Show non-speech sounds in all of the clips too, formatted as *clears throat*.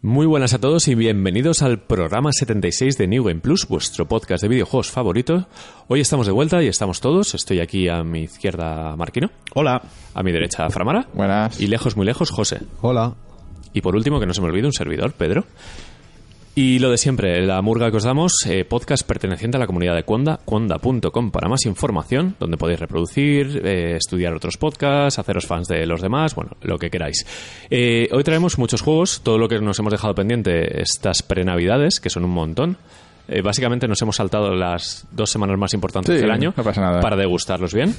Muy buenas a todos y bienvenidos al programa 76 de New Game Plus, vuestro podcast de videojuegos favorito. Hoy estamos de vuelta y estamos todos. Estoy aquí a mi izquierda, Marquino. Hola. A mi derecha, Framara. Buenas. Y lejos, muy lejos, José. Hola. Y por último, que no se me olvide, un servidor, Pedro. Y lo de siempre, la murga que os damos, eh, podcast perteneciente a la comunidad de Conda, conda.com para más información, donde podéis reproducir, eh, estudiar otros podcasts, haceros fans de los demás, bueno, lo que queráis. Eh, hoy traemos muchos juegos, todo lo que nos hemos dejado pendiente estas prenavidades, que son un montón. Eh, básicamente nos hemos saltado las dos semanas más importantes Sí, del año no pasa nada. para degustarlos bien.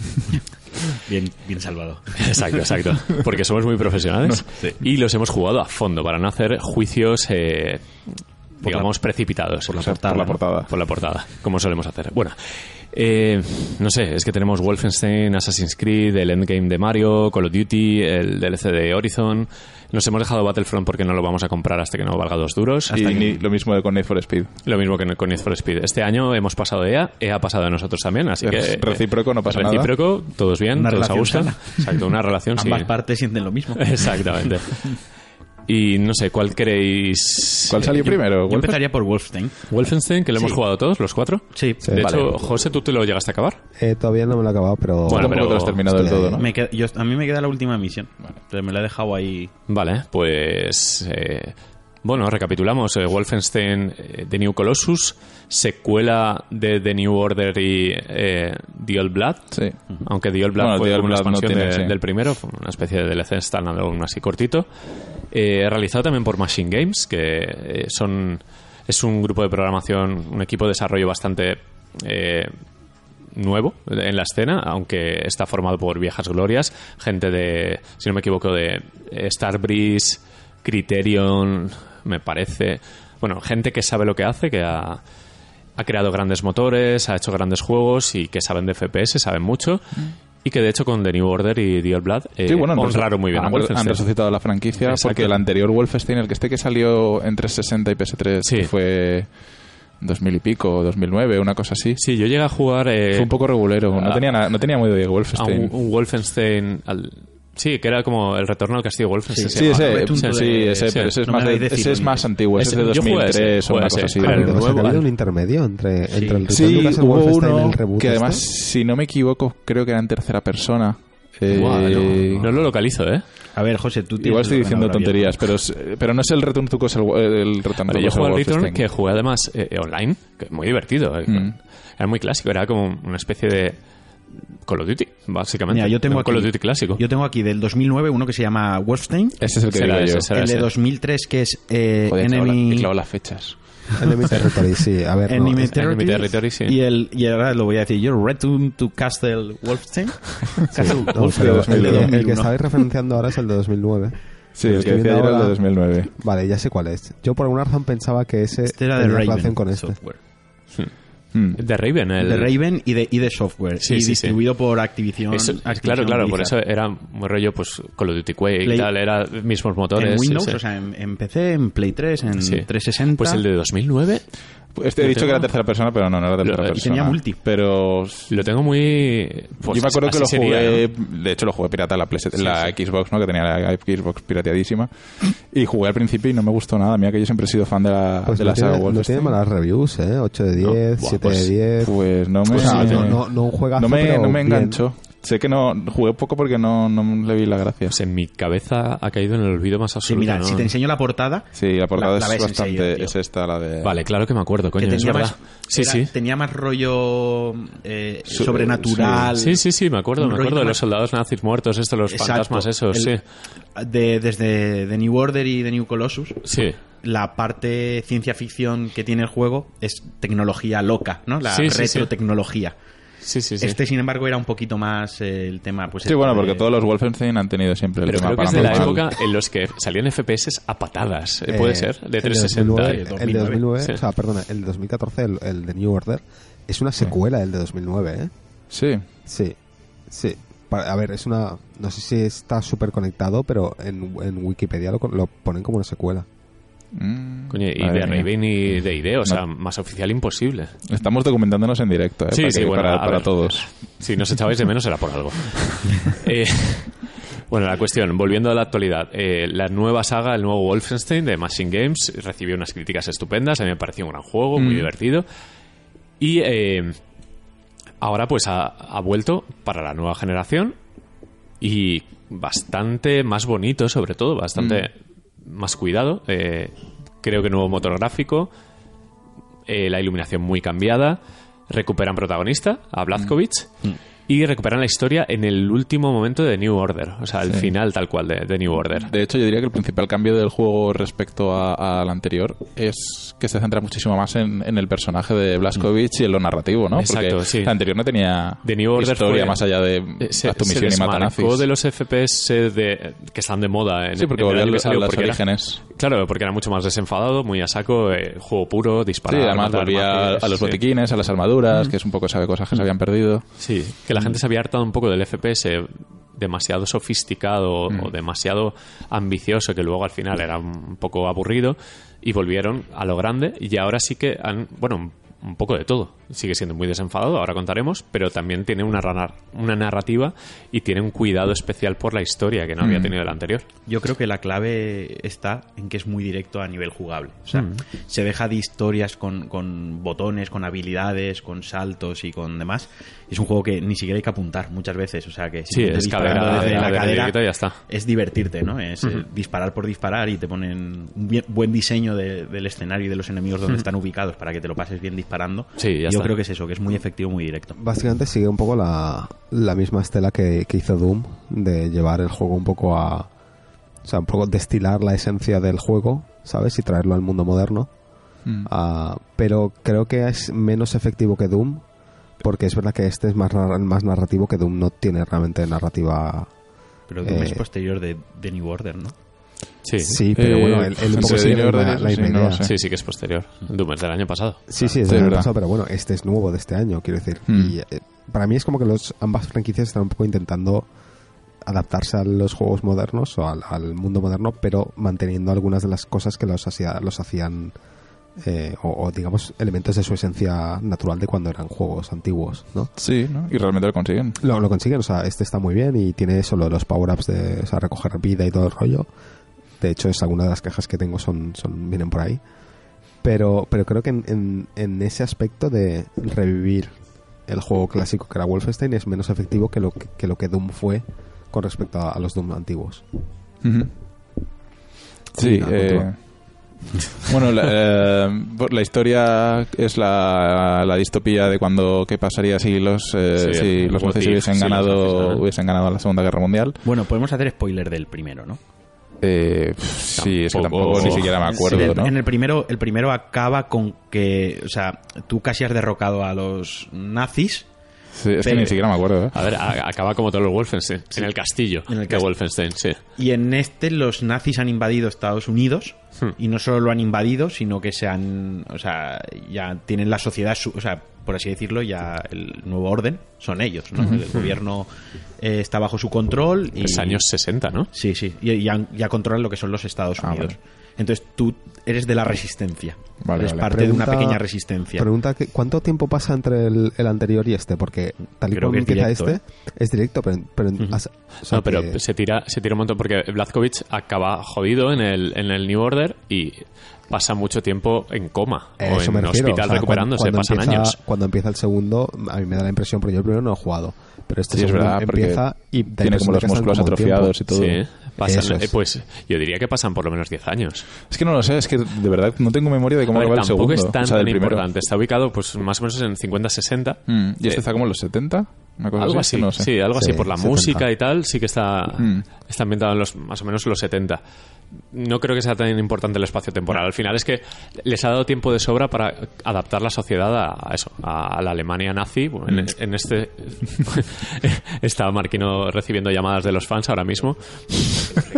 Bien, bien *laughs* salvado. Exacto, exacto. Porque somos muy *laughs* profesionales Sí. y los hemos jugado a fondo para no hacer juicios, eh, digamos, precipitados. por la O sea, portada, Por la ¿no? portada. Por la portada, como solemos hacer. Bueno, eh, no sé, es que tenemos Wolfenstein, Assassin's Creed, el Endgame de Mario, Call of Duty, el DLC de Horizon. Nos hemos dejado Battlefront porque no lo vamos a comprar hasta que no valga dos duros. Y ni- lo mismo de con Need for Speed. Lo mismo que con Need for Speed. Este año hemos pasado de EA, EA ha pasado de nosotros también, así que... eh, Es recíproco, no pasa nada. Recíproco, todos bien, Una todos a gusto. relación Exacto, una relación, *laughs* sí. Ambas partes sienten lo *laughs* mismo. Exactamente. Y no sé, ¿cuál queréis? ¿Cuál salió primero? Yo ¿Wolf? empezaría por Wolfenstein. Wolfenstein, que lo hemos Sí. jugado todos, los cuatro. Sí. De Vale. hecho, José, tú te lo llegaste a acabar. Eh, todavía no me lo he acabado, pero... Bueno, Tampoco pero- te lo has terminado del todo, ¿no? Me queda- yo- a mí me queda la última misión. Entonces me la he dejado ahí. Vale, pues. eh, bueno, recapitulamos. eh, Wolfenstein eh, The New Colossus, secuela de The New Order y eh, The Old Blood. Sí. Aunque The Old Blood Bueno, fue The Old una Blood no expansión tiene, de- sí. del primero, fue una especie de DLC standalone así cortito. Eh, realizado también por Machine Games, que eh, son es un grupo de programación, un equipo de desarrollo bastante eh, nuevo en la escena, aunque está formado por viejas glorias, gente de, si no me equivoco, de eh, Starbreeze, Criterion, me parece. Bueno, gente que sabe lo que hace, que ha, ha creado grandes motores, ha hecho grandes juegos y que saben de FPS, saben mucho. Mm. Y que de hecho con The New Order y The Old Blood eh, Sí, bueno, han honraron resu- muy bien. a Han, han Wolfenstein. resucitado la franquicia Exacto. porque el anterior Wolfenstein, el que este que salió en 360 y PS3, Sí. que fue 2000 y pico, 2009, una cosa así. Sí, yo llegué a jugar eh, Fue un poco regulero, no ah, tenía, nada- no tenía muy de a un, Wolfenstein. un Wolfenstein. al- sí, que era como el retorno al castillo Wolfenstein. Sí, se llamaba. ese, Return to sí, the- ese, sí. pero ese es, No me más, lo de- habéis ese es decidido. más antiguo, ese es de Ese- yo jugué 2003 ese, o jugué una cosa ese, así. claro. Pero, el o sea, que nuevo, ha habido vale. un intermedio entre, entre el Sí, Return to Castle hubo Wolfenstein y uno el reboot que este. además, si no me equivoco, creo que era en tercera persona. Eh, Guau, no, no lo localizo, ¿eh. A ver, José, tú tienes Igual estoy el diciendo ordenador abierto. tonterías, pero, es- pero no es el Return to Castle, Wo- el Return to Vale, yo Castle jugué al Return, Wolfenstein. que jugué además eh, online, que es muy divertido. eh. Mm. Era muy clásico, era como una especie de Call of Duty, básicamente. Mira, yo tengo Un Call of aquí- Duty clásico. Yo tengo aquí del 2009 uno que se llama Wolfenstein. Ese es el que Será digo yo. ese, será El de ese. 2003 que es eh, Joder, chaval, he Enemy... clavado las fechas. Enemy Territory, sí. A ver, no, Enemy es- Territory. Enemy Territory, sí. Y, el, y ahora lo voy a decir yo, Return to Castle Wolfenstein. Castle no, Wolfenstein. pero Wolfenstein el, de de- el 2001. que estabais referenciando ahora es el de 2009. Sí, Lo el estoy que decía yo viendo era el de ahora- 2009. Vale, ya sé cuál es. Yo por alguna razón pensaba que ese Este era de tenía Raven relación con este. Software. Mm. De Raven, el. De Raven y de, y de Software. Sí, y sí, sí. distribuido por Activision. Eso- Activision claro, claro, por eso Blizzard. era un rollo, pues, Call of Duty Quake y Play- tal, era mismos motores. En Windows, sí, sí. o sea, en, en PC, en Play 3, en Sí. 360. Pues el de 2009 Este, he dicho que era Pues tengo- tercera persona, pero no, no era tercera Lo- y persona. tenía multi. Pero lo tengo muy. pues, yo me acuerdo que así lo sería, ¿eh? jugué, ¿no? de hecho lo jugué pirata la, Playset- la Xbox, ¿no? Que tenía la Xbox pirateadísima. Y jugué al principio y no me gustó nada. Mira que yo siempre he sido fan de la, Pues de no, la saga tiene, no Wolfenstein. tiene malas reviews, ¿eh? 8 de 10, Buah, 7 pues- de 10... Pues no me, Pues no, sí, no- no- no un juegazo, me, pero no me bien. enganchó. Sé que no jugué poco porque no, no le vi la gracia. Pues en mi cabeza ha caído en el olvido más Sí, absoluto. mira, ¿no? si te enseño la portada. Sí, la portada La- la es ves bastante. enseguida, tío. es esta, la de. Vale, claro que me acuerdo, coño, que es tenía verdad. más, sí, era- sí. tenía más rollo eh, Su- sobrenatural. Sí, sí, sí, me acuerdo, Un me acuerdo de rollo los más- soldados nazis muertos, estos, los Exacto. fantasmas esos, El- sí. de- desde The New Order y The New Colossus, Sí, la parte ciencia ficción que tiene el juego es tecnología loca, ¿no? La Sí, sí, sí. retrotecnología. sí, sí. sí. Este, sin embargo, era un poquito más eh, el tema. Pues, Sí, este bueno, porque de- todos los Wolfenstein han tenido siempre el eh, Pero tema creo que es de la paranormal. época en los que salían FPS a patadas, eh, Eh, puede ser, de el 360. 2009, y El de 2009, 2009, sí. o sea, perdona, el de 2014, el, el de New Order, es una secuela del de 2009, ¿eh? Sí. Sí, sí. Pa- A ver, es una. No sé si está súper conectado, pero en, en Wikipedia lo, co- lo ponen como una secuela. Mm. Coño, y Madre de mía. Raven y de ID, o sea, más oficial imposible. Estamos documentándonos en directo, ¿eh? Sí, para sí, que- bueno, para, a para ver. todos. *laughs* Si nos echabais de menos era por algo. Eh, Bueno, la cuestión, volviendo a la actualidad, eh, la nueva saga, el nuevo Wolfenstein de Machine Games, recibió unas críticas estupendas, a mí me pareció un gran juego, Mm. muy divertido. Y eh, ahora pues ha, ha vuelto para la nueva generación y bastante más bonito, sobre todo, bastante Mm. más cuidado. eh, creo que nuevo motor gráfico, eh, la iluminación muy cambiada, recuperan protagonista, a Blazkowicz, Mm. Mm. y recuperan la historia en el último momento de New Order, o sea, el final tal cual de, de New Order. De hecho, yo diría que el principal cambio del juego respecto a- al anterior es que se centra muchísimo más en, en el personaje de Blaskovich y en lo narrativo, ¿no? Exacto, Porque sí. el anterior no tenía The New Order historia fue- más allá de Eh, haz tu misión y desmarcó mata nazis. de los FPS de, que están de moda en Sí, porque en el volvió a año que los a salió, los porque era- orígenes. Claro, porque era mucho más desenfadado, muy a saco, eh, juego puro, Sí, disparar. además matar volvía a- mártires, a los sí. Mm. botiquines, a las armaduras, que es un poco sabe cosas que se habían perdido. Sí, que la gente se había hartado un poco del FPS demasiado sofisticado Mm. o demasiado ambicioso, que luego al final era un poco aburrido, y volvieron a lo grande, y ahora sí que han, bueno, un- un poco de todo. Sigue siendo muy desenfadado, ahora contaremos, pero también tiene una, rana- una narrativa y tiene un cuidado especial por la historia que no Mm. había tenido el anterior. Yo creo que la clave está en que es muy directo a nivel jugable. O Mm. sea, se deja de historias con, con botones, con habilidades, con saltos y con demás. Es un juego que ni siquiera hay que apuntar muchas veces. O sea, que Sí, simplemente es disparando cadera, desde cadera la directa cadera y ya está. es divertirte, ¿no? Es eh, disparar por disparar y te ponen un bien- buen diseño de- del escenario y de los enemigos donde están ubicados para que te lo pases bien disparando. Sí, ya Yo está. creo que es eso, que es muy efectivo, muy directo. Básicamente sigue un poco la, la misma estela que, que hizo Doom, de llevar el juego un poco a... O sea, un poco destilar la esencia del juego, ¿sabes? Y traerlo al mundo moderno. Mm. Ah, pero creo que es menos efectivo que Doom, porque es verdad que este es más, narra- más narrativo que Doom, no tiene realmente narrativa... Pero Doom Eh, es posterior de, de New Order, ¿no? Sí, sí, Sí, pero Eh, bueno, él, él un poco entre sigue Dinero la, Ordenes, la sí, misma no lo idea. sé. sí, sí que es posterior. Mm. Doom es del año pasado. Sí, sí, es Sí, del año verdad. pasado, pero bueno, este es nuevo de este año, quiero decir. Mm. Y, eh, para mí es como que los, ambas franquicias están un poco intentando adaptarse a los juegos modernos o al, al mundo moderno, pero manteniendo algunas de las cosas que los, hacía- los hacían, eh, o, o, digamos, elementos de su esencia natural de cuando eran juegos antiguos, ¿no? Sí, ¿no? y realmente lo consiguen. Lo, lo consiguen, o sea, este está muy bien y tiene eso, lo de los power-ups de o sea, recoger vida y todo el rollo. De hecho, es alguna de las cajas que tengo son, son vienen por ahí. Pero, pero creo que en, en- en ese aspecto de revivir el juego clásico que era Wolfenstein es menos efectivo que lo que, que lo que Doom fue con respecto a, a los Doom antiguos. Ujú. Sí, Ah, Continúa, eh, continúa. bueno, la, eh, por la historia es la, la distopía de cuando qué pasaría si los eh, Sí, si el- los el nazis motif, hubiesen si los ganado nazis ganan. hubiesen ganado la Segunda Guerra Mundial. Bueno, podemos hacer spoiler del primero, ¿no? Eh, pff, sí, es que Tampoco- tampoco ni siquiera me Sí, en acuerdo, el- ¿no? En el primero, el primero acaba con que, o sea, tú casi has derrocado a los nazis Sí, es que ni siquiera me acuerdo. ¿eh? A ver, a- acaba como todos los Wolfenstein, en el castillo En el de cast- Wolfenstein, sí. y en este los nazis han invadido Estados Unidos Hmm. y no solo lo han invadido, sino que se han, o sea, ya tienen la sociedad, su- o sea, por así decirlo, ya el nuevo orden son ellos, Hmm. ¿no? El, gobierno eh, está bajo su control y Es años 60, ¿no? Sí, sí, y ya, ya controlan lo que son los Estados Ah, Unidos. Entonces tú eres de la resistencia. Vale, eres vale. parte de una Pregunta- pequeña resistencia. Pregunta, que, ¿cuánto tiempo pasa entre el, el anterior y este? Porque tal y Creo como que es empieza directo, ¿eh? este, es directo, pero... pero as- o sea No, pero que- se tira, se tira un montón porque Blazkowicz acaba jodido en el, en el New Order y pasa mucho tiempo en coma A o eso en me refiero, hospital o sea, recuperándose, pasan empieza, años. Cuando empieza el segundo, a mí me da la impresión, porque yo el primero no he jugado. Pero este Sí, es segundo verdad, porque empieza y da la tiene como impresión de los que están músculos como un tiempo. atrofiados y todo. Sí, Eso pasan, es. eh, pues yo diría que pasan por lo menos 10 años. Es que no lo sé, es que de verdad no tengo memoria de cómo A ver, acaba el tampoco segundo. es tan, o sea, del tan primero. importante, está ubicado pues más o menos en 50-60. Mm, y este está como en los 70, una cosa Algo así, así, no sé. sí, algo Sí, así por la 70. música y tal, sí que está, Mm. está ambientado en los, más o menos los 70. No creo que sea tan importante el espacio temporal. Al final es que les ha dado tiempo de sobra para adaptar la sociedad a, a eso, a la Alemania nazi. Bueno, En, en este *laughs* está Marquino recibiendo llamadas de los fans ahora mismo.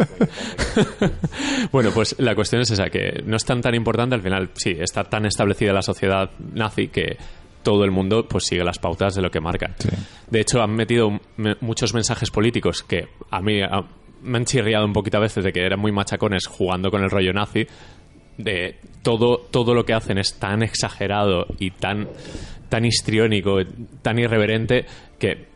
*laughs* Bueno, pues la cuestión es esa, que no es tan tan importante, al final sí, está tan establecida la sociedad nazi que todo el mundo pues sigue las pautas de lo que marcan. Sí. De hecho, han metido me- muchos mensajes políticos que a mí a- me han chirriado un poquito a veces de que eran muy machacones jugando con el rollo nazi. De todo, todo lo que hacen es tan exagerado y tan, tan histriónico, tan irreverente que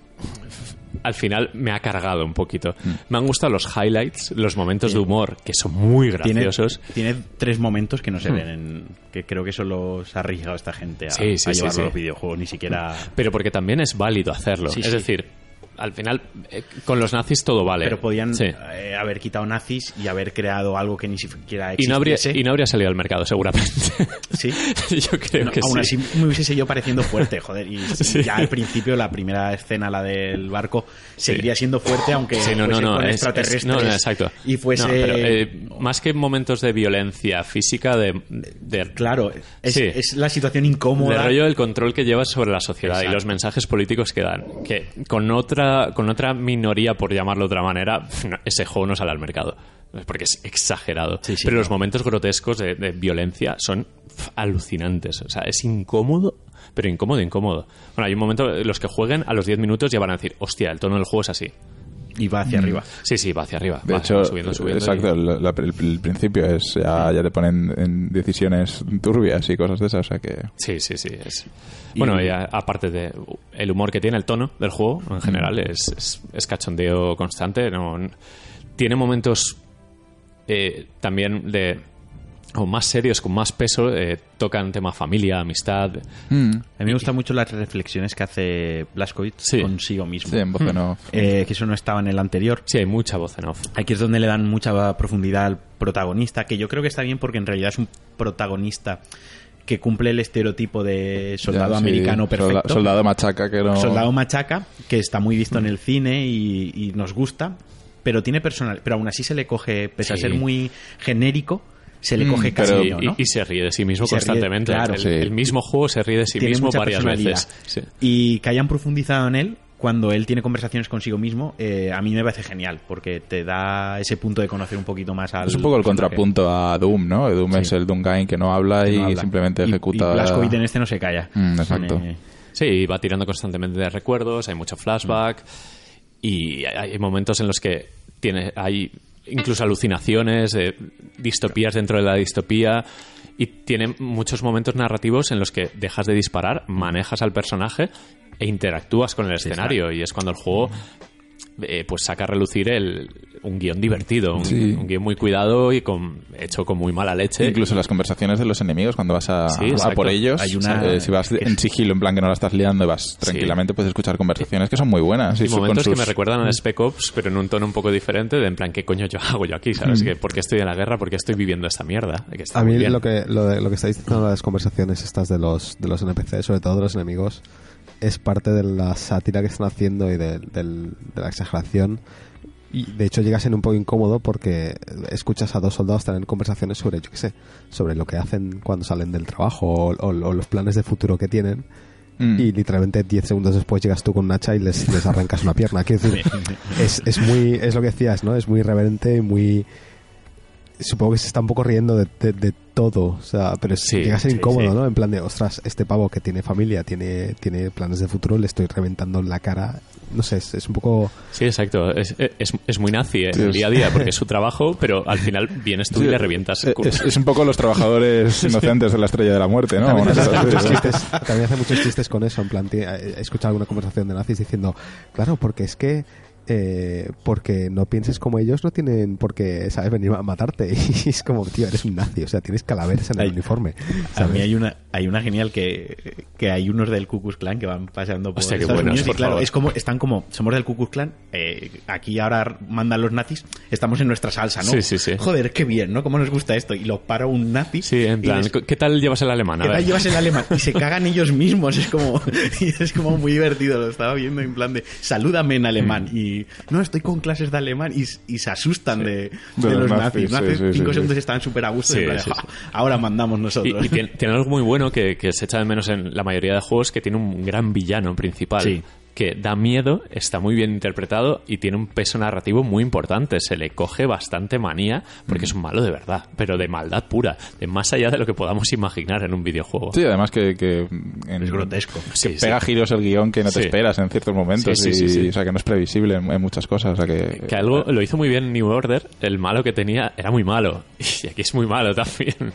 al final me ha cargado un poquito. Mm. Me han gustado los highlights, los momentos de humor, que son muy Tiene, graciosos. Hmm. tiene tres momentos que no se ven en, que creo que solo se ha arriesgado esta gente a, Sí, sí, a sí, llevarlo sí. a los videojuegos, ni siquiera Pero porque también es válido hacerlo. Sí, es sí. decir, al final, eh, con los nazis todo *laughs* vale. Pero podían Sí. eh, haber quitado nazis y haber creado algo que ni siquiera Y existiese. no, habría, y no habría salido al mercado, seguramente. Sí. *laughs* Yo creo No, que aún sí. así me hubiese seguido pareciendo fuerte, joder. *laughs* Y Sí. ya al principio, la primera escena, la del barco, seguiría siendo fuerte, aunque Sí, no, no, fuese no, con es- es- extraterrestres. no, no, exacto. Y fuese... No, pero, eh, más que momentos de violencia física, de, de claro, es, sí. es la situación incómoda. del rollo del control que llevas sobre la sociedad y Exacto. los mensajes políticos que dan. Que con otra, con otra minoría, por llamarlo de otra manera, no, ese juego no sale al mercado. Porque es exagerado. Sí, sí, Pero no. los momentos grotescos de, de violencia son pf, alucinantes. O sea, es incómodo, pero incómodo, incómodo. Bueno, hay un momento, los que jueguen a los 10 minutos ya van a decir, hostia, el tono del juego es así. Y va Mm. hacia arriba. Sí, sí, va hacia arriba. De va hecho, subiendo, subiendo. exacto, y- la- la- el, el principio es ya, ya te ponen en decisiones turbias y cosas de esas, o sea que... Sí, sí, sí. es- Bueno, y a- aparte de el humor que tiene, el tono del juego en general Mm. es, es, es cachondeo constante. No, n- tiene momentos eh, también de o más serios, con más peso, eh, tocan tema familia, amistad. Mm, A mí me gustan mucho las reflexiones que hace Blaskovic Sí. consigo mismo. sí, en voz Mm. en off. Eh, que eso no estaba en el anterior. Sí, hay mucha voz en off. Aquí es donde le dan mucha profundidad al protagonista, que yo creo que está bien porque en realidad es un protagonista que cumple el estereotipo de soldado Ya, sí, americano solda- perfecto. soldado machaca que no... Soldado machaca, que está muy visto en el cine y, y nos gusta, pero tiene personal, pero aún así se le coge, pese a Sí. ser muy genérico, se le Mm, coge pero- cariño, y, ¿no? y se ríe de sí mismo Se ríe, constantemente. claro. el, Sí. el mismo juego se ríe de sí tiene mismo mucha varias personalidad. veces. Sí. Y que hayan profundizado en él cuando él tiene conversaciones consigo mismo, eh, a mí me parece genial, porque te da ese punto de conocer un poquito más al. Es un poco el personaje. contrapunto a Doom, ¿no? Doom es el Dungeon que no habla Que y no habla. simplemente Y- ejecuta... Y Blaskovic en este no se calla. Mm, exacto. Eh, Sí, y va tirando constantemente de recuerdos, hay mucho flashback y hay hay momentos en los que tiene, hay incluso alucinaciones, eh, distopías dentro de la distopía y tiene muchos momentos narrativos en los que dejas de disparar, manejas al personaje e interactúas con el escenario y es cuando el juego eh, pues saca a relucir el, un guión divertido, un, Sí. un guión muy cuidado y con, hecho con muy mala leche. Incluso las conversaciones de los enemigos, cuando vas a, Sí, a exacto. por ellos, Hay una- eh, si vas en sigilo, en plan que no la estás liando y vas tranquilamente, puedes escuchar conversaciones que son muy buenas. Y su- con momentos que sus- me recuerdan a Spec Ops, pero en un tono un poco diferente, de en plan, ¿qué coño yo *laughs* hago yo aquí? ¿Sabes? Que, ¿Por qué estoy en la guerra? ¿Por qué estoy viviendo esta mierda? Que está A muy mí bien. lo que, lo, de- lo que estáis diciendo de las conversaciones estas de los, de los NPC, sobre todo de los enemigos, es parte de la sátira que están haciendo y de, del- de la exageración. Y de hecho llegas en un poco incómodo porque escuchas a dos soldados tener conversaciones sobre, yo qué sé, sobre lo que hacen cuando salen del trabajo o, o- o los planes de futuro que tienen. Mm. Y literalmente 10 segundos después llegas tú con un hacha y les, les arrancas una pierna. Quiero decir, es, es muy, es lo que decías, ¿no? Es muy irreverente y muy... Supongo que se está un poco riendo de, de- de todo, o sea, pero es, Sí, llega a ser sí, incómodo, sí. ¿no? En plan de, ostras, este pavo que tiene familia, tiene, tiene planes de futuro, le estoy reventando la cara. No sé, es, es un poco... Sí, exacto. Es, es, es muy nazi eh, en el Dios. día a día, porque es su trabajo, pero al final vienes tú y Sí, le revientas. eh, Es, es un poco los *laughs* trabajadores inocentes de la estrella de la muerte, ¿no? También Una hace, cosa así, muchos ¿no? chistes, también hace muchos chistes con eso. En plan, tí- he escuchado alguna conversación de nazis diciendo, claro, porque es que. eh, porque no pienses como ellos, no tienen porque sabes venir a matarte. *laughs* Y es como, tío, eres un nazi, o sea, tienes calaveras en el Ay. uniforme. *laughs* A ¿sabes? mí hay una, hay una genial que, que hay unos del Ku Klux Klan que van pasando por Hostia, qué Estados buenas, Unidos y por claro, favor. es como, están como, somos del Ku Klux Klan, eh, aquí ahora mandan los nazis, estamos en nuestra salsa, ¿no? Sí, sí, sí. Joder, qué bien, ¿no? ¿Cómo nos gusta esto? Y lo para un nazi. Sí, en y plan, les- ¿qué tal llevas el alemán? A ¿Qué ver. tal llevas el alemán? Y se cagan ellos mismos. Es como, *laughs* y es como muy divertido. Lo estaba viendo en plan de salúdame en alemán. Y no, estoy con clases de alemán. Y, y se asustan de, de los los nazis, nazis. ¿no? sí, Hace sí, sí, cinco sí. segundos estaban súper a gusto. y Sí, en plan de, sí, "Ja, ahora mandamos nosotros. Y, y tiene, tiene algo muy bueno que, que se echa de menos en la mayoría de juegos, que tiene un gran villano principal. Sí. Que da miedo, está muy bien interpretado y tiene un peso narrativo muy importante. Se le coge bastante manía porque es un malo de verdad, pero de maldad pura, de más allá de lo que podamos imaginar en un videojuego. Sí, además que... que en- *laughs* Es grotesco. Sí, sí. Pega giros el guión que no te Sí. esperas en ciertos momentos. Sí, sí, y- sí, sí. O sea, que no es previsible en, en muchas cosas. O sea, que, Que algo *laughs* lo hizo muy bien New Order, el malo que tenía era muy malo. Y aquí es muy malo también.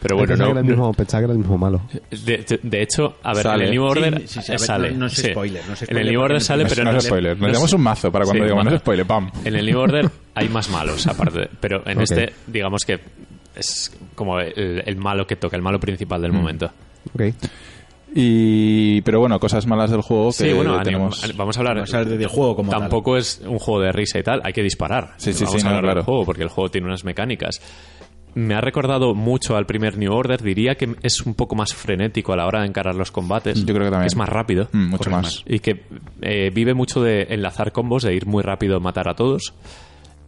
Pero bueno, pensaba, no. que era el mismo, pensaba que era el mismo malo. De, de- de hecho, a ver, Sale. en el New Order Sí, sí, sí, a ver, sale. no- no es sí. spoiler, no es En el spoiler, New Order porque sale, no es pero no no es spoiler. no Nos damos es- un mazo para cuando Sí, Eh. digamos, no vale. es spoiler, pam. En el New Order hay más malos, aparte. Pero en Ok. este, digamos que es como el, el malo que toca, el malo principal Mm. del momento. Ok. Y, pero bueno, cosas malas del juego que Sí, bueno, anim- tenemos... an- vamos a hablar. Vamos a hablar de- del juego como tal. Tampoco es un juego de risa y tal, hay que disparar. Sí, sí, vamos sí, a no, hablar del claro. juego, porque el juego tiene unas mecánicas. Me ha recordado mucho al primer New Order. Diría que es un poco más frenético a la hora de encarar los combates. Yo creo que también. Es más rápido. Mm, mucho corre más. Y que eh, vive mucho de enlazar combos, de ir muy rápido a matar a todos.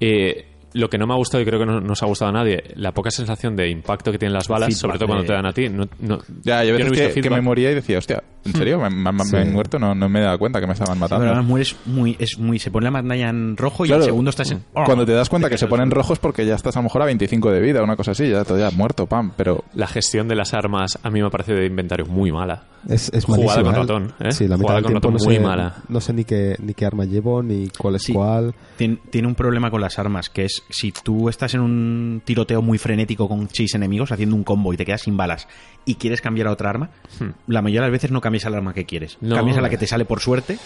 Eh, lo que no me ha gustado, y creo que no nos ha gustado a nadie, la poca sensación de impacto que tienen las balas, Feedback sobre todo cuando de- te dan a ti. No, no- Ya, yo yo no he veces visto que, que feedback. me moría y decía, hostia, ¿en serio? ¿Me, me- me Hmm. Sí. han muerto? No, no me he dado cuenta que me estaban Pero matando. además mueres muy, es muy. Se pone la pantalla en rojo y Claro, el segundo estás en. Cuando te das cuenta *laughs* que se ponen rojos porque ya estás a lo mejor a 25 de vida, una cosa así, ya, te- ya muerto, pam. Pero La gestión de las armas a mí me parece de inventario muy mala. Es, es Jugada malísima, con ¿eh? ratón, ¿eh? Sí, la mitad Jugada del con tiempo ratón no sé, muy mala. No sé ni qué, ni qué arma llevo, ni cuál es Sí. cuál. Tien- tiene un problema con las armas, que es si tú estás en un tiroteo muy frenético con seis enemigos haciendo un combo y te quedas sin balas y quieres cambiar a otra arma, la mayoría de las veces no cambias al arma que quieres. Hmm. No. Hmm. Cambias a la que te sale por suerte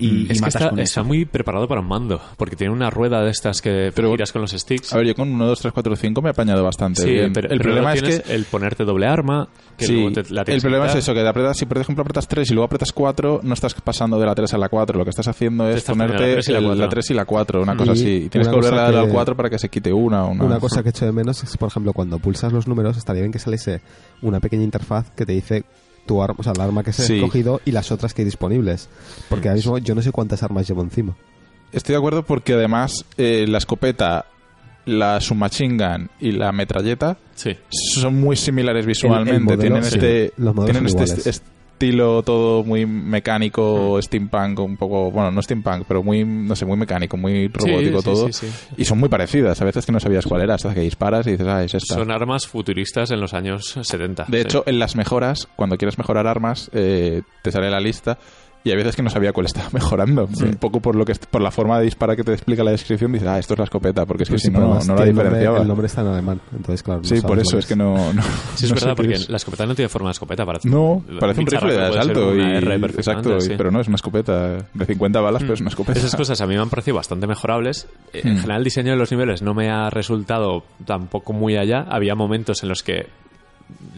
y, y Mm. es que matas está, con está eso. muy preparado para un mando, porque tiene una rueda de estas que Pero- giras con los sticks. A ver, yo con 1, 2, 3, 4, 5 me he apañado bastante. Sí, bien. pero el pero problema es luego que. tienes el ponerte doble arma, que sí, luego te la el tienes que problema es quitar. eso, que te apretas, si por ejemplo apretas 3 y luego apretas 4, no estás pasando de la 3 a la 4. Lo que estás haciendo es estás poniendo ponerte la 3 y la el- 4. la 3 y la 4, una cosa Y así. Y tienes una que volver cosa a dar al que- 4 para que se quite una. Una, *laughs* Una cosa que echo de menos es, por ejemplo, cuando pulsas los números, estaría bien que saliese una pequeña interfaz que te dice tu arma, o sea, la arma que se Sí. ha escogido y las otras que hay disponibles. Porque ahora mismo yo no sé cuántas armas llevo encima. Estoy de acuerdo porque además eh, la escopeta, la submachine gun y la metralleta Sí. son muy similares visualmente. modelo, tienen sí. este, Los modelos tienen son este iguales. Mm. est- estilo todo muy mecánico, steampunk, un poco, bueno, no steampunk, pero muy, no sé, muy mecánico, muy robótico sí, todo. sí, sí. Y son muy parecidas. A veces que no sabías cuál era, hasta que disparas y dices, ah, es esta. Son armas futuristas en los años 70. De Ah, sí. hecho, en las mejoras, cuando quieres mejorar armas, eh, te sale la lista. Y hay veces que no sabía cuál estaba *laughs* mejorando. Un poco por lo que por la forma de disparar que te explica la descripción, dices, ah, esto es la escopeta, porque es que Pues Pero si sí, no, no, no pero además la tiene el nombre- diferenciaba. El nombre está en alemán, entonces, claro. no sí, por sabes eso lo es *laughs* que no. no Sí, es no sé verdad, qué porque es. la escopeta no tiene forma de escopeta. Parece No, parece un rifle de charraco, puede ser asalto. Y, una R exacto, perfectamente, y- sí. Mm, pero no, es una escopeta de 50 balas, pero es una escopeta. Pues Esas cosas a mí me han parecido bastante mejorables. Eh, Hmm. En general, el diseño de los niveles no me ha resultado tampoco muy allá. Había momentos en los que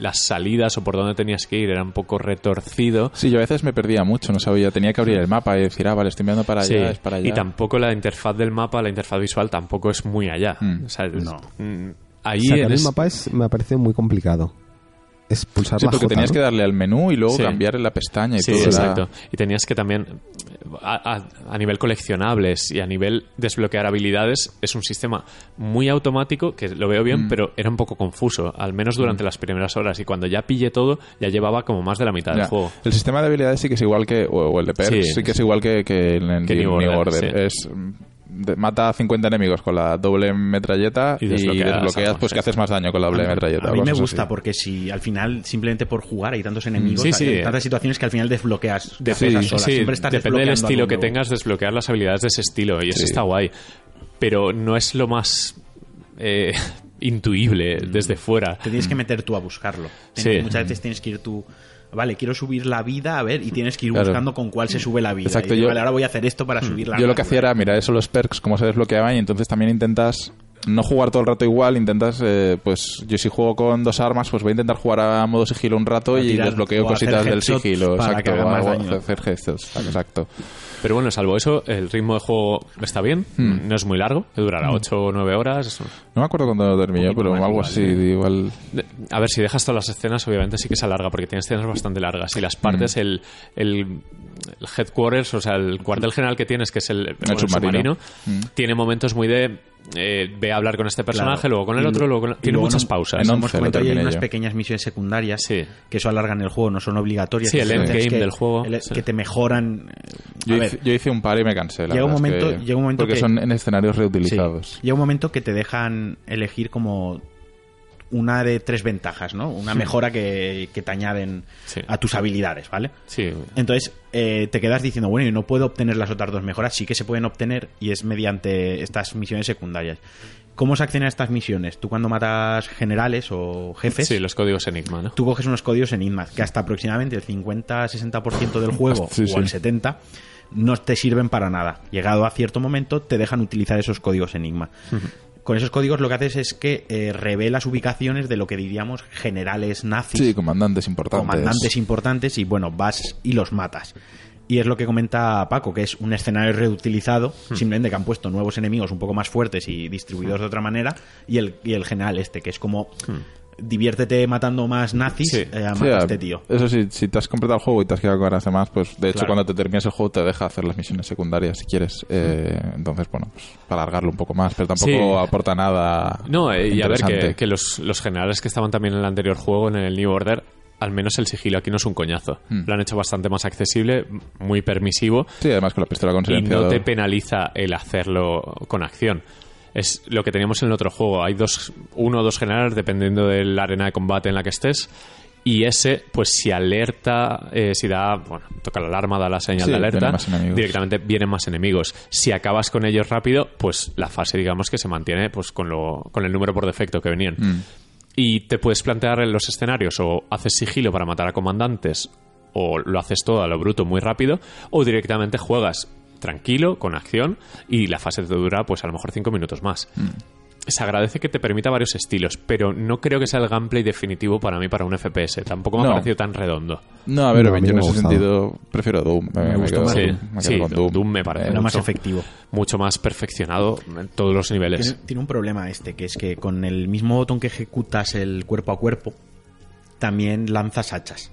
las salidas o por dónde tenías que ir era un poco retorcido. Sí, yo a veces me perdía mucho, no sabía. Tenía que abrir el mapa y decir, ah, vale, estoy mirando para allá, Sí, es para allá. Y tampoco la interfaz del mapa, la interfaz visual tampoco es muy allá. Hmm. O sea, es- No. mm, ahí Sacar en el es- mapa es, me parece muy complicado. Es pulsar Sí, la porque J, tenías ¿no? que darle al menú y luego Sí. cambiar la pestaña y Sí, todo. era- exacto. Y tenías que también, eh, a, a- a nivel coleccionables y a nivel desbloquear habilidades, es un sistema muy automático, que lo veo Mm. bien, pero era un poco confuso, al menos durante las primeras horas. Y cuando ya pillé todo, ya llevaba como más de la mitad Ya. del juego. El sistema de habilidades sí que es igual que. O, o el de Perks, sí, Sí. que es igual que, que en el Que New, New New Order. Order, Es. mm, de- mata a 50 enemigos con la doble metralleta y Y desbloqueas, desbloqueas armas, pues que sí. haces más daño con la doble metralleta. a mí me cosas gusta así. porque si al final simplemente por jugar hay tantos enemigos, Hmm. Sí, hay sí. tantas situaciones que al final desbloqueas. De- haces las sí, horas, sí, siempre estás depende del desbloqueando estilo algo que nuevo. tengas, desbloquear las habilidades de ese estilo, y eso Sí. está guay. Pero no es lo más eh, *laughs* intuible Mm. desde fuera. Te tienes que meter tú a buscarlo. Ten- Sí. Muchas veces tienes que ir tú. Vale, quiero subir la vida, a ver, y tienes que ir Claro. buscando con cuál se sube la vida. Exacto, Y dices, yo- Mm. vale, ahora voy a hacer esto para subir la Yo lo que hacía vida. era mirar eso los perks, cómo se desbloqueaban, y entonces también intentas no jugar todo el rato igual, intentas, eh, pues yo si juego con dos armas, pues voy a intentar jugar a modo sigilo un rato A y tirar desbloqueo o a hacer cositas del headshots sigilo, para exacto, que haga o más algo- daño. hacer gestos, exacto. Pero bueno, salvo eso, el ritmo de juego está bien, Mm. no es muy largo, durará 8 o 9 horas. No me acuerdo cuando terminó, poquito pero más algo igual, así, sí. igual... De- A ver, si dejas todas las escenas, obviamente sí que se alarga, porque tienes escenas bastante largas. Y las partes, el, el, el headquarters, o sea, el cuartel general que tienes, que es el, bueno, el submarino. submarino, tiene momentos muy de. eh, ve a hablar con este personaje, Claro. luego con el Y otro, lu- luego con- y Tiene luego muchas no- pausas. en Como once hemos lo comentado, ya hay terminé unas yo. pequeñas misiones secundarias Sí. que eso alargan el juego, no son obligatorias. Sí, el que tienes endgame que- del juego, el- sí. Que te mejoran. eh, Yo a hice, ver, yo hice un par y me cansé, la Llega un verdad es momento- que- llega un momento Porque que- son en escenarios sí, reutilizados. llega un momento que te dejan elegir como una de tres ventajas, ¿no? Una mejora que, que te añaden Sí. a tus habilidades, ¿vale? Sí, Entonces eh, te quedas diciendo, bueno, yo no puedo obtener las otras dos mejoras, sí que se pueden obtener y es mediante estas misiones secundarias. ¿Cómo se acceden a estas misiones? Tú cuando matas generales o jefes, sí, los códigos Enigma, ¿no? tú coges unos códigos Enigma que hasta aproximadamente el 50-60% del juego Sí, o sí. el 70% no te sirven para nada. Llegado a cierto momento te dejan utilizar esos códigos Enigma. Con esos códigos lo que haces es que eh, revelas ubicaciones de lo que diríamos generales nazis Sí, comandantes importantes. comandantes eh, importantes y bueno, vas y los matas. Y es lo que comenta Paco, que es un escenario reutilizado, simplemente que han puesto nuevos enemigos un poco más fuertes y distribuidos de otra manera, y el, y el general este, que es como diviértete matando más nazis Sí. eh, a Sí, matar a este tío. Eso sí, si te has completado el juego y te has quedado con ganas de más, pues de hecho Claro. cuando te terminas el juego te deja hacer las misiones secundarias si quieres. Eh, entonces, bueno, pues, para alargarlo un poco más, pero tampoco Sí. aporta nada. No, eh, y a ver interesante. que, que los, los generales que estaban también en el anterior juego, en el New Order, al menos el sigilo aquí no es un coñazo. Hmm. Lo han hecho bastante más accesible, muy permisivo Sí, además con la pistola con y no silenciador. te penaliza el hacerlo con acción. Es lo que teníamos en el otro juego. Hay dos, uno o dos generales dependiendo de la arena de combate en la que estés. Y ese, pues si alerta, eh, si da, bueno, toca la alarma, da la señal Sí, de alerta, vienen más enemigos. directamente vienen más enemigos. Si acabas con ellos rápido, pues la fase, digamos, que se mantiene pues con, lo, con el número por defecto que venían. Mm. Y te puedes plantear en los escenarios o haces sigilo para matar a comandantes o lo haces todo a lo bruto muy rápido o directamente juegas tranquilo, con acción y la fase te dura pues a lo mejor 5 minutos más. Mm. Se agradece que te permita varios estilos, pero no creo que sea el gameplay definitivo para mí para un FPS. Tampoco me No. ha parecido tan redondo. No, a ver, No, a mí yo en me ha ese gustado. sentido prefiero Doom. Eh, Me, me gustó quedo- más me Doom. quedo Sí, con Doom me parece Eh, Era más mucho. efectivo. Mucho más perfeccionado en todos los niveles. Tiene, tiene un problema este, que es que con el mismo botón que ejecutas el cuerpo a cuerpo, también lanzas hachas.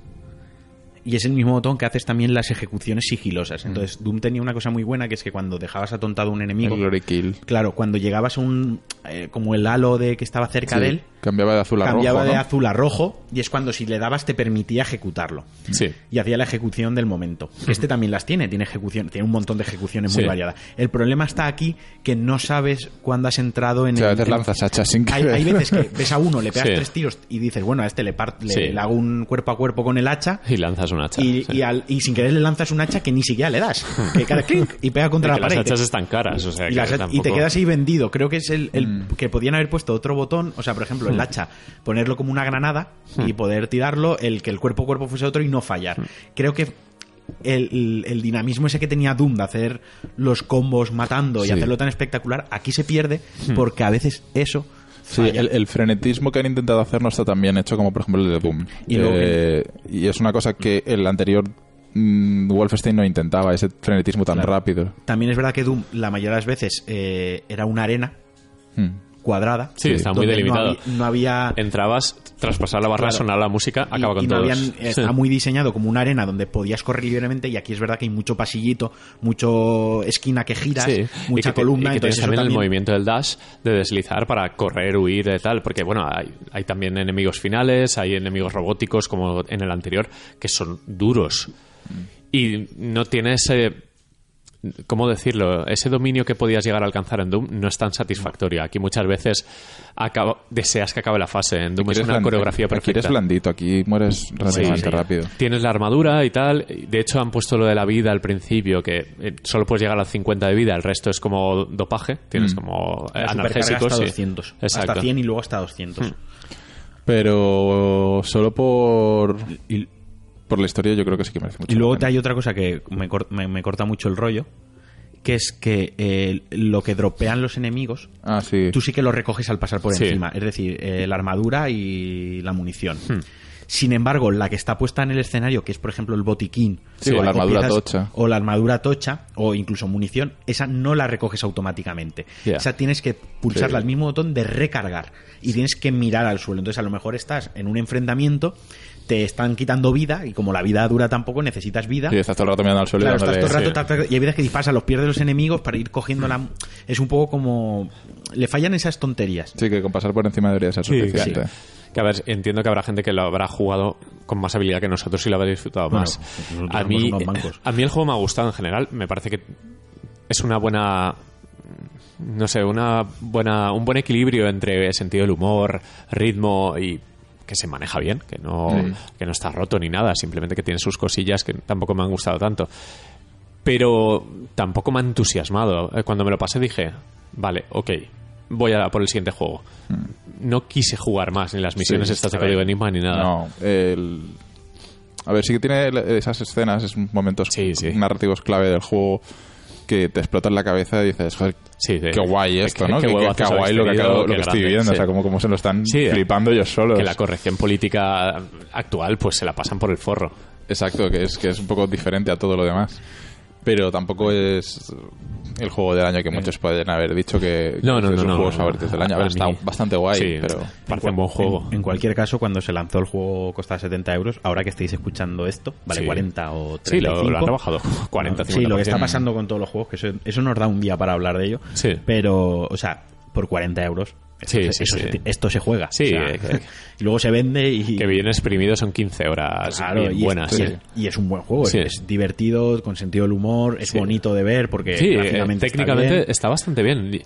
Y es el mismo botón que haces también las ejecuciones sigilosas. Mm. Entonces, Doom tenía una cosa muy buena, que es que cuando dejabas atontado a un el enemigo, Glory Kill. Claro, cuando llegabas a un. eh, como el halo de que estaba cerca Sí, de él, Cambiaba de azul a cambiaba rojo. de ¿no? azul a rojo, y es cuando si le dabas te permitía ejecutarlo. Sí. Y hacía la ejecución del momento. Este también las tiene, tiene ejecución, tiene un montón de ejecuciones muy Sí. variadas. El problema está aquí que no sabes cuándo has entrado en O sea, a el- veces en- lanzas hachas sin hay, querer. *laughs* hay veces que ves a uno, le pegas Sí. tres tiros y dices, bueno, a este le, par- le- Sí. le hago un cuerpo a cuerpo con el hacha. Y lanzas un hacha. Y, sí. y al- y sin querer le lanzas un hacha que ni siquiera le das. Que *laughs* cada clink y pega Y que contra la las pared. hachas están caras. o sea, Y, que las- y te tampoco- quedas ahí vendido. Creo que es el, el- Mm. que podían haber puesto otro botón, o sea, por ejemplo, el hacha, ponerlo como una granada y Mm. poder tirarlo, el que el cuerpo a cuerpo fuese otro y no fallar. Creo que el, el- el dinamismo ese que tenía Doom de hacer los combos matando y Sí. hacerlo tan espectacular, aquí se pierde Mm. porque a veces eso Sí, falla. el, el frenetismo que han intentado hacer no está tan bien hecho como por ejemplo el de Doom. Y luego Eh, y es una cosa que el anterior mm, Wolfenstein no intentaba, ese frenetismo tan Claro. rápido. También es verdad que Doom la mayoría de las veces eh, era una arena Mm. cuadrada. Sí, está muy donde no delimitado. había- No había, entrabas, traspasar la barra, Claro. sonaba la música, Y- acaba con y no todos. habían- Sí. está muy diseñado como una arena donde podías correr libremente y aquí es verdad que hay mucho pasillito, mucho esquina que giras, Sí. mucha y que te- columna, y que tienes entonces eso también, el también- movimiento del dash de deslizar para correr, huir, eh, tal, porque bueno, hay, hay también enemigos finales, hay enemigos robóticos como en el anterior, que son duros. Y no tiene ese, ¿cómo decirlo? Ese dominio que podías llegar a alcanzar en Doom no es tan satisfactorio. Aquí muchas veces acaba- deseas que acabe la fase. En Doom Aquí es eres una bland- coreografía Aquí perfecta. eres blandito, aquí mueres relativamente sí. rápido. Tienes la armadura y tal. De hecho, han puesto lo de la vida al principio, que eh, solo puedes llegar a 50 de vida, el resto es como dopaje. Tienes como eh, la supercarga analgésicos. hasta sí. 200, Exacto. Mm. hasta 100 y luego hasta 200. Pero solo por, por la historia yo creo que sí que merece mucho. Y luego la te pena. hay otra cosa que me, cor- me- me corta mucho el rollo, que es que eh, lo que dropean los enemigos, Ah, sí. tú sí que lo recoges al pasar por Sí. encima, es decir, eh, la armadura y la munición. Hmm. Sin embargo, la que está puesta en el escenario, que es por ejemplo el botiquín, Sí, o la armadura tocha. o la armadura tocha, o incluso munición, esa no la recoges automáticamente. Ya. Esa tienes que pulsarla Sí. al mismo botón de recargar y tienes que mirar al suelo. Entonces, a lo mejor estás en un enfrentamiento, te están quitando vida y como la vida dura tampoco, necesitas vida. Sí, estás todo el rato mirando al suelo y Claro, estás todo dándole- el rato, sí. tac, tac, tac, y hay veces que disparas a los pies de los enemigos para ir cogiendo la... Es un poco como... Le fallan esas tonterías. Sí, que con pasar por encima debería ser Sí, suficiente. claro. Que a ver, entiendo que habrá gente que lo habrá jugado con más habilidad que nosotros y lo habrá disfrutado Bueno, más. nosotros A somos mí, unos mancos. a mí el juego me ha gustado en general. Me parece que es una buena no sé, una buena, un buen equilibrio entre sentido del humor, ritmo y que se maneja bien, que no, que no está roto ni nada, simplemente que tiene sus cosillas que tampoco me han gustado tanto. Pero tampoco me ha entusiasmado. Eh, Cuando me lo pasé dije, vale, ok, voy a por el siguiente juego. No quise jugar más, ni las misiones Mm. Sí, estas de a ver. código enigma ni nada. No, el- A ver, sí que tiene el- esas escenas, esos momentos Sí, sí. narrativos clave del juego que te explotan la cabeza y dices, joder, Sí, de- qué guay de esto, qué- ¿no? qué Qué, huevazos qué habéis guay lo que, tenido, acabo- lo qué que estoy grande, viendo, sí. o sea, como, como se lo están Sí, eh. flipando ellos solos. Que la corrección política actual pues se la pasan por el forro. Exacto, que es, que es un poco diferente a todo lo demás. Pero tampoco es el juego del año que muchos pueden haber dicho que, Eh. No, no, no, que es un no, juego no, favorito del año. A a ver, mí- está bastante guay, sí, pero... parece un buen juego. En, en cualquier caso, cuando se lanzó el juego costaba 70 euros. Ahora que estáis escuchando esto, vale Sí. 40 o 35. Sí, lo, lo han rebajado *laughs* 40, 50%. Sí, lo que está pasando con todos los juegos, que eso, eso nos da un día para hablar de ello. Sí. Pero, o sea, por 40 euros, Sí, esto, sí, eso sí. se- esto se juega. Sí, o sea, eh, que- *laughs* y luego se vende y... Que bien exprimido son 15 horas Claro, Pues bien y es- buenas. eh. y Sí, es, y es un buen juego, es- Sí. es, divertido, con sentido del humor, es Sí. bonito de ver porque Sí, eh, gráficamente está técnicamente bien. está, bastante bien. Y, eh,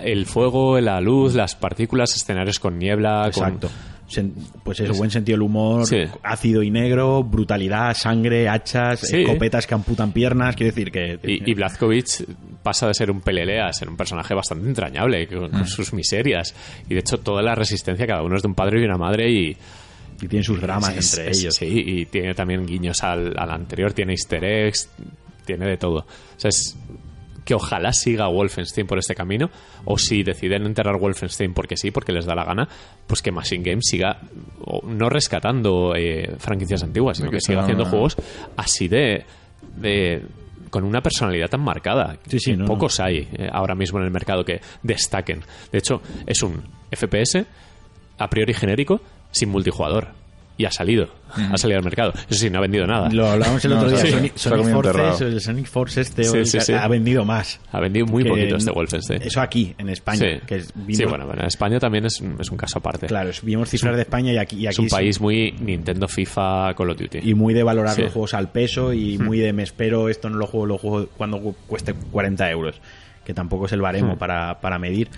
El fuego, la luz, las partículas, escenarios con niebla, con- Exacto. Sen- Pues eso, buen sentido del humor, Sí. ácido y negro, brutalidad, sangre, hachas, Sí. escopetas que amputan piernas. Quiero decir que. Y, y Blazkowicz pasa de ser un pelelea a ser un personaje bastante entrañable, con, con sus miserias. Y de hecho, toda la resistencia, cada uno es de un padre y una madre, y, y tienen sus dramas Es- entre es- ellos. Sí, y tiene también guiños al, al anterior, tiene easter eggs, tiene de todo. O sea, es que ojalá siga Wolfenstein por este camino, o si deciden enterrar Wolfenstein porque sí, porque les da la gana, pues que Machine Games siga o, no rescatando eh, franquicias antiguas, sino Que que siga sea haciendo una- juegos así de... de- con una personalidad tan marcada. Sí, sí, que no, no. pocos hay eh, ahora mismo en el mercado que destaquen. De hecho, es un FPS a priori genérico sin multijugador. Y ha salido. Ha salido al mercado. Eso sí, no ha vendido nada. Lo hablábamos el No, o otro día. sea, sí. Sonic, Está como Sonic Forces, enterrado. el Sonic Force este o Sí, el sí, que sí. ha vendido más. Ha vendido muy Que- poquito este Wolfenstein. Eso aquí, en España. sí. Que es- vimos- Sí, bueno, bueno, España también es, un- es un caso aparte. Claro, es- vimos cifras de España y aquí. y es aquí un sí. país muy Nintendo, FIFA, Call of Duty. Y muy de valorar Sí. los juegos al peso y muy de me espero, esto no lo juego, lo juego cuando cu- cueste 40 euros. Que tampoco es el baremo para, para medir.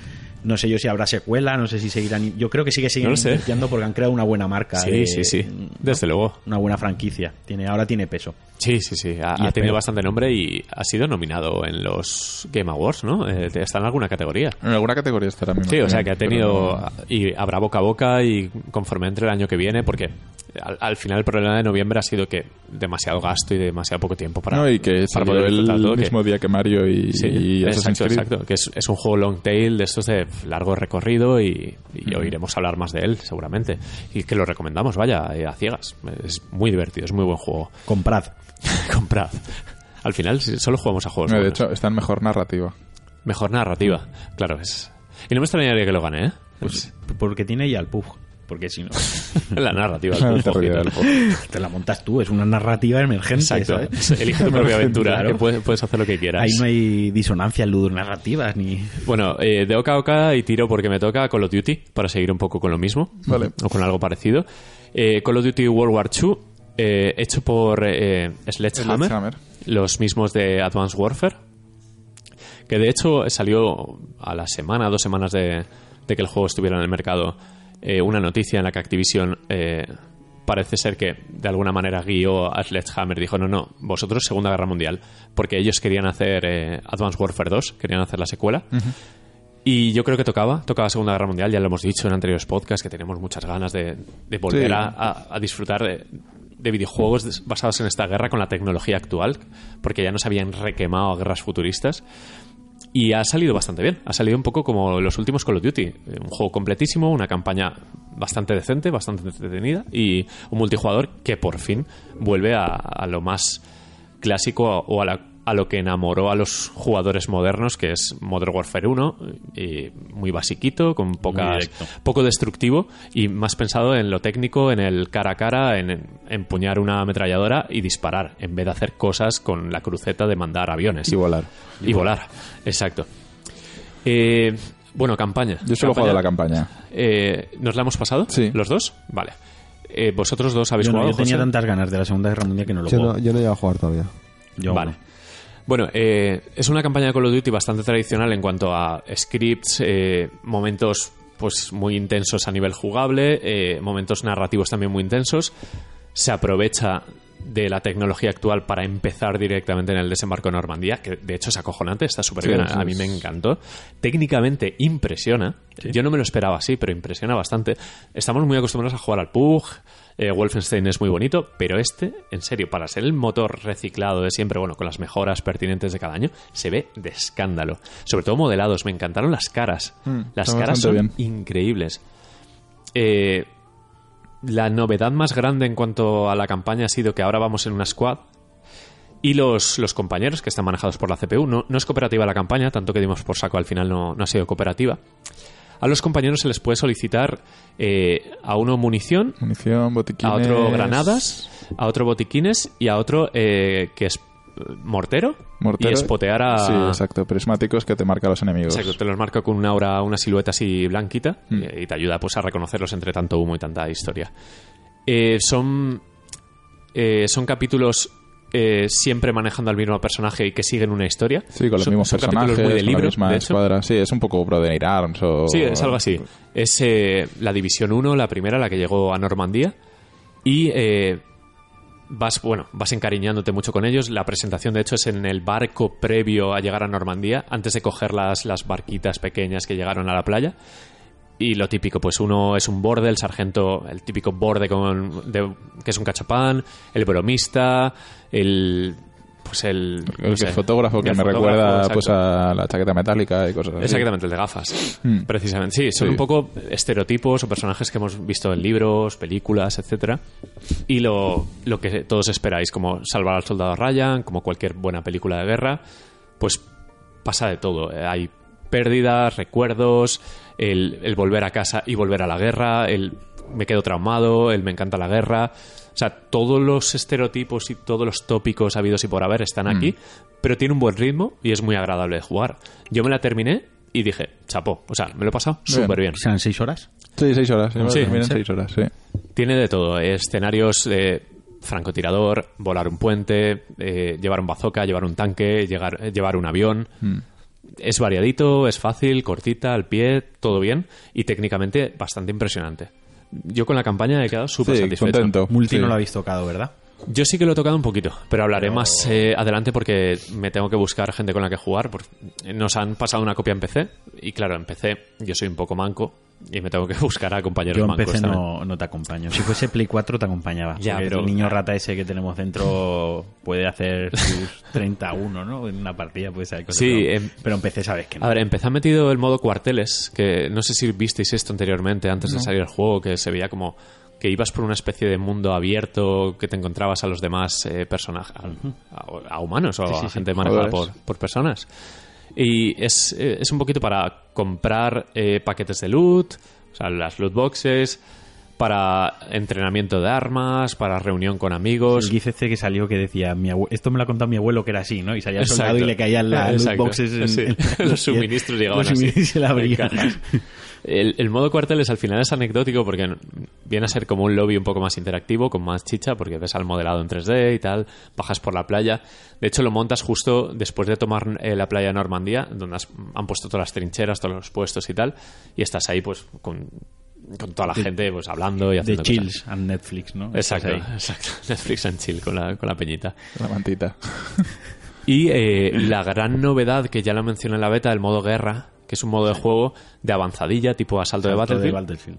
No sé yo si habrá secuela, no sé si seguirán. Yo creo que sí que siguen No lo sé. invirtiendo porque han creado una buena marca. sí, de- sí, sí. Desde luego. Una buena franquicia. Tiene, ahora tiene peso. Sí, sí, sí. Ha, ha espero. tenido bastante nombre y ha sido nominado en los Game Awards, ¿no? Eh, está en alguna categoría. En alguna categoría estará mismo. Sí, o sea que ha pero tenido. no- Y habrá boca a boca y conforme entre el año que viene, porque al, al final el problema de noviembre ha sido que demasiado gasto y demasiado poco tiempo para. no, y que para salió el disfrutarlo, que- mismo día que Mario y, Sí, y Assassin's exacto, Creed. exacto. Que es, es un juego long tail de estos de largo recorrido y, y oiremos hablar más de él, seguramente. Y que lo recomendamos, vaya, eh, a ciegas. Es muy divertido, es muy buen juego. *laughs* Comprad. Comprad. Al final si- solo jugamos a juegos. No, de buenos. hecho, está en mejor narrativa. Mejor narrativa, claro. es Y no me extrañaría que lo gane, ¿eh? Pues, porque tiene ya el pug. Porque *laughs* si no, La *laughs* narrativa. La un narrativa poquito. del juego. te la montas tú. Es una narrativa emergente. Exacto. ¿sabes? ¿eh? *laughs* Elige tu propia aventura, ¿eh? Claro. que puedes, puedes hacer lo que quieras. Ahí no hay disonancias ludonarrativas ni. Bueno, eh, de oca a oca y tiro porque me toca Call of Duty, para seguir un poco con lo mismo, Vale. o con algo parecido. Eh, Call of Duty World War II, eh, hecho por eh, Sledgehammer, Sledgehammer. los mismos de Advanced Warfare, que de hecho salió a la semana, dos semanas de, de que el juego estuviera en el mercado, eh, una noticia en la que Activision eh, parece ser que de alguna manera guió a Sledgehammer. Dijo, no, no, vosotros Segunda Guerra Mundial, porque ellos querían hacer eh, Advanced Warfare 2, querían hacer la secuela. Y yo creo que tocaba, tocaba Segunda Guerra Mundial, ya lo hemos dicho en anteriores podcasts, que tenemos muchas ganas de, de volver Sí. a, a- a disfrutar de, de videojuegos des- basados en esta guerra con la tecnología actual, porque ya nos habían requemado a guerras futuristas. Y ha salido bastante bien. Ha salido un poco como los últimos Call of Duty. Eh, Un juego completísimo, una campaña bastante decente, bastante entretenida y un multijugador que por fin vuelve a, a lo más clásico o a, la- a lo que enamoró a los jugadores modernos, que es Modern Warfare 1, eh, muy basiquito, con pocas, directo. poco destructivo y más pensado en lo técnico, en el cara a cara, en en empuñar una ametralladora y disparar, en vez de hacer cosas con la cruceta de mandar aviones Y volar. y volar. Exacto. Eh, bueno, campaña. Yo solo he jugado la campaña. Eh, ¿Nos la hemos pasado? Sí. ¿Los dos? Vale. Eh, ¿Vosotros dos habéis Yo, no, jugado? yo tenía José? tantas ganas de la Segunda Guerra Mundial que no lo Yo puedo. no, yo no he llegado a jugar todavía. Yo vale. no. Bueno, eh, es una campaña de Call of Duty bastante tradicional en cuanto a scripts, eh, momentos pues muy intensos a nivel jugable, eh, momentos narrativos también muy intensos. Se aprovecha de la tecnología actual para empezar directamente en el desembarco de Normandía, que de hecho es acojonante, está súper bien, Sí, sí, a mí me encantó. Técnicamente impresiona, yo no me lo esperaba así, pero impresiona bastante. Estamos muy acostumbrados a jugar al PUG, eh, Wolfenstein es muy bonito, pero este, en serio, para ser el motor reciclado de siempre, bueno, con las mejoras pertinentes de cada año, se ve de escándalo. Sobre todo modelados, me encantaron las caras. Mm, las está caras bastante son bien. increíbles. Eh, la novedad más grande en cuanto a la campaña ha sido que ahora vamos en una squad y los, los compañeros que están manejados por la CPU. No, no es cooperativa la campaña, tanto que dimos por saco al final no, no ha sido cooperativa. A los compañeros se les puede solicitar eh, a uno munición, Munición, botiquines... a otro granadas, a otro botiquines y a otro eh, que es eh, mortero, mortero. y espotear a... Sí, exacto. Prismáticos que te marcan los enemigos. Exacto, te los marca con una aura, una silueta así blanquita Mm. y, y te ayuda pues a reconocerlos entre tanto humo y tanta historia. Eh, son, eh, son capítulos eh, siempre manejando al mismo personaje y que siguen una historia. Sí, con los Son- mismos son personajes, capítulos muy de con la libro, misma de hecho. escuadra. Sí, es un poco Brother in Arms o... Sí, es algo así. Es eh, la División 1, la primera, la que llegó a Normandía. Y eh, vas, bueno, vas encariñándote mucho con ellos. La presentación, de hecho, es en el barco previo a llegar a Normandía, antes de coger las, las barquitas pequeñas que llegaron a la playa. Y lo típico, pues uno es un borde, el sargento, el típico borde con, de- que es un cachapán, el bromista, el... Pues el... no El que sé, es fotógrafo que el me fotógrafo, recuerda exacto. pues a la chaqueta metálica y cosas así. Exactamente, el de gafas. Mm. Precisamente. Sí, son Sí. un poco estereotipos o personajes que hemos visto en libros, películas, etcétera. Y lo, lo que todos esperáis, como salvar al soldado Ryan, como cualquier buena película de guerra, pues pasa de todo. Eh, Hay pérdidas, recuerdos, el, el volver a casa y volver a la guerra, el me quedo traumado, el me encanta la guerra. O sea, todos los estereotipos y todos los tópicos habidos y por haber están aquí, pero tiene un buen ritmo y es muy agradable de jugar. Yo me la terminé y dije, chapó. O sea, me lo he pasado Bien. súper bien. ¿Serán seis horas? Sí, seis horas. Sí, Sí, miren, sí. seis horas, sí. Tiene de todo. eh, Escenarios de francotirador, volar un puente, eh, llevar un bazooka, llevar un tanque, llegar- eh, llevar un avión. Mm. Es variadito, es fácil, cortita, al pie, todo bien y técnicamente bastante impresionante. Yo con la campaña he quedado súper Sí, satisfecho. contento. Multi Sí. no lo habéis tocado, ¿verdad? Yo sí que lo he tocado un poquito, pero hablaré más eh, adelante porque me tengo que buscar gente con la que jugar. porque nos han pasado una copia en PC y claro, en PC yo soy un poco manco y me tengo que *laughs* buscar a compañeros Yo en mancos PC también. no, no te acompaño. Si fuese Play 4 te acompañaba. Ya, porque pero- el niño rata ese que tenemos dentro puede hacer *laughs* sus 31, ¿no? En una partida puede ser. Sí, pero, em- pero en PC sabes que no. A ver, empezó metido el modo cuarteles, que no sé si visteis esto anteriormente, antes de salir el juego, que se veía como que ibas por una especie de mundo abierto, que te encontrabas a los demás personajes, a, a humanos o a gente manejada por, Jugadores. por personas. Y es, eh, es un poquito para comprar eh, paquetes de loot, o sea, las loot boxes, para entrenamiento de armas, para reunión con amigos. El GIF este que salió que decía, mi abue- esto me lo ha contado mi abuelo que era así, ¿no? Y salía el soldado Exacto. y le caían las loot Exacto. boxes en, Sí. en *laughs* la- Los suministros llegaban los suministros así. y la abrían. El, el modo cuarteles al final es anecdótico porque n- viene a ser como un lobby un poco más interactivo, con más chicha, porque ves al modelado en 3D y tal, bajas por la playa. De hecho, lo montas justo después de tomar eh, la playa de Normandía, donde has- han puesto todas las trincheras, todos los puestos y tal, y estás ahí pues con, con toda la gente pues hablando y De haciendo cosas. Chills and Netflix, ¿no? Exacto, Estás ahí. exacto. *laughs* Netflix and chill con la, con la peñita. La mantita. Y eh, la gran novedad que ya la mencioné en la beta, el modo guerra, que es un modo de juego de avanzadilla, tipo asalto, de Todo Battlefield, Battlefield.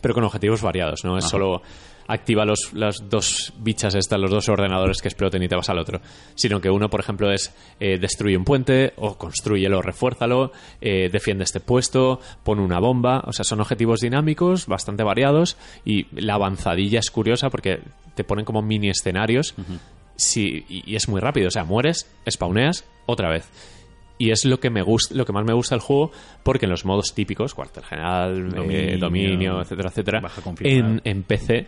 pero con objetivos variados, ¿no? Es solo activa los, las dos bichas estas, los dos ordenadores que exploten y te vas al otro. Sino que uno, por ejemplo, es eh, destruye un puente, o construyelo, refuérzalo, eh, defiende este puesto, pone una bomba. O sea, son objetivos dinámicos, bastante variados, y la avanzadilla es curiosa porque te ponen como mini escenarios sí, y, y es muy rápido. O sea, mueres, spawneas, otra vez. Y es lo que me gusta, lo que más me gusta del juego, porque en los modos típicos, cuartel general, eh, dominio, Dominio, etcétera, etcétera, baja confirmada. en, en PC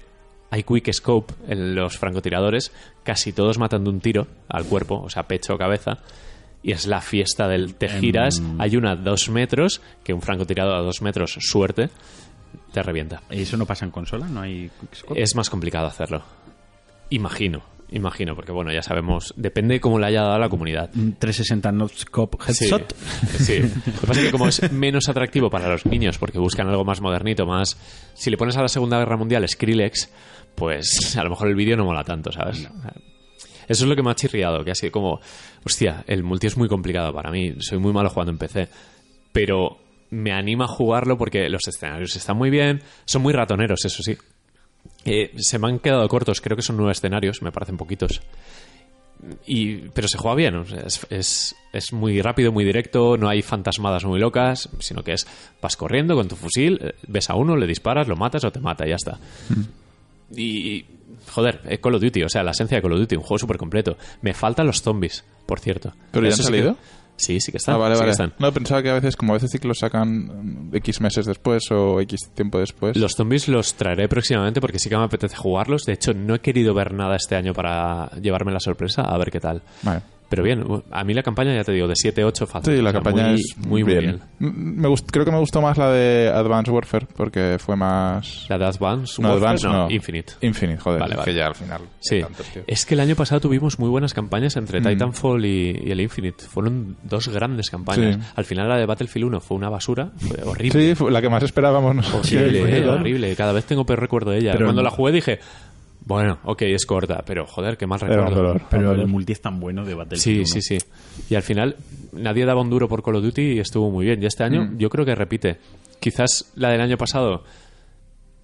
hay quick scope en los francotiradores, casi todos matando un tiro al cuerpo, o sea, pecho o cabeza. Y es la fiesta del te giras, hay una a dos metros, que un francotirador a dos metros, suerte, te revienta. ¿Y eso no pasa en consola? ¿No hay quickscope? Es más complicado hacerlo. Imagino. Imagino, porque bueno, ya sabemos, depende cómo le haya dado a la comunidad. Un 360 knots cop headshot. Sí. Lo que pasa es que como es menos atractivo para los niños, porque buscan algo más modernito, más... Si le pones a la Segunda Guerra Mundial Skrillex, pues a lo mejor el vídeo no mola tanto, ¿sabes? Eso es lo que me ha chirriado, que ha sido como... Hostia, el multi es muy complicado para mí, soy muy malo jugando en PC, pero me anima a jugarlo porque los escenarios están muy bien, son muy ratoneros, eso sí. Eh, se me han quedado cortos, creo que son nueve escenarios, me parecen poquitos. Y, pero se juega bien, o sea, es, es- es muy rápido, muy directo, no hay fantasmadas muy locas, sino que es vas corriendo con tu fusil, eh, ves a uno, le disparas, lo matas o te mata, y ya está. Mm. Y, joder, eh, Call of Duty, o sea, la esencia de Call of Duty, un juego súper completo. Me faltan los zombies, por cierto. ¿Pero ya han Eso sí que- salido? Sí, sí que están. ah, vale, sí que vale. están. No, pensaba que a veces, como a veces sí que los sacan mm, X meses después o X tiempo después. Los zombies los traeré próximamente porque sí que me apetece jugarlos. De hecho, no he querido ver nada este año para llevarme la sorpresa, a ver qué tal. Vale. Pero bien, a mí la campaña, ya te digo, de 7-8 fácil. Sí, la O sea, campaña muy, es muy, muy bien. Mm, Me gust- creo que me gustó más la de Advanced Warfare porque fue más... La de Advance, No, Warfare, Advance no. Infinite. Infinite, joder. Vale, es vale. Que ya al final... Sí, Eh, tantos, tío. es que el año pasado tuvimos muy buenas campañas entre Mm. Titanfall y, y el Infinite. Fueron dos grandes campañas. Sí. Al final la de Battlefield 1 fue una basura, fue horrible. Sí, fue la que más esperábamos. ¿no? horrible, *laughs* Sí, eh, fue- horrible. Cada vez tengo peor recuerdo de ella. Pero- Cuando la jugué dije, bueno, ok, es corta, pero joder, qué mal Era recuerdo. un dolor. Pero el multi es tan bueno de pues Sí, Battlefield. sí, sí. Y al final nadie daba un duro por Call of Duty y estuvo muy bien. Y este año Mm. yo creo que repite. Quizás la del año pasado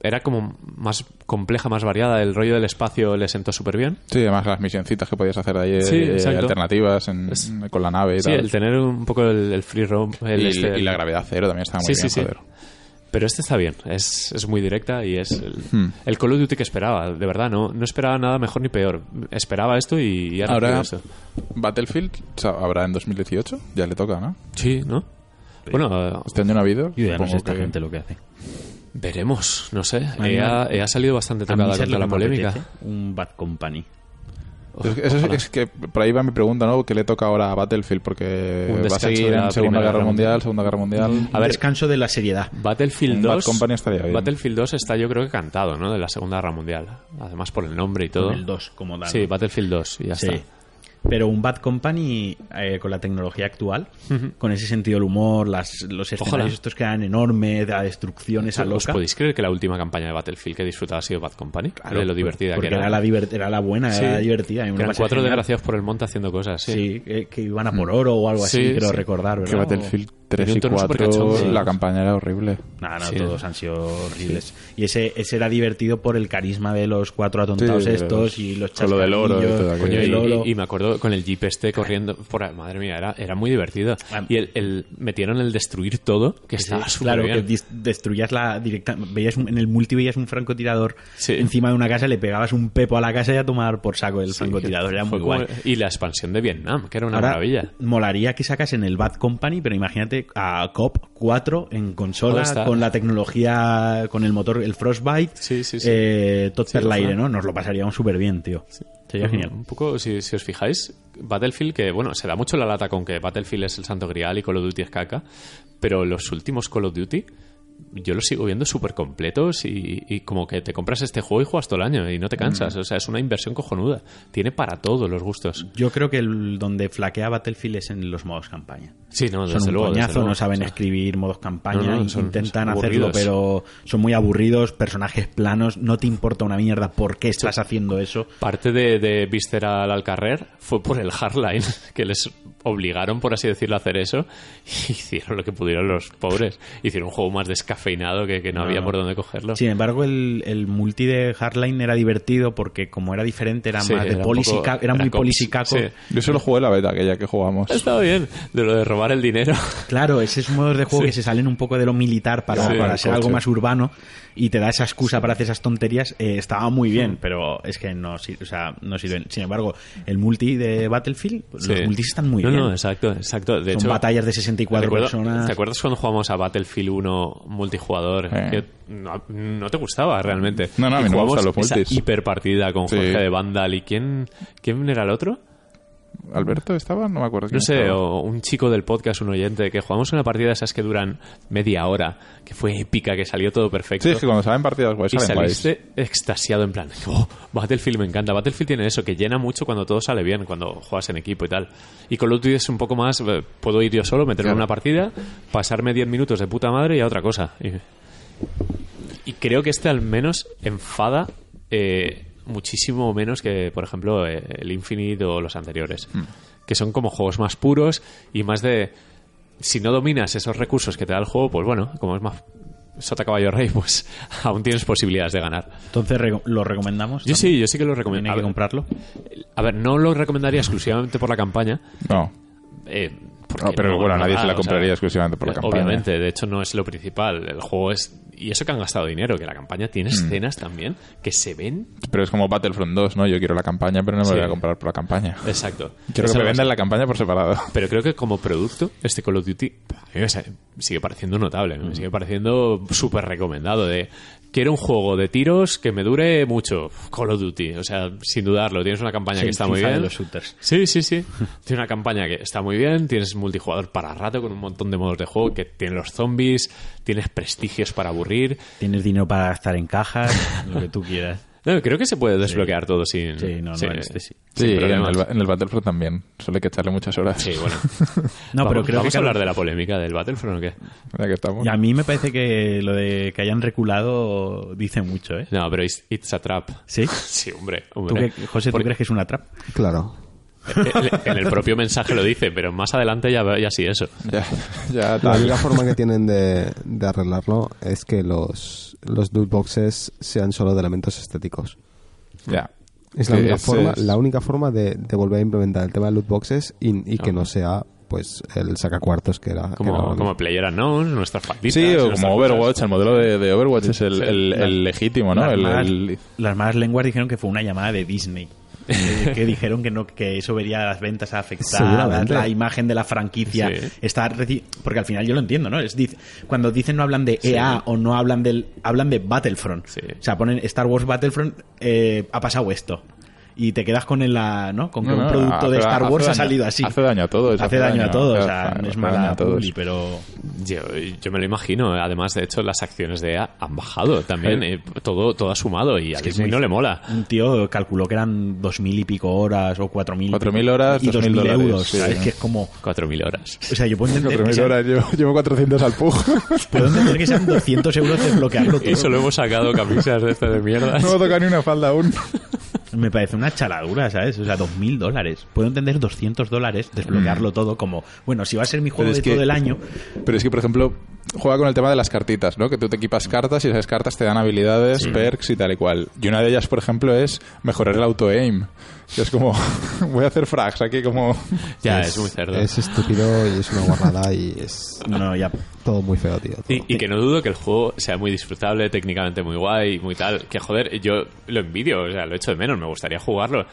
era como más compleja, más variada. El rollo del espacio le sentó súper bien. Sí, además las misioncitas que podías hacer ahí, Sí, eh, exacto. alternativas en- Es- con la nave y Sí, tal. el tener un poco el, el free roam. el y, este- y la gravedad cero también estaba muy Sí, bien, sí, sí. joder. Pero este está bien, es, es muy directa y es el, Hmm. el Call of Duty que esperaba, de verdad, no, no esperaba nada mejor ni peor. Esperaba esto y ya Ahora, esto. Battlefield o sea, habrá en 2018, ya le toca, ¿no? Sí, ¿no? Bueno, eh, Este año no ha habido. Yo ya no supongo sé esta que- gente lo que hace. veremos, no sé. A mí EA, me- EA ha salido bastante A mí tocada ¿sabes lo contra la que me polémica. apetece? Un Bad Company. ¿eh? Es, que- eso es- es que por ahí va mi pregunta, ¿no? ¿Qué le toca ahora a Battlefield? Porque Un va a descanso de seguir la en Segunda Primera Guerra Guerra Mm. Mundial, Segunda Guerra Mundial. A ver. descanso de la seriedad. Battlefield Un 2. Bad Company estaría bien. Battlefield 2 está, yo creo que cantado, ¿no? De la Segunda Guerra Mundial. Además, por el nombre y todo. Con El 2, como tal. Sí, Battlefield 2, y ya Sí. está. Pero un Bad Company eh, con la tecnología actual, con ese sentido del humor, las, los escenarios Ojalá. estos que eran enormes, la destrucción esa ¿Os loca. podéis creer que la última campaña de Battlefield que he disfrutado ha sido Bad Company? Claro, de lo divertida que porque era. era. la, diver- era la buena, Sí. era la divertida. a mí me Que lo eran pasé cuatro genial. desgraciados por el monte haciendo cosas, sí. Sí, que, que iban a por oro o algo Sí, así, creo sí. recordar, Que ¿verdad? Battlefield 3 Tenía y un tono supercachondo, 4, sí. la campaña era horrible. Nada, no, Sí. todos han sido horribles. Y ese, ese era divertido por el carisma de los cuatro atontados Sí, de los- estos y los con lo del oro y chascarrillos, todo aquello. Coño, el y- oro. y, y me acuerdo con el jeep este corriendo por ahí, madre mía era, era muy divertido Ah. y el, el- metieron el destruir todo que estaba Sí, súper claro, bien que dis- destruías la directa. Veías un- en el multi veías un francotirador Sí. encima de una casa, le pegabas un pepo a la casa y a tomar por saco el francotirador. Era Fue muy como- guay. y la expansión de Vietnam que era una Ahora, maravilla Molaría que sacas en el Bad Company, pero imagínate a Cop 4 en Ahora consola, está. con la tecnología, con el motor, el Frostbite, Sí, sí, sí. eh, Todd Sí, Perlaire, ojalá. ¿no? Nos lo pasaríamos súper bien, tío. Sería genial. Un poco, si, si os fijáis, Battlefield, que bueno, se da mucho la lata con que Battlefield es el santo grial y Call of Duty es caca, pero los últimos Call of Duty yo los sigo viendo súper completos y, y como que te compras este juego y juegas todo el año y no te Mm. cansas. O sea, es una inversión cojonuda. Tiene para todos los gustos. Yo creo que el, donde flaquea Battlefield es en los modos campaña. Sí, no, desde son un luego. desde coñazo, luego. no saben O sea, escribir modos campaña, No, no, son- intentan son hacerlo, aburridos. pero son muy aburridos, personajes planos, no te importa una mierda por qué estás haciendo eso. Parte de, de Visceral al Carrer fue por el Hardline, *laughs* que les obligaron, por así decirlo, a hacer eso. Y *laughs* hicieron lo que pudieron los pobres. Hicieron un juego más descafeinado que, que no, había por dónde cogerlo. Sin embargo, el, el multi de Hardline era divertido porque como era diferente, era Sí, más de era un policy poco- ca- era, era muy cops, polisicaco. sí. Yo solo jugué la beta aquella que jugamos. Ha estado bien. De lo de robar el dinero. Claro, ese es un modo de juego que se salen un poco de lo militar para, Sí, para el ser coche. algo más urbano y te da esa excusa para hacer esas tonterías. eh, estaba muy bien, pero es que no, sir- o sea, no sirven. Sin embargo, el multi de Battlefield, los Sí. multis están muy no, bien. No, exacto, exacto. De Son hecho, batallas de ¿te 64 acuerdas- personas. ¿Te acuerdas cuando jugamos a Battlefield 1 multijugador? Sí. Que no, no te gustaba realmente. No, no, a Y mí no me jugamos gustan los esa multis. hiperpartida con Sí. Jorge de Vandal y quién, quién era el otro? Alberto estaba, no me acuerdo. No quién sé, estaba. o un chico del podcast, un oyente, que jugamos una partida de esas que duran media hora, que fue épica, que salió todo perfecto. Sí, es que cuando salen partidas guays, y salen guays. saliste extasiado en plan, oh, Battlefield me encanta. Battlefield tiene eso, que llena mucho cuando todo sale bien, cuando juegas en equipo y tal. Y Call of Duty es un poco más, eh, puedo ir yo solo, meterme en Claro. una partida, pasarme 10 minutos de puta madre y a otra cosa. Y, y creo que este al menos enfada eh, muchísimo menos que, por ejemplo, eh, el Infinite o los anteriores. Que son como juegos más puros y más de... Si no dominas esos recursos que te da el juego, pues bueno, como es más sota caballo rey, pues *laughs* aún tienes posibilidades de ganar. Entonces, re- ¿lo recomendamos? Yo sí, yo sí que lo ¿También recomiendo. hay A que ver, comprarlo? a ver, no lo recomendaría exclusivamente por la campaña. No. eh, porque No, pero no- bueno, no nadie va, se la o compraría sea, exclusivamente por la eh, campaña. Obviamente, de hecho no es lo principal. El juego es... Y eso que han gastado dinero, que la campaña Mm. tiene escenas también que se ven Pero es como Battlefront 2, ¿no? Yo quiero la campaña, pero no me Sí. Eh, la voy a comprar por la campaña. Exacto. Quiero Eso que me lo vendan la campaña por separado. Pero creo que como producto, este Call of Duty a mí me sa- sigue pareciendo notable, me sigue pareciendo súper recomendado. De, quiero un juego de tiros que me dure mucho. Call of Duty, o sea, sin dudarlo. Tienes una campaña Es que el está muy FIFA de bien. los shooters. Sí, sí, *laughs* sí. Tiene una campaña que está muy bien, tienes multijugador para rato con un montón de modos de juego que tiene los zombies, tienes prestigios para aburrir. Tienes dinero para gastar *laughs* en cajas, lo que tú quieras. No, creo que se puede desbloquear todo sin... Sí, no, no, en este sí. sin *laughs* Sí, en problemas. el, en el Battlefront también. Solo hay que echarle muchas horas. Sí, bueno. *laughs* No, pero Vamos- ¿Vamos creo que a claro, hablar de la polémica del Battlefront o qué? *laughs* Ya que estamos. Y a mí me parece que lo de que hayan reculado dice mucho, ¿eh? No, pero it's, it's a trap. *laughs* ¿Sí? Sí, hombre. ¿Tú hombre. qué- José, ¿tú Porque crees que es una trap? Claro. en- En el propio mensaje lo dice, pero más adelante ya, ya sí eso. Ya, ya La *laughs* tal. única *laughs* forma que tienen de, de arreglarlo es que los, los loot boxes sean solo de elementos estéticos. Ya. Es la Que única ese forma, es- la única forma de, de volver a implementar el tema de loot boxes y, y que no sea pues el sacacuartos que era. que Como, era- como Player Unknown, nuestras factitas. Sí, o nuestras como cosas. Overwatch, el modelo de, de Overwatch es el, el- el legítimo, ¿no? Las, El, malas, *laughs* el- las malas lenguas dijeron que fue una llamada de Disney. eh, que dijeron que no que eso vería las ventas afectadas, Seguramente. la imagen de la franquicia Sí. está reci- porque al final yo lo entiendo, ¿no? Es dic- cuando dicen no hablan de EA o no hablan del hablan de Battlefront. Sí. O sea, ponen Star Wars Battlefront eh, ha pasado esto. Y te quedas con el, ah, ¿no? Con que No, un no, producto de hace- Star hace Wars ha daño- salido así. hace daño a todos, Hace, hace daño, a daño, todos, hace- o sea, no es hace daño mala a todos. publi, pero Yo, yo me lo imagino. Además, de hecho, las acciones de EA han bajado también. eh, todo, todo ha sumado y a que es Disney muy- no le mola. Un tío calculó que eran dos mil y pico horas o cuatro mil. 4.000 horas, y 2.000 2.000 dólares, euros. sí. ¿Sabes? Que es como. O 4.000 horas. sea, yo puedo entender, que 4.000 sean, horas, llevo, llevo 400 al pug. *laughs* puedo entender que sean 200 euros desbloquearlo todo. Eso lo hemos sacado camisas de estas de mierda. No me toca ni una falda aún. Me parece una chaladura, ¿sabes? O sea, 2.000 dólares. Puedo entender 200 dólares desbloquearlo todo como. Bueno, si va a ser mi Mm. Pero juego es de que- todo *laughs* el año. Pero es que, por ejemplo, juega con el tema de las cartitas, ¿no? Que tú te equipas cartas y esas cartas te dan habilidades, perks y tal y cual. Y una de ellas, por ejemplo, es mejorar el auto-aim. Que es como, *laughs* voy a hacer frags aquí como... Ya, es muy cerdo. Es estúpido y es una guarrada y es No, no, ya. todo muy feo, tío. todo. Y, y que no dudo que el juego sea muy disfrutable, técnicamente muy guay, muy tal. Que joder, yo lo envidio, o sea, lo echo de menos, me gustaría jugarlo.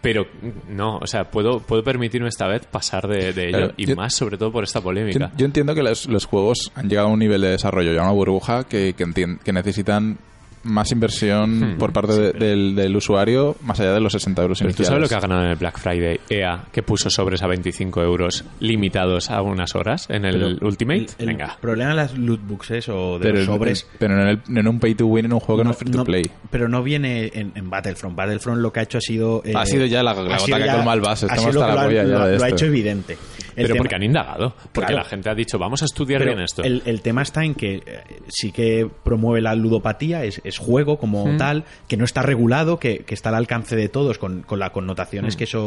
Pero no, o sea, puedo, puedo permitirme esta vez pasar de, de ello. Claro, y yo- más sobre todo por esta Yo, polémica. yo entiendo que los, los juegos han llegado a un nivel de desarrollo, ya una burbuja, que, que, entien- que necesitan más inversión por parte de- del, del usuario, más allá de los 60 euros Pero tú iniciales. sabes lo que ha ganado en el Black Friday EA, que puso sobres a 25 euros limitados a unas horas en el Ultimate. El Venga. problema de las loot boxes o de pero, en- los sobres. pero en, el- en un pay to win, en un juego que no, es free to play. Pero no viene en, en Battlefront. Battlefront lo que ha hecho ha sido. eh, Ha sido ya la- la ha gota sido que ya- colma el vaso. ha Estamos sido hasta lo la que polla lo han- ya lo, de lo ha esto. hecho evidente. El Pero tema- porque han indagado. Porque Claro. la gente ha dicho, vamos a estudiar pero bien esto. El, el tema está en que eh, sí que promueve la ludopatía, es, es juego como tal, que no está regulado, que, que está al alcance de todos, con, con las connotaciones Mm. que eso.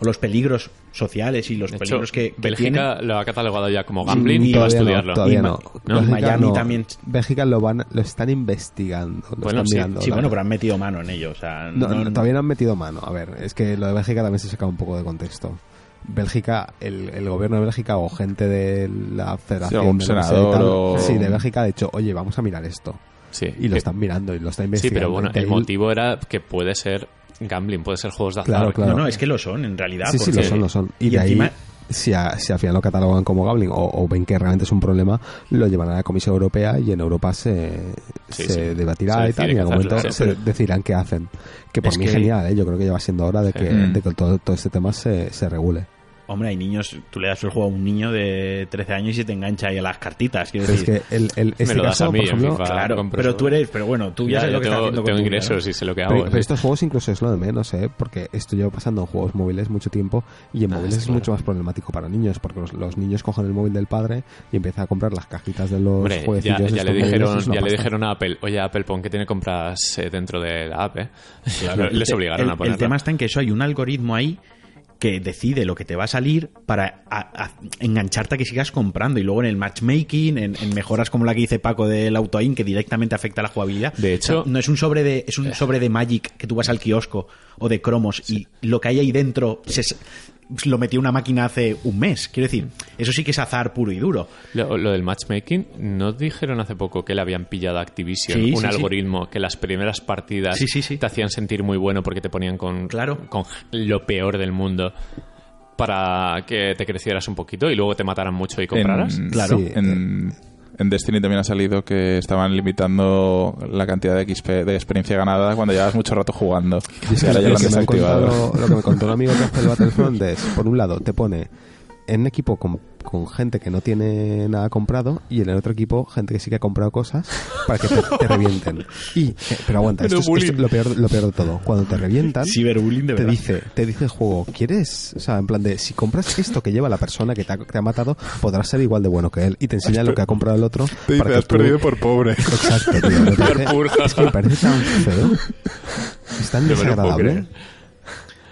o los peligros sociales y los De hecho, peligros que, que Bélgica tiene. lo ha catalogado ya como gambling y va a Todavía no, estudiarlo. todavía Y no. Ma- ¿no? Bélgica Miami también. Bélgica lo, van, lo están investigando. lo Bueno, están sí, mirando, Sí, la bueno, verdad. pero han metido mano en ello. O sea, No, no- no, todavía no han metido mano. A ver, es que lo de Bélgica también se saca un poco de contexto. Bélgica, el, el gobierno de Bélgica o gente de la Federación algún de la senador Universidad y tal, o- sí, de Bélgica ha dicho, oye, vamos a mirar esto. Sí, Y lo que- están mirando y lo están sí, investigando. pero bueno, el Ahí- motivo era que puede ser gambling, puede ser juegos de azar. Claro, claro. No, no, es que lo son, en realidad. Sí, sí, porque- lo son, lo son. Y, Y, de ahí, encima si, a- si al final lo catalogan como gambling o, o ven que realmente es un problema, lo llevarán a la Comisión Europea y en Europa se, Sí, se sí. debatirá Se y tal. Y decide en algún qué momento hacer, se pero- decidirán qué hacen. Que por Es mí que- es genial, ¿eh? yo creo que ya va siendo hora de que, Mm. de que todo, todo este tema se, se regule. Hombre, hay niños, tú le das el juego a un niño de 13 años y te engancha ahí a las cartitas. Quiero Pero es decir, que el, el- este lo das caso, a mí, por en ejemplo, FIFA. claro, compro pero eso. tú eres, pero bueno, tú ya, Ya, yo sabes lo que estás tengo, haciendo con tengo tu vida, ingresos ¿no? y sé lo que hago. Pero, pero ¿eh? estos juegos incluso es lo de menos, ¿eh? Porque esto lleva pasando en juegos móviles mucho tiempo y en Ah, móviles sí, es claro. mucho más problemático para niños, porque los, los niños cogen el móvil del padre y empiezan a comprar las cajitas de los Hombre, ya, jueguecillos. ya estos le móviles, dijeron, es una ya le pasta. dijeron a Apple, oye Apple, pon que tiene compras eh, dentro de la app, ¿eh?". Les *laughs* El- obligaron el, a el ponerlo. tema está en que eso hay un algoritmo ahí que decide lo que te va a salir para a- a- engancharte a que sigas comprando y luego en el matchmaking, en, en mejoras como la que dice Paco del autoin que directamente afecta la jugabilidad. De hecho- O sea, no es un sobre de es un sobre de Magic que tú vas al kiosco o de cromos y lo que hay ahí dentro se- se- lo metió una máquina hace un mes. Quiero decir, eso sí que es azar puro y duro. Lo, lo del matchmaking, ¿no dijeron hace poco que le habían pillado a Activision Sí, un sí, sí. algoritmo que las primeras partidas Sí, sí, sí. te hacían sentir muy bueno porque te ponían con, Claro. con lo peor del mundo para que te crecieras un poquito y luego te mataran mucho y compraras? En, Claro. sí, en, en Destiny también ha salido que estaban limitando la cantidad de XP de experiencia ganada cuando llevas mucho rato jugando. Y es Y que ahora ya lo, lo han que me han desactivado. contado- lo que me contó un amigo *laughs* que hace el Battlefront es, por un lado, te pone en un equipo con, con gente que no tiene nada comprado y en el otro equipo gente que sí que ha comprado cosas para que te, te revienten. Y, eh, pero aguanta, esto, es- esto es bullying. lo peor, lo peor de todo. Cuando te revientan, Ciberbullying de te verdad. dice, te dice el juego, ¿quieres? O sea, en plan de, si compras esto que lleva la persona que te ha, que te ha matado, podrás ser igual de bueno que él. Y te enseña lo que ha comprado el otro. Te dice, para que has tú- perdido por *laughs* pobre. *laughs* Exacto, tío. Me parece, purga. es que me parece tan feo. Es tan Yo me lo puedo desagradable. creer.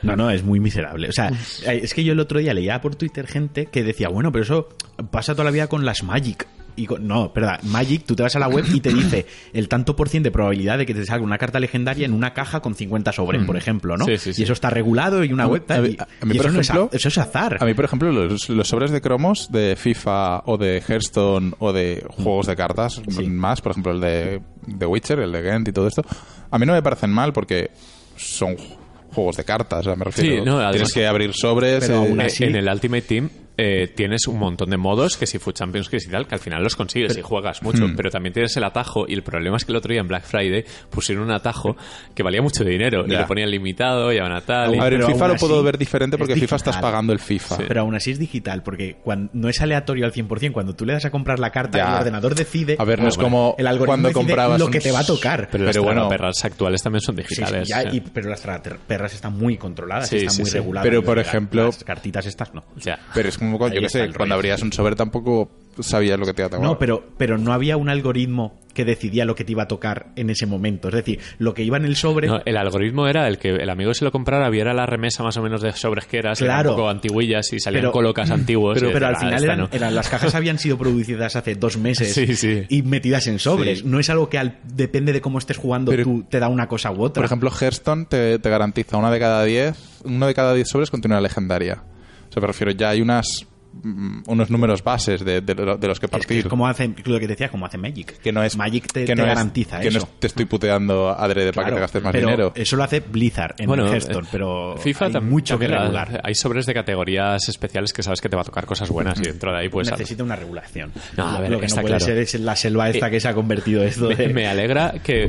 No, no, es muy miserable. O sea, es que yo el otro día leía por Twitter gente que decía, bueno, pero eso pasa toda la vida con las Magic. Y con- no, verdad, Magic, tú te vas a la web y te dice el tanto por cien de probabilidad de que te salga una carta legendaria en una caja con 50 sobres, Mm. por ejemplo, ¿no? Sí, sí, sí. Y eso está regulado y una web A tal. mí- Y, a mí, y por eso, no es a- ejemplo, eso es azar. A mí, por ejemplo, los, los sobres de cromos de FIFA o de Hearthstone o de juegos de cartas más, por ejemplo, el de, de Witcher, el de Gent y todo esto, a mí no me parecen mal porque son ju- juegos de cartas, o sea, me refiero. Sí, no, además- Tienes que abrir sobres. Pero aún Eh, así- En el Ultimate Team eh, tienes un montón de modos que si fue Champions que y tal, que al final los consigues y juegas mucho, Hmm. pero también tienes el atajo y el problema es que el otro día en Black Friday pusieron un atajo que valía mucho dinero y Ya. lo ponían limitado y a tal. y- A ver, en Pero FIFA aún lo puedo así, ver diferente es porque FIFA estás digital. pagando el FIFA. Pero aún así es digital, porque cuando, no es aleatorio al 100%. Cuando tú le das a comprar la carta, Ya. el ordenador decide. A ver, no Ah, es como el algoritmo cuando decide comprabas lo un- que te va a tocar. Pero, las Pero bueno. perras actuales también son Sí, sí, digitales. ya, eh. y- pero las tra- perras están muy controladas, Sí, están sí, muy sí. reguladas. Pero, por Las- ejemplo- Las cartitas estas no. Ya. Pero es como, cuando, Ahí yo qué está sé, el rollo. cuando abrías un sobre tampoco sabías lo que te iba a tocar. No, pero, pero no había un algoritmo que decidía lo que te iba a tocar en ese momento. Es decir, lo que iba en el sobre. No, el algoritmo era el que el amigo se lo comprara, viera la remesa más o menos de sobres que eras, eran Claro. un poco antiguillas y salían Pero- *clears throat* colocas antiguos. pero, y pero al decía, "Ah, final esta eran, no". eran- las *laughs* cajas habían sido producidas hace dos meses Sí, sí. y metidas en sobres. Sí. No es algo que al- depende de cómo estés jugando, Pero- tú te da una cosa u otra. Por ejemplo, Hearthstone te, te garantiza una de cada diez, uno de cada diez sobres contiene una legendaria. O sea, me refiero, ya hay unas mm, unos números bases de, de lo- de los que Es que partir. es como hace, lo que decía, como hace Magic. que no es Magic te, que no te es- garantiza que eso. no es- te estoy puteando adrede para que te Claro, gastes más pero dinero. eh, Eso lo hace Blizzard en Bueno, eh, Hearthstone, pero FIFA hay tam- mucho que también ha- regular. Hay sobres de categorías especiales que sabes que te va a tocar cosas buenas y dentro de ahí puedes necesita una regulación. Pues No, a Lo- ver, lo que no está puede claro. ser es la selva esta Eh, que se ha convertido esto me, de... me alegra que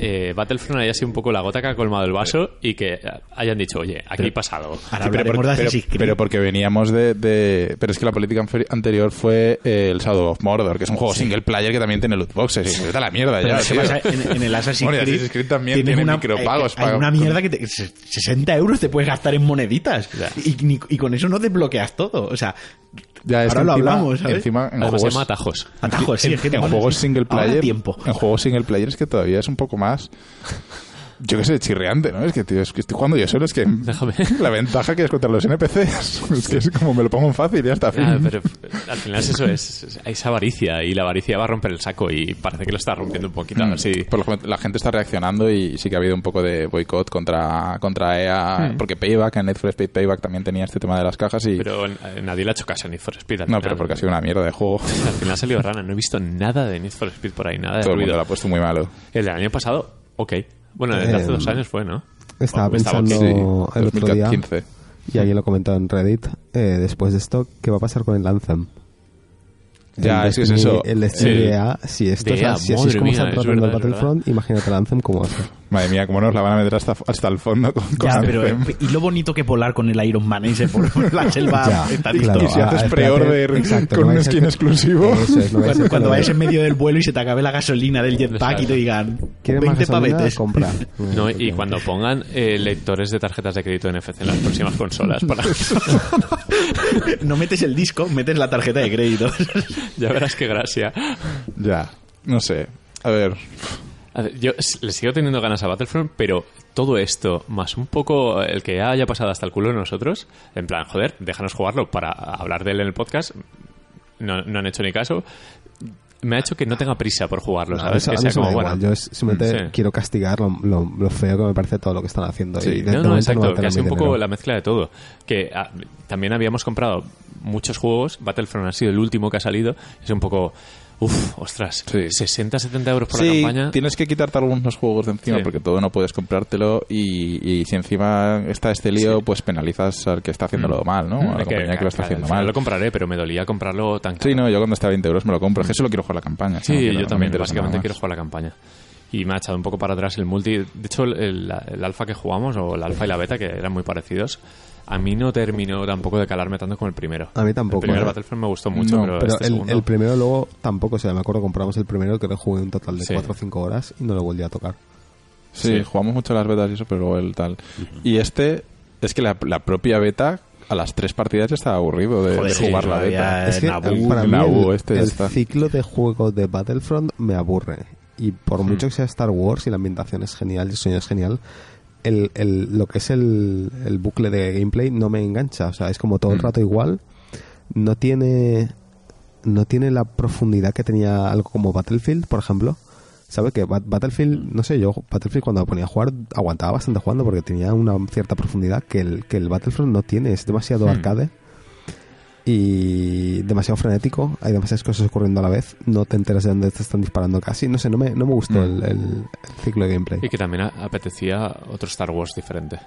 eh, Battlefront haya sido un poco la gota que ha colmado el vaso y que hayan dicho, oye, aquí pasa algo. Ahora Sí, pero, hablaremos de por- pero- Assassin's Creed. pero porque veníamos de, de- Pero es que la política anfer- anterior fue eh, el Shadow of Mordor, que es un juego single player que también tiene loot boxes. Y vete a la mierda Pero ya, se tío. basa en, en el Assassin's Bueno, y Creed. Assassin's Creed también tienes tiene micropagos Hay, hay para- una mierda que te- se- 60 euros te puedes gastar en moneditas. Ya. Y, ni- y con eso no desbloqueas todo. O sea, Ya, es ahora que lo encima- hablamos, ¿sabes? Encima, en Además se juegos, llama atajos. atajos, sí, en, es que en te mola. juegos single Ahora player. tiempo. En juegos single player es que todavía es un poco más. Yo qué sé, chirriante, ¿no? Es que, tío, es que estoy jugando yo solo, es que. Déjame. *laughs* La ventaja que es contra los NPCs. *laughs* Es que es como me lo pongo en fácil y ya está. Ah, *laughs* pero eh, al final es eso es, es- es avaricia y la avaricia va a romper el saco y parece que lo está rompiendo un poquito. a ver si- Por lo que- la gente está reaccionando y sí que ha habido un poco de boicot contra, contra EA, porque Payback, en Netflix Paid Payback también tenía este tema de las cajas y... Hmm. Pero eh, nadie le ha hecho caso a Need for Speed. Al no, final. pero porque ha sido una mierda de *laughs* juego. Al final ha salido rana. No he visto nada de Need for Speed por ahí, nada de Todo el mundo ruido. lo ha puesto muy malo. El del año pasado, ok. Bueno, desde hace Eh, dos años fue, ¿no? Estaba Estaba pensando Sí, el otro día 2015. Y alguien lo comentó en Reddit eh, después de esto, ¿qué va a pasar con el Anthem? Ya, El es que es Destiny- eso. El Destiny Sí. DA, si esto es DA, así, así es madre como mía, están es tratando el verdad, es verdad. Battlefront, imagínate el Anthem como hace. Madre mía, cómo nos la van a meter hasta, hasta el fondo con, con Ya, pero, Anthem. eh, y lo bonito que polar con el Iron Man ese por, *laughs* por la selva Ya, está claro. Y si Ah, haces espérate, pre-order exacto, con no un vaya a ser skin que- exclusivo. Eso es, no vaya a ser Cuando, que cuando lo- vayas en medio del vuelo y se te acabe la gasolina del jetpack y te digan ¿Quieres 20 más gasolina? pavetes. *laughs* Compra. Mm, No, y cuando pongan eh, lectores de tarjetas de crédito NFC en las próximas consolas *laughs* para... *laughs* No metes el disco, metes la tarjeta de crédito. ya verás qué gracia. Ya, no sé. A ver, A ver, yo s- le sigo teniendo ganas a Battlefront, pero todo esto, más un poco el que haya pasado hasta el culo de nosotros, en plan, joder, déjanos jugarlo para hablar de él en el podcast, no, no han hecho ni caso, me ha hecho que no tenga prisa por jugarlo, No, ¿sabes? eso- que a mí sea eso me como, da bueno, mm, igual. Yo es- simplemente sí. quiero castigar lo, lo- lo feo que me parece todo lo que están haciendo. Sí. y No, de momento no, me exacto, meteré que ha sido un mi poco dinero. la mezcla de todo. Que ah, también habíamos comprado muchos juegos, Battlefront ha sido el último que ha salido, es un poco, uff, ostras, Sí. 60, 70 euros por la sí, campaña. tienes que quitarte algunos juegos de encima Sí. porque todo no puedes comprártelo y, y si encima está este lío, pues penalizas al que está haciéndolo mal, ¿no? A la Mm. Es que, compañía que lo está claro, al haciendo final mal. Lo compraré, pero me dolía comprarlo tan caro. Sí, no, yo cuando está a 20 euros me lo compro. Es que solo quiero jugar la campaña. Mm. Sí, no quiero- no yo me también, interesa nada básicamente más. quiero jugar la campaña. Y me ha echado un poco para atrás el multi. De hecho, el, el, el alfa que jugamos, o el alfa y la beta, que eran muy parecidos, a mí no terminó tampoco de calarme tanto como el primero. A mí tampoco, El primer ¿eh? Battlefront me gustó mucho, No, pero, Pero este el, segundo... el primero luego tampoco, o sea, me acuerdo compramos el primero que le jugué un total de Sí. 4 o 5 horas y no lo volví a tocar. Sí, Sí. jugamos mucho las betas y eso, pero luego el tal. Y este, es que la, la propia beta, a las tres partidas ya estaba aburrido de, Joder, de sí, jugar la todavía beta. Eh, es que Naboo, para mí Naboo, el, este ya el está. ciclo de juego de Battlefront me aburre. Y por Hmm. mucho que sea Star Wars y la ambientación es genial y el sueño es genial, el, el- lo que es el, el bucle de gameplay no me engancha. O sea, es como todo Hmm. el rato igual. No tiene, no tiene la profundidad que tenía algo como Battlefield, por ejemplo. ¿Sabe que Bat- Battlefield, no sé, yo Battlefield cuando me ponía a jugar aguantaba bastante jugando porque tenía una cierta profundidad que el, que el Battlefront no tiene, es demasiado Hmm. arcade y demasiado frenético, hay demasiadas cosas ocurriendo a la vez, no te enteras de dónde te están disparando casi, no sé, no me, no me Hmm. gustó el, el- el ciclo de gameplay. Y que también a- apetecía otro Star Wars diferente.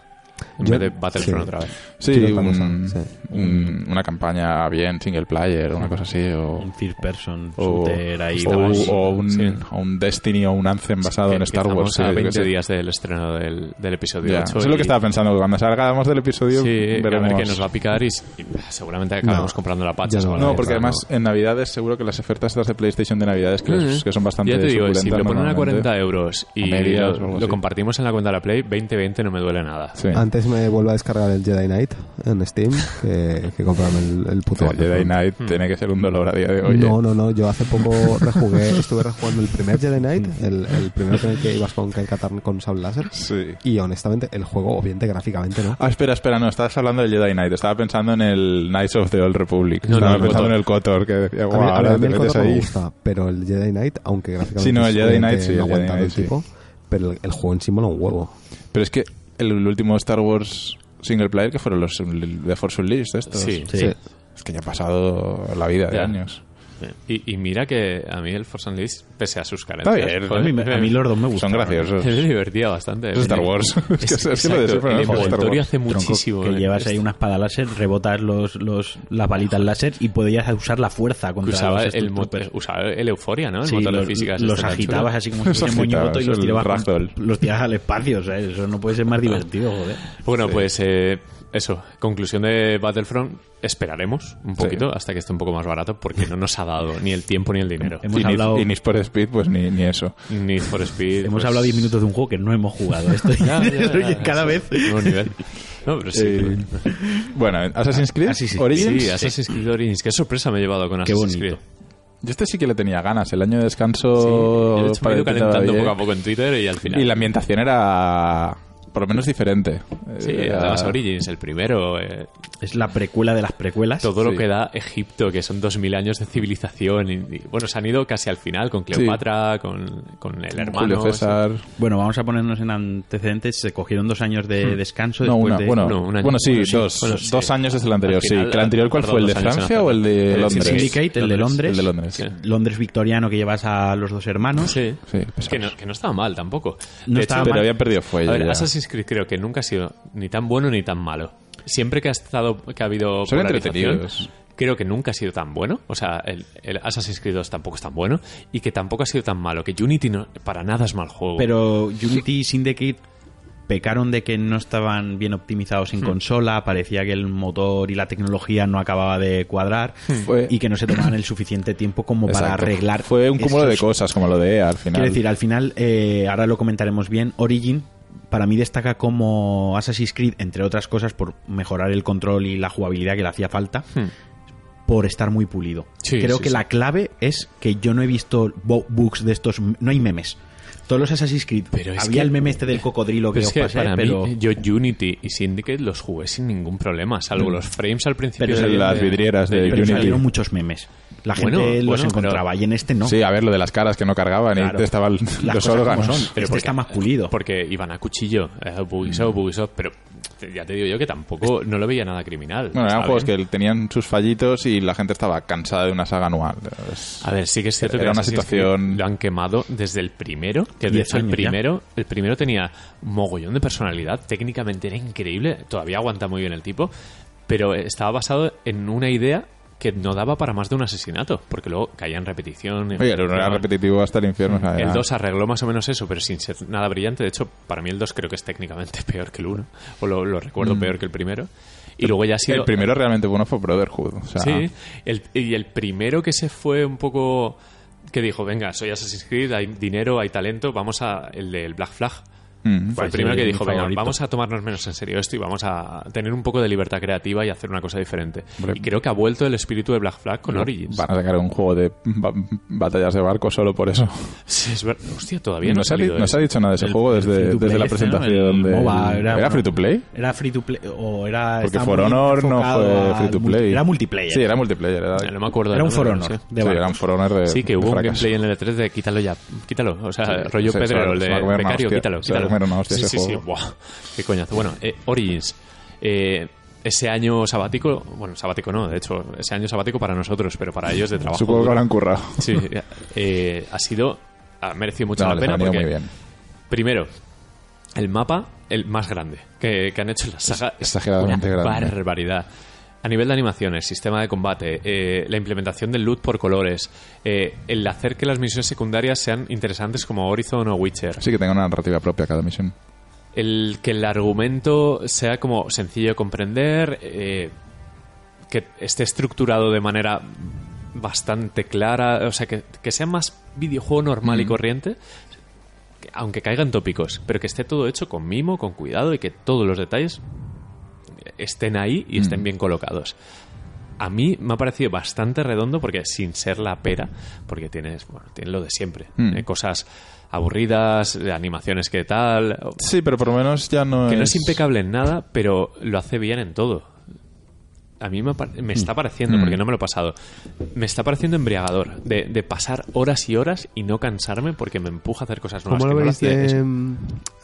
En Yo- vez de Battlefront sí. otra vez. Sí, Quiero otra un- cosa, sí. un- una campaña bien, single player, una cosa así. O, *laughs* Un third person Pues o, shooter ahí. o- vamos. o un, Sí. o un Destiny o un Anthem basado Que- en que Star Wars. estamos sí, a yo qué 20 sé. días del estreno del, del episodio Ya, 8. Eso es lo que y- estaba pensando. Cuando salgamos del episodio, Sí, a ver veremos. qué nos va a picar y, y seguramente acabamos No, comprando la patch. ya o no. la No, beta, porque además en Navidades seguro que las ofertas estas de PlayStation de Navidades que, Mm. que son bastante Ya te digo, si suculentas lo ponen a normalmente. 40 euros y A medias o algo lo, así. lo compartimos en la cuenta de la Play, 20-20 no me duele nada. Sí. Antes me vuelvo a descargar el Jedi Knight en Steam que, que comprarme el, el puto El Jedi Battlefront. Knight Mm. tiene que ser un dolor a día de hoy. No, eh. no, no. Yo hace poco *laughs* rejugué, estuve rejugando el primer Jedi Knight, el, el primero con el que ibas con Ken Katarn con Sable Láser. Sí. Y honestamente, el juego, obviamente, gráficamente, ¿no? Ah, espera, espera, no, estabas hablando del Jedi Knight. Estaba pensando en el Knights of the Old Republic. No, no, estaba el pensando KOTOR. en el Kotor, que decía, A guau, mí, a ahora mí te el metes Kotor me ahí. gusta, pero el Jedi Knight, aunque gráficamente Sí, no, el es Jedi obviamente Knight sí, el no Jedi aguanta Knight el sí. tipo, pero el, el juego en sí mola un huevo. Pero es que el, último Star Wars single player que fueron los de Force Unleashed estos. Sí. Sí. Sí. Es que ya ha pasado la vida de Ya. años. Y, y mira que a mí el Force Unleashed, pese a sus carencias, Está bien. joder, A mí, me- a mí los dos me gustan. Son graciosos. *laughs* me Es divertía bastante. Star Wars. *laughs* Es que- es que lo de exacto, siempre, el ¿no? Es Star envoltorio Wars. hace muchísimo. que eh. llevas ahí una espada láser, rebotas los, los, las balitas láser y podías usar la fuerza Que contra Usaba los el, mo- Stormtroopers. usaba el Euforia, ¿no? El Sí, motor de los, físicas. los este tan chulo. agitabas así como si Los fueras moñigoto agitabas, y los el tirabas, con- ragdoll. *laughs* los tirabas al espacio. O sea, eso no puede ser más divertido, joder. Bueno, pues eh, eso. Conclusión de Battlefront. Esperaremos un poquito hasta que esté un poco más barato porque no nos ha dado ni el tiempo ni el dinero. Hemos y, Need- hablado- y Need for Speed, pues ni, ni eso. Ni for Speed. Hemos pues, hablado 10 minutos de un juego que no hemos jugado. *laughs* Esto Ya, ya, ya, ya, cada sí, vez. nuevo nivel. No, pero sí. Eh, bueno, Assassin's Creed Ah, sí, sí. Origins. Sí, Assassin's Creed Origins. Qué sorpresa me he llevado con Qué Assassin's bonito. Creed. Yo este sí que le tenía ganas. El año de Sí, Oh, descanso. yo de hecho me he ido parecía calentando bien. poco a poco en Twitter y al final. Y la ambientación era por lo menos diferente. Eh, Sí, Era- Ah. además Origins, el primero. eh, Es la precuela de las precuelas. todo Sí. lo que da Egipto, que son 2000 años de civilización. y- y, bueno, se han ido casi al final con Cleopatra, con, con el hermano. Julio César. Bueno, vamos a ponernos en antecedentes. Se cogieron dos años de descanso. Hmm. No, después una, de... bueno, no, un año. bueno, sí, Bueno, sí. dos, Bueno, sí. dos años desde el anterior, Al final, sí. ¿El anterior cuál tardó fue? ¿El de dos años en Francia o el hacerlo. de El Londres? Syndicate, el de Londres. El de Londres, Sí. sí. Londres victoriano que llevas a los dos hermanos. Sí. Sí, pues, que, no, que no estaba mal tampoco. No De estaba hecho, Pero mal. habían perdido a fuelle. ver, ya. Assassin's Creed creo que nunca ha sido ni tan bueno ni tan malo. siempre que ha estado que ha habido Son polarización, entretenidos. creo que nunca ha sido tan bueno. O sea, el, el Assassin's Creed 2 tampoco es tan bueno y que tampoco ha sido tan malo. Que Unity no- para nada es mal juego. Pero Unity y Syndicate pecaron de que no estaban bien optimizados Hmm. en consola, parecía que el motor y la tecnología no acababa de cuadrar Hmm. Fue- y que no se tomaban el suficiente tiempo como para Exacto. arreglar. Fue un cúmulo de esos- cosas, como lo de EA al final. Quiero decir, al final, eh, ahora lo comentaremos bien, Origin para mí destaca como Assassin's Creed, entre otras cosas, por mejorar el control y la jugabilidad que le hacía falta, Hmm. por estar muy pulido. Sí, Creo sí, que sí. la clave es que yo no he visto bo- bugs de estos, no hay memes. Todos los Assassin's Creed, Pero es había que- eh, el meme este del cocodrilo que Pero es os que pasé, para pero... mí, eh, yo Unity y Syndicate los jugué sin ningún problema, salvo los frames al principio. Pero de- Mm. las de- vidrieras de pero Unity. salieron muchos memes. La gente Bueno, los bueno, encontraba y en este no. Sí, a ver, lo de las caras que no cargaban Claro. y te estaban Las los cosas como son. órganos. Este porque- está más pulido. Porque iban a cuchillo, eh, Mm. Bugisoft, Bugisoft, pero te- ya te digo yo que tampoco, no lo veía nada criminal. Bueno, eran Estaba juegos bien. que tenían sus fallitos y la gente estaba cansada de una saga anual. Es- A ver, sí que es cierto Era que una Assassin's situación- Creed lo han quemado desde el primero, que de Diez hecho el años ya. primero, el primero tenía mogollón de personalidad, técnicamente era increíble, todavía aguanta muy bien el tipo, pero estaba basado en una idea que no daba para más de un asesinato, porque luego caía en repetición. en- Oye, no era en- repetitivo hasta el infierno. o sea, Ah, El era- 2 arregló más o menos eso, pero sin ser nada brillante. De hecho, para mí el 2 creo que es técnicamente *laughs* peor que el 1, o lo, lo recuerdo peor que el primero. Y luego ya ha sido... El primero realmente bueno fue Brotherhood. o sea, Sí, el- y el primero que se fue un poco... Que dijo, venga, soy Assassin's Creed, hay dinero, hay talento, vamos a... El del Black Flag. mm. Fue Pues el primero sí, que mi dijo, venga, favorito". vamos a tomarnos menos en serio esto y vamos a tener un poco de libertad creativa y hacer una cosa diferente. Hombre. Y creo que ha vuelto el espíritu de Black Flag Pues con Origins. Van a sacar un juego de ba- batallas de barco solo por eso. Sí, es verdad. Hostia, todavía no, no, ha se ha, di- salido no se ha el- dicho nada de ese el- juego el desde, free to play desde la este, ¿no? presentación. El del- MOBA, era, bueno, free to play? Era free to play o era... Porque estaba For muy Honor no enfocado fue al free to multi- play. Era multiplayer. Sí, era multiplayer. Era, No me acuerdo. Era del un For nombre, pero Honor. sí. de sí, barcos. era un For Honor de. Sí, que de hubo un fracaso. gameplay en el E3 de quítalo ya, quítalo. O sea, Sí, rollo sí, se Pedrero, va- el de se va a comer una becario, hostia, quítalo. se va a quítalo. comer una hostia sí, sí, ese sí, juego. buah, qué coñazo. Bueno, eh, Origins. Eh, ese año sabático, bueno, sabático no, de hecho, ese año sabático para nosotros, pero para ellos de trabajo. Supongo que duro. lo han currado. Sí, eh, ha sido, ha merecido mucho No, la les ha pena venido porque muy bien. Primero, el mapa, el más grande que, que han hecho en la saga. es exageradamente una grande. Barbaridad. A nivel de animaciones, sistema de combate, eh, la implementación del loot por colores, eh, el hacer que las misiones secundarias sean interesantes como Horizon o Witcher, Sí, que tenga una narrativa propia cada misión. el que el argumento sea como sencillo de comprender, eh, que esté estructurado de manera bastante clara, o sea, que, que sea más videojuego normal y corriente, aunque caigan tópicos, pero que esté todo hecho con mimo, con cuidado y que todos los detalles estén ahí y estén bien colocados. A mí me ha parecido bastante redondo porque sin ser la pera, porque tienes, bueno, tienes lo de siempre, Mm. eh, cosas aburridas, eh, animaciones que tal, Sí, pero por lo menos ya no que no es impecable en nada, pero lo hace bien en todo. A mí me, par- me está pareciendo, Mm. porque no me lo he pasado, me está pareciendo embriagador de, de pasar horas y horas y no cansarme porque me empuja a hacer cosas nuevas. ¿Cómo lo que no veis Eh, hacía de- eso.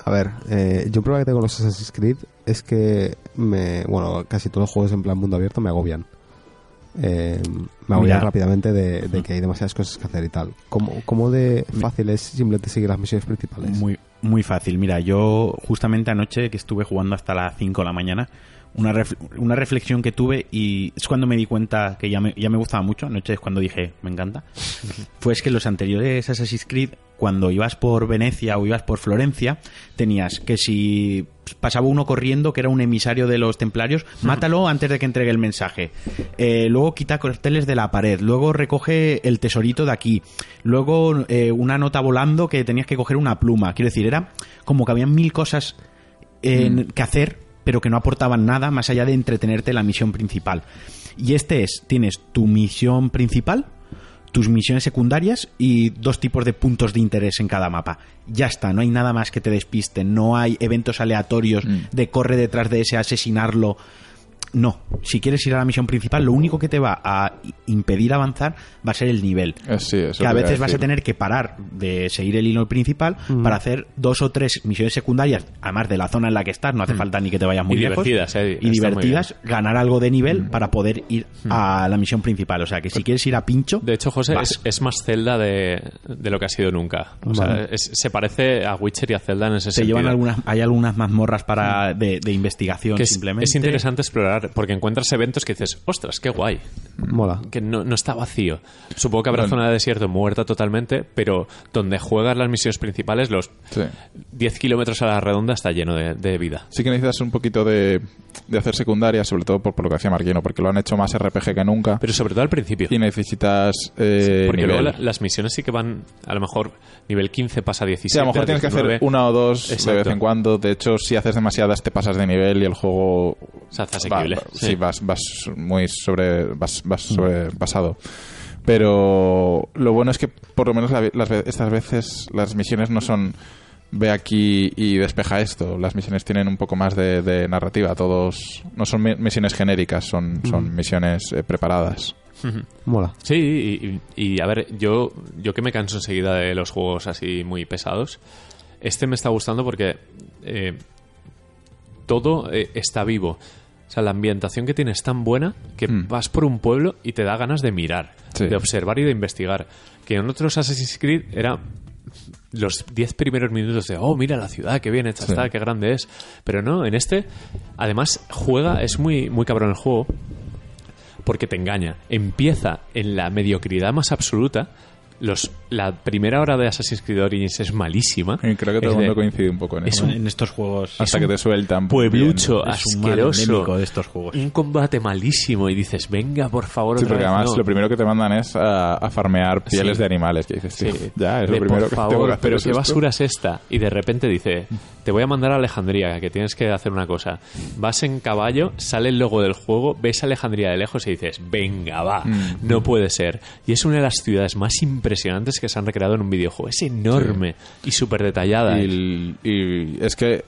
A ver, eh, yo un problema que tengo con los Assassin's Creed es que me... Bueno, casi todos los juegos en plan mundo abierto me agobian. Eh, me agobian Mira. rápidamente de, de que hay demasiadas cosas que hacer y tal. ¿Cómo, cómo de fácil es simplemente seguir las misiones principales? Muy, muy fácil. Mira, yo justamente anoche que estuve jugando hasta las 5 de la mañana, una, ref- una reflexión que tuve y es cuando me di cuenta que ya me, ya me gustaba mucho, anoche es cuando dije, me encanta, fue es que los anteriores Assassin's Creed, cuando ibas por Venecia o ibas por Florencia, tenías que si pasaba uno corriendo que era un emisario de los templarios, mátalo antes de que entregue el mensaje. Eh, luego quita carteles de la pared, luego recoge el tesorito de aquí, luego eh, una nota volando que tenías que coger una pluma. Quiero decir, era como que había mil cosas en- que hacer, pero que no aportaban nada más allá de entretenerte en la misión principal. Y este es, tienes tu misión principal, tus misiones secundarias y dos tipos de puntos de interés en cada mapa. Ya está, no hay nada más que te despiste, no hay eventos aleatorios Mm. de corre detrás de ese, asesinarlo. No, si quieres ir a la misión principal, lo único que te va a impedir avanzar va a ser el nivel. Eh, sí, eso que a te iba veces vas a decir. tener que parar de seguir el hilo principal para hacer dos o tres misiones secundarias, además de la zona en la que estás, no hace falta ni que te vayas muy Y lejos. divertidas, eh, y está muy divertidas, ganar algo de nivel para poder ir a la misión principal. O sea, que si quieres ir a pincho, De hecho, José, vas. es, es más Zelda de, de lo que ha sido nunca. O sea, Vale. es- se parece a Witcher y a Zelda en ese se sentido. llevan algunas, hay algunas mazmorras para de, de investigación que es, simplemente. es interesante explorar porque encuentras eventos que dices, ostras, qué guay, Mola. que no, no está vacío. Supongo que habrá Bueno. zona de desierto muerta totalmente, pero donde juegas las misiones principales, los Sí. 10 kilómetros a la redonda está lleno de, de vida. Sí que necesitas un poquito de, de hacer secundaria, sobre todo por, por lo que hacía Marquino, porque lo han hecho más RPG que nunca. Pero sobre todo al principio. Y necesitas eh, Porque nivel. luego la- las misiones sí que van, a lo mejor, nivel 15 pasa a 17. Sí, a lo mejor al tienes que hacer 19. una o dos de vez Exacto. en cuando. De hecho, si haces demasiadas te pasas de nivel y el juego... Se hace va- asequible. va- sí, vas, vas muy sobre... Vas, vas sobrepasado. Pero lo bueno es que por lo menos la- las, ve- estas veces las misiones no son ve aquí y despeja esto. Las misiones tienen un poco más de, de narrativa. Todos no son mi- misiones genéricas, son, son misiones eh, preparadas. Mola. Sí, y, y- y, a ver, yo, yo que me canso enseguida de los juegos así muy pesados, este me está gustando porque eh, todo eh, está vivo. O sea, la ambientación que tiene es tan buena que Mm. vas por un pueblo y te da ganas de mirar, Sí. de observar y de investigar. Que en otros Assassin's Creed era los 10 primeros minutos de, oh, mira la ciudad, qué bien hecha Sí. está, qué grande es. Pero no, en este, además, juega, es muy, muy cabrón el juego, porque te engaña. Empieza en la mediocridad más absoluta. Los, la primera hora de Assassin's Creed Origins es malísima. Y Eh, creo que todo Es el de mundo coincide un poco en es eso. un en estos juegos. Hasta que te sueltan. pues, Pueblucho Es un mal endémico asqueroso. este de estos juegos. Un combate malísimo y dices, venga, por favor, Sí, otra porque vez, además no". lo primero que te mandan es a, a farmear pieles Sí. de animales, que dices, sí, Sí. ya, es lo De, primero por que favor, tengo que hacer pero es qué esto". basura es esta y de repente dice te voy a mandar a Alejandría que tienes que hacer una cosa vas en caballo sale el logo del juego ves a Alejandría de lejos y dices venga va Mm. no puede ser y es una de las ciudades más impresionantes que se han recreado en un videojuego es enorme y súper detallada Y, el- y es que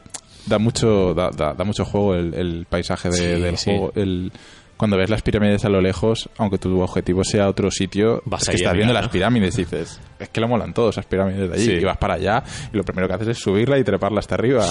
da mucho, da, da- da mucho juego el, el paisaje de- Sí, del sí. juego. El, cuando ves las pirámides a lo lejos, aunque tu objetivo sea otro sitio, Vas es que ahí a estás viendo mirar, las ¿no? pirámides y dices, es que lo molan todas esas pirámides de allí. Sí. Y vas para allá y lo primero que haces es subirla y treparla *laughs* hasta arriba.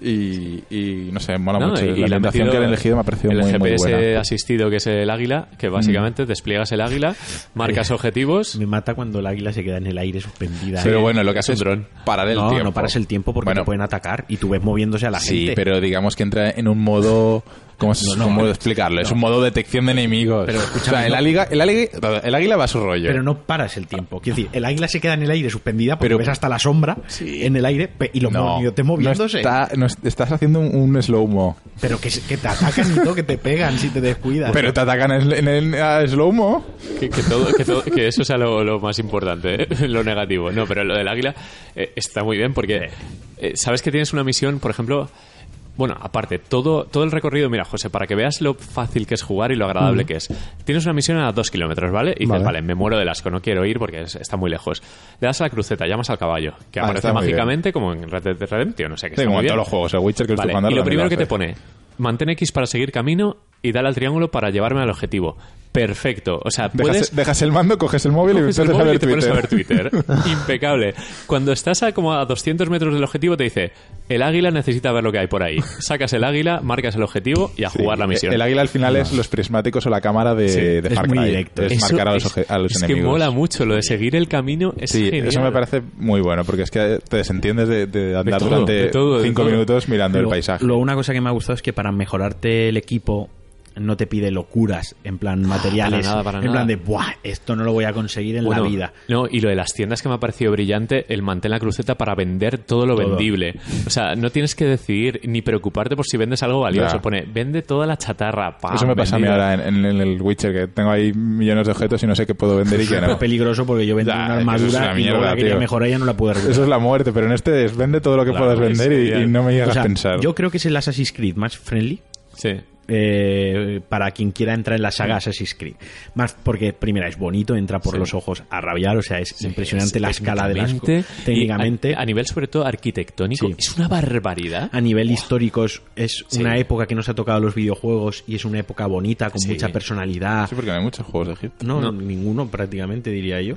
Y, y, no sé, mola No, mucho. y- y la le han ambientación metido que han elegido me ha parecido el muy, muy GPS buena. Mm. asistido que es el águila que básicamente despliegas el águila marcas objetivos Me mata cuando el águila se queda en el aire suspendida. Pero ¿eh? bueno, lo que Es hace un es dron. parar el no, tiempo. no paras el tiempo porque Bueno, te pueden atacar y tú ves moviéndose a la Sí, gente. pero digamos que entra en un modo... ¿Cómo, es, cómo explicarlo? Es un modo detección de enemigos. Pero escúchame, o sea, el, no- águila, el, águila, el águila va a su rollo. Pero no paras el tiempo. Quiero decir, el águila se queda en el aire suspendida porque Pero- ves hasta la sombra en el aire pe- y lo movi- te moviéndose. no está- no es- estás haciendo un, un slow-mo. Pero que, se- que te atacan y todo, que te pegan si te descuidas. Pero te atacan en, en el a slow-mo. Que, que todo- que todo- que eso sea lo, lo más importante, ¿eh? *laughs* lo negativo. No, pero lo del águila eh, está muy bien porque eh, sabes que tienes una misión, por ejemplo. Bueno, aparte, todo, todo el recorrido, mira, José, para que veas lo fácil que es jugar y lo agradable Mm. que es. Tienes una misión a dos kilómetros, ¿vale? Y dices, Vale. vale. me muero del asco, no quiero ir porque es- está muy lejos. Le das a la cruceta, llamas al caballo, que Ah, aparece está muy mágicamente como en Red Dead Redemption, o sea que Sí, está como muy en bien. todos los juegos. El Witcher que Vale, estoy jugando y ahora lo primero que también te hace. pone, mantén X para seguir camino y dale al triángulo para llevarme al objetivo. Perfecto. O sea, Dejas, puedes... dejas el mando, coges *laughs* el móvil Coges y el empiezas a móvil ver y te pones Twitter. a ver Twitter. *laughs* Impecable. Cuando estás a como a 200 metros del objetivo te dice, el águila necesita ver lo que hay por ahí. Sacas el águila, marcas el objetivo y a Sí, jugar la misión. El águila al final es los prismáticos o la cámara de, Sí, de es Far muy Cry. directo. Es Eso marcar a los, es- oje- a los es enemigos. que mola mucho lo de seguir el camino. Es Sí, genial. eso me parece muy bueno, porque es que te desentiendes de, de andar todo, durante de todo, de cinco todo. minutos mirando el Luego- paisaje. Luego, una cosa que me ha gustado es que para mejorarte el equipo no te pide locuras en plan materiales. nada, Ah, para en nada. plan de, ¡buah! Esto no lo voy a conseguir en Bueno, la vida. No, y lo de las tiendas que me ha parecido brillante, el mantén la cruceta para vender todo lo Todo. vendible. O sea, no tienes que decidir ni preocuparte por si vendes algo valioso. Ya. Pone, vende toda la chatarra. pam, eso me pasa a mí vendido. ahora ¿eh? en, en- en el Witcher, que tengo ahí millones de objetos y no sé qué puedo vender y *laughs* qué Súper no. peligroso porque yo vendí Ya, una es que eso es armadura una y luego mierda, la quería tío. mejorar y ya no la pude recuperar. Eso es la muerte, pero en este es vende todo lo que Claro, puedas es vender y- y, genial. no me O llegas sea, a pensar. Yo creo que es el Assassin's Creed más friendly Sí. eh, para quien quiera entrar en la saga Assassin's Creed. Más porque, primera, es bonito, entra por Sí. los ojos a rabiar, o sea, es impresionante Es la escala de las co- técnicamente, técnicamente. y A, a nivel, sobre todo, arquitectónico. Sí. Es una barbaridad. A Oh. nivel histórico es, es Sí. una época que nos ha tocado los videojuegos y es una época bonita, con Sí. mucha personalidad. Sí, porque no hay muchos juegos de Egipto. No, No. ninguno prácticamente diría yo.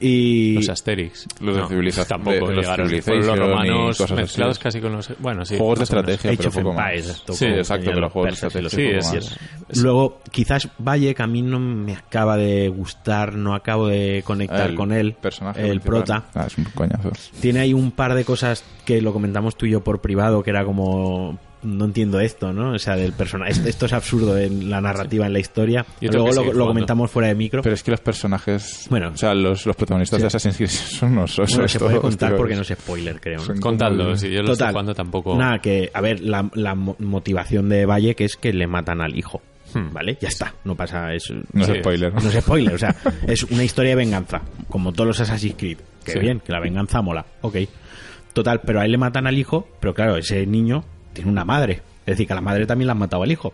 Y Los Asterix. Los de No, civiliza- Tampoco de- los llegaron. Civilization Pueblos romanos y cosas así. mezclados casi con los... Bueno, sí. juegos de más o menos. estrategia, Age pero of poco más. Empires, tocó, Sí, exacto, tenían pero los juegos de persas y los estrategia sí, poco es- más. es- Luego, quizás Valle, que a mí no me acaba de gustar, no acabo de conectar El con él, personaje el principal. prota. Ah, es un coñazo. Tiene ahí un par de cosas que lo comentamos tú y yo por privado, que era como... No entiendo esto, ¿no? O sea, del personaje. Esto, esto es absurdo en la narrativa, en la historia. Yo tengo Luego que lo, seguir lo jugando. comentamos fuera de micro. Pero es que los personajes. Bueno. o sea, los, los protagonistas Sí. de Assassin's Creed *laughs* son unos osos. bueno, se puede todos, contar tío. porque no es spoiler, creo. ¿no? Son Contadlo, como- si yo lo estoy jugando tampoco... Nada, que, a ver, la, la mo- motivación de Valle que es que le matan al hijo. Hmm. ¿Vale? Ya está. No pasa eso. No Sí. es spoiler. No es spoiler, o sea, es una historia de venganza, como todos los Assassin's Creed. Que Sí. bien, que la venganza mola, ok. Total, pero a él le matan al hijo, pero claro, ese niño tiene una madre. Es decir, que a la madre también la han matado al hijo.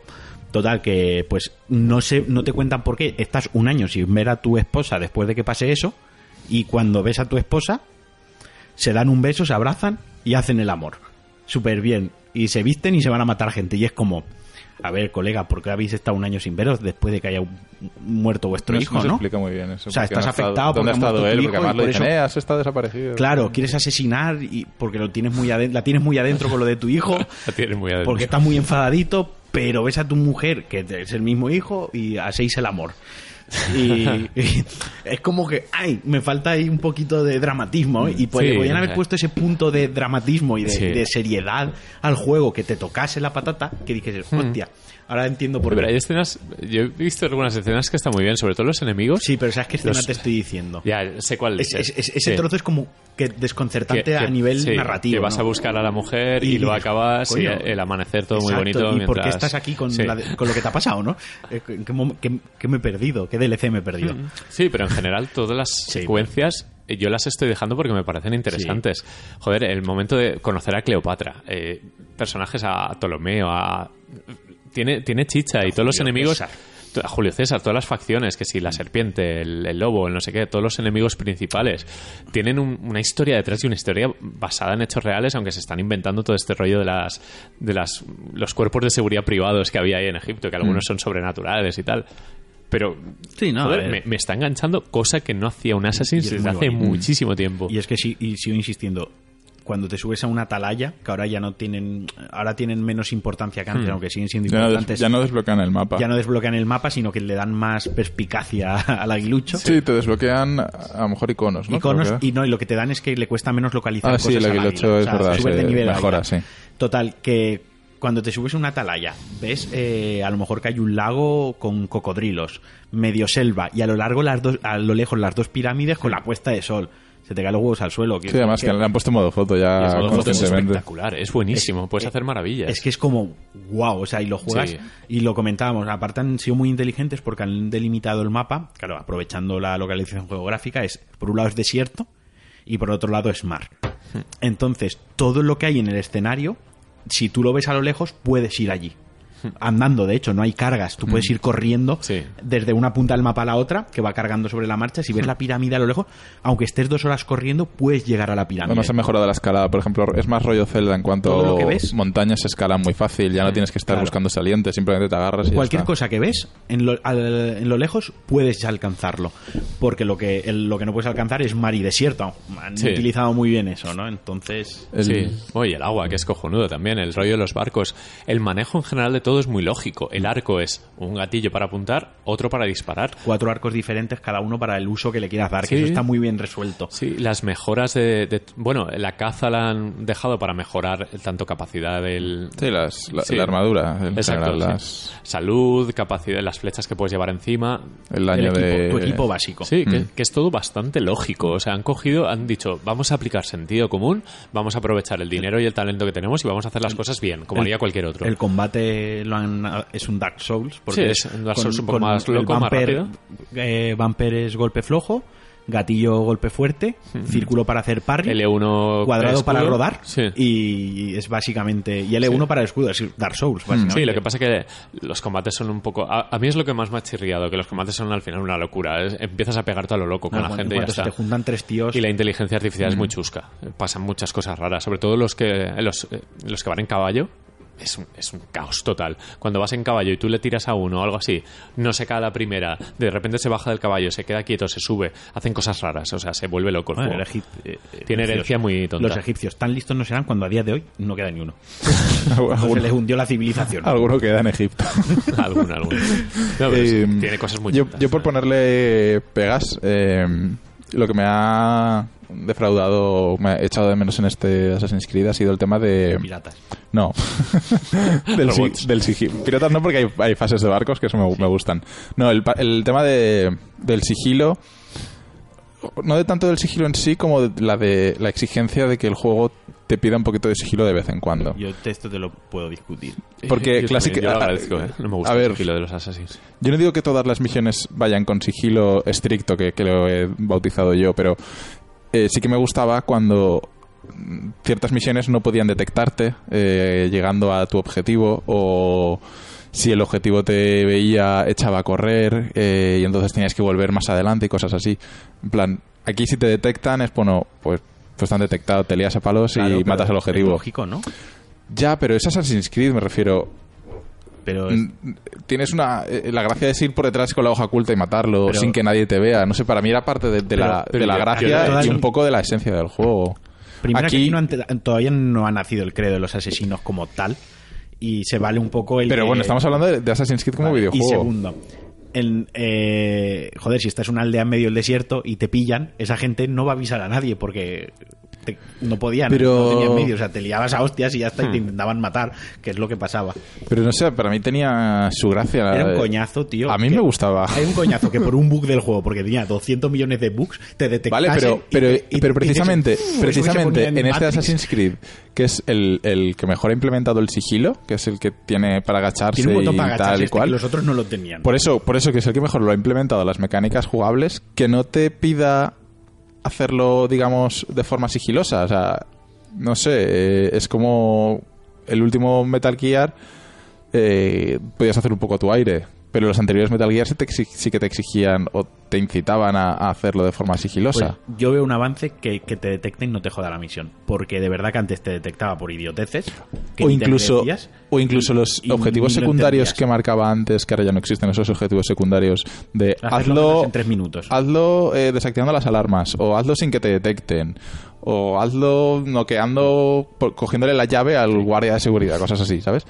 Total, que pues no sé, no te cuentan por qué. Estás un año sin ver a tu esposa después de que pase eso, y cuando ves a tu esposa, se dan un beso, se abrazan y hacen el amor. Súper bien. Y se visten y se van a matar gente. Y es como, a ver, colega, ¿por qué habéis estado un año sin veros después de que haya un- muerto vuestro No se- hijo, se no? explica muy bien eso. O sea, porque estás no ha estado- afectado ¿Dónde ha porque ha estado muerto tu él? hijo Porque además y le por dicen, eso- eh, has estado desaparecido. Claro, quieres asesinar y porque lo tienes muy adentro, la tienes muy adentro con lo de tu hijo, *laughs* La tiene muy adentro. porque estás muy enfadadito, pero ves a tu mujer, que es el mismo hijo, y hacéis el amor. Y, y es como que, ay, me falta ahí un poquito de dramatismo. ¿eh? Y pod- Sí, podrían o haber sea. puesto ese punto de dramatismo y de, Sí. de seriedad al juego, que te tocase la patata, que dijeses, hostia, ahora entiendo por Hmm. Pero hay qué. escenas... Yo he visto algunas escenas que están muy bien, sobre todo los enemigos. Sí, pero ¿sabes qué escena Los- te estoy diciendo? Ya, sé cuál Es- es- es- ese Sí. trozo es como que Que- desconcertante que- a nivel sí, narrativo. Que vas ¿no? a buscar a la mujer y, Y lo dices, acabas y coño, el amanecer todo muy Exacto, bonito. ¿Y por qué mientras- estás aquí con, Sí. la de- con lo que te ha pasado, no? Eh, ¿Qué, qué mom- qué- qué me he perdido? ¿Qué DLC me he perdido? Sí, pero en general todas las Sí. secuencias eh, yo las estoy dejando porque me parecen interesantes. Joder, el momento de conocer a Cleopatra, eh, personajes a Ptolomeo, a... Tiene, tiene chicha y todos los Julio enemigos... César. to- A Julio César, todas las facciones, que si la serpiente, el, el lobo, el no sé qué, todos los enemigos principales, tienen un- una historia detrás y una historia basada en hechos reales, aunque se están inventando todo este rollo de las de las los cuerpos de seguridad privados que había ahí en Egipto, que algunos Mm. son sobrenaturales y tal. Pero Sí, no, eh, Joder, a ver. me, me está enganchando, cosa que no hacía un Y Assassin's es desde muy hace bonito. muchísimo tiempo. Y es que sí, y sigo insistiendo. Cuando te subes a una atalaya, que ahora ya no tienen, ahora tienen menos importancia que Hmm. antes, aunque siguen siendo Ya no, importantes, des- ya no desbloquean el mapa. ya no desbloquean el mapa, sino que le dan más perspicacia *laughs* al aguilucho. Sí, te desbloquean a lo mejor iconos, ¿no? iconos Creo que y no y lo que te dan es que le cuesta menos localizar Ah, cosas sí, el al aguilucho águila. es verdad, subes se de nivel al mejora, águila. sí. total que cuando te subes a una atalaya ves eh, a lo mejor que hay un lago con cocodrilos medio selva y a lo largo las dos a lo lejos las dos pirámides con la puesta de sol se te caen los huevos al suelo Sí, además que le han puesto modo foto Y ya el modo foto es constantemente. espectacular, es buenísimo, puedes hacer maravillas. Ah, Es que es como, wow, o sea, y lo juegas Sí. y lo comentábamos. Aparte han sido muy inteligentes porque han delimitado el mapa, claro, aprovechando la localización geográfica, es, por un lado es desierto y por otro lado es mar. Hmm. Entonces, todo lo que hay en el escenario, si tú lo ves a lo lejos, puedes ir allí. Andando, de hecho, no hay cargas. Tú puedes ir corriendo Hmm. Sí. desde una punta del mapa a la otra, que va cargando sobre la marcha. Si ves Hmm. la pirámide a lo lejos, aunque estés dos horas corriendo, puedes llegar a la pirámide. Además, se ha mejorado la escalada. Por ejemplo, es más rollo Zelda en Todo lo cuanto que ves. montañas se escalan muy fácil. Ya no tienes que estar Claro. buscando salientes, simplemente te agarras y ya cualquier está. cosa que ves en lo, al- en lo lejos puedes alcanzarlo porque lo que el- lo que no puedes alcanzar es mar y desierto han Sí. utilizado muy bien eso no entonces El- Sí. Oh, y el agua, que es cojonudo también, el rollo de los barcos. El manejo en general de todo es muy lógico. El arco es un gatillo para apuntar, otro para disparar. cuatro arcos diferentes cada uno para el uso que le quieras dar que Sí. eso está muy bien resuelto Sí, las mejoras de, de- Bueno, la caza la han dejado para mejorar tanto capacidad del... Sí, las, la, Sí. la armadura. en Exacto, general, sí. las- Salud, capacidad, las flechas que puedes llevar encima, el El daño equipo, de... tu equipo básico Sí, que, que es todo bastante lógico. O sea, han cogido, han dicho, vamos a aplicar sentido común, vamos a aprovechar el dinero y el talento que tenemos y vamos a hacer las cosas bien, como el- haría cualquier otro. El combate lo han- es un Dark Souls. Porque Sí, es un Dark Souls un poco más el loco, más bumper, rápido. eh, bumper es golpe flojo. gatillo golpe fuerte, círculo para hacer parry, L1 cuadrado escudo. para rodar Sí. y es básicamente y L1 para el escudo, es Dark Souls básicamente. Mm. Sí, lo que pasa es que los combates son un poco... A, a mí es lo que más me ha chirriado, que los combates son al final una locura. Es- empiezas a pegarte a lo loco con Ah, la cuando- gente y ya cuando se está. te juntan tres tíos Y la inteligencia artificial es muy chusca. Eh, Pasan muchas cosas raras. Sobre todo los que, los, eh, los que van en caballo. Es un, es un caos total. Cuando vas en caballo y tú le tiras a uno o algo así, no se cae a la primera, de repente se baja del caballo, se queda quieto, se sube, hacen cosas raras, o sea, se vuelve loco. el Bueno, juego. el egip- eh, eh, Tiene herencia muy tonta. Los egipcios tan listos no serán cuando a día de hoy no *laughs* queda ni uno. Cuando se *laughs* Alguno, les hundió la civilización. alguno queda en Egipto. Alguna, alguna. No, pero sí, Eh, tiene cosas muy yo, chungas. yo por ponerle pegas, eh, lo que me ha defraudado, me ha echado de menos en este Assassin's Creed ha sido el tema de... Piratas. No. *laughs* del, si- Robots. del sigilo. Piratas no, porque hay, hay fases de barcos que eso me, me gustan. No, el, pa- el tema de, del sigilo. No de tanto del sigilo en sí, como de la de la exigencia de que el juego te pida un poquito de sigilo de vez en cuando. Yo te- esto te lo puedo discutir. *laughs* Porque Yo Classic- también, yo lo a- agradezco, eh. No me gusta a ver. el estilo de los Assassins. Yo no digo que todas las misiones vayan con sigilo estricto, que, que lo he bautizado yo, pero eh, sí que me gustaba cuando mm, ciertas misiones no podían detectarte eh, llegando a tu objetivo o si el objetivo te veía echaba a correr eh, y entonces tenías que volver más adelante y cosas así. En plan, aquí si te detectan es bueno, pues pues están detectado, te lías a palos Claro, y pero matas al es objetivo. lógico, ¿no? Ya, pero es Assassin's Creed, me refiero. Pero es- Mm, tienes una eh, la gracia es ir por detrás con la hoja oculta y matarlo Pero- sin que nadie te vea no sé para mí era parte de, de Pero- la, pero de la yo- yo gracia lo he y hecho. un poco de la esencia del juego primero que aquí- aquí no han te- todavía no ha nacido el credo de los asesinos como tal. Y se vale un poco el. pero bueno eh, estamos hablando de, de Assassin's Creed como Vale, videojuego Y segundo, en, eh, joder, si estás en una aldea en medio del desierto y te pillan, esa gente no va a avisar a nadie porque te- no podían, Pero- Hmm. no tenían medio, o sea, te liabas a hostias y ya está, y te intentaban matar, que es lo que pasaba. pero no sé para mí tenía su gracia Era un eh, coñazo, tío. a mí que- me gustaba Hay un coñazo que por un bug del juego, porque tenía 200 millones de bugs, te *laughs* detectase Vale, pero, y- pero, y- y- pero y- precisamente, eso que precisamente se ponía en, este Matrix, Assassin's Creed, que es el, el que mejor ha implementado el sigilo, que es el que tiene para agacharse Tiene un botón para y agacharse, tal y este, que cual. los otros no lo tenían. Por eso, por eso que es el que mejor lo ha implementado las mecánicas jugables, que no te pida hacerlo, digamos, de forma sigilosa. O sea, no sé, eh, es como el último Metal Gear, eh, podías hacer un poco a tu aire. Pero los anteriores Metal Gear sí, te exi- sí que te exigían o te incitaban a, a hacerlo de forma Pues sigilosa. yo veo un avance que, que te detecten y no te joda la misión. Porque de verdad que antes te detectaba por idioteces. que o ni te incluso, creías, o incluso y- los y objetivos ni lo secundarios que entendías. marcaba antes, que ahora ya no existen esos objetivos secundarios, de Hacerlo hazlo menos en tres minutos. Hazlo eh, desactivando las alarmas, o hazlo sin que te detecten, o hazlo noqueando, por- cogiéndole la llave al guardia de seguridad, cosas así, ¿sabes?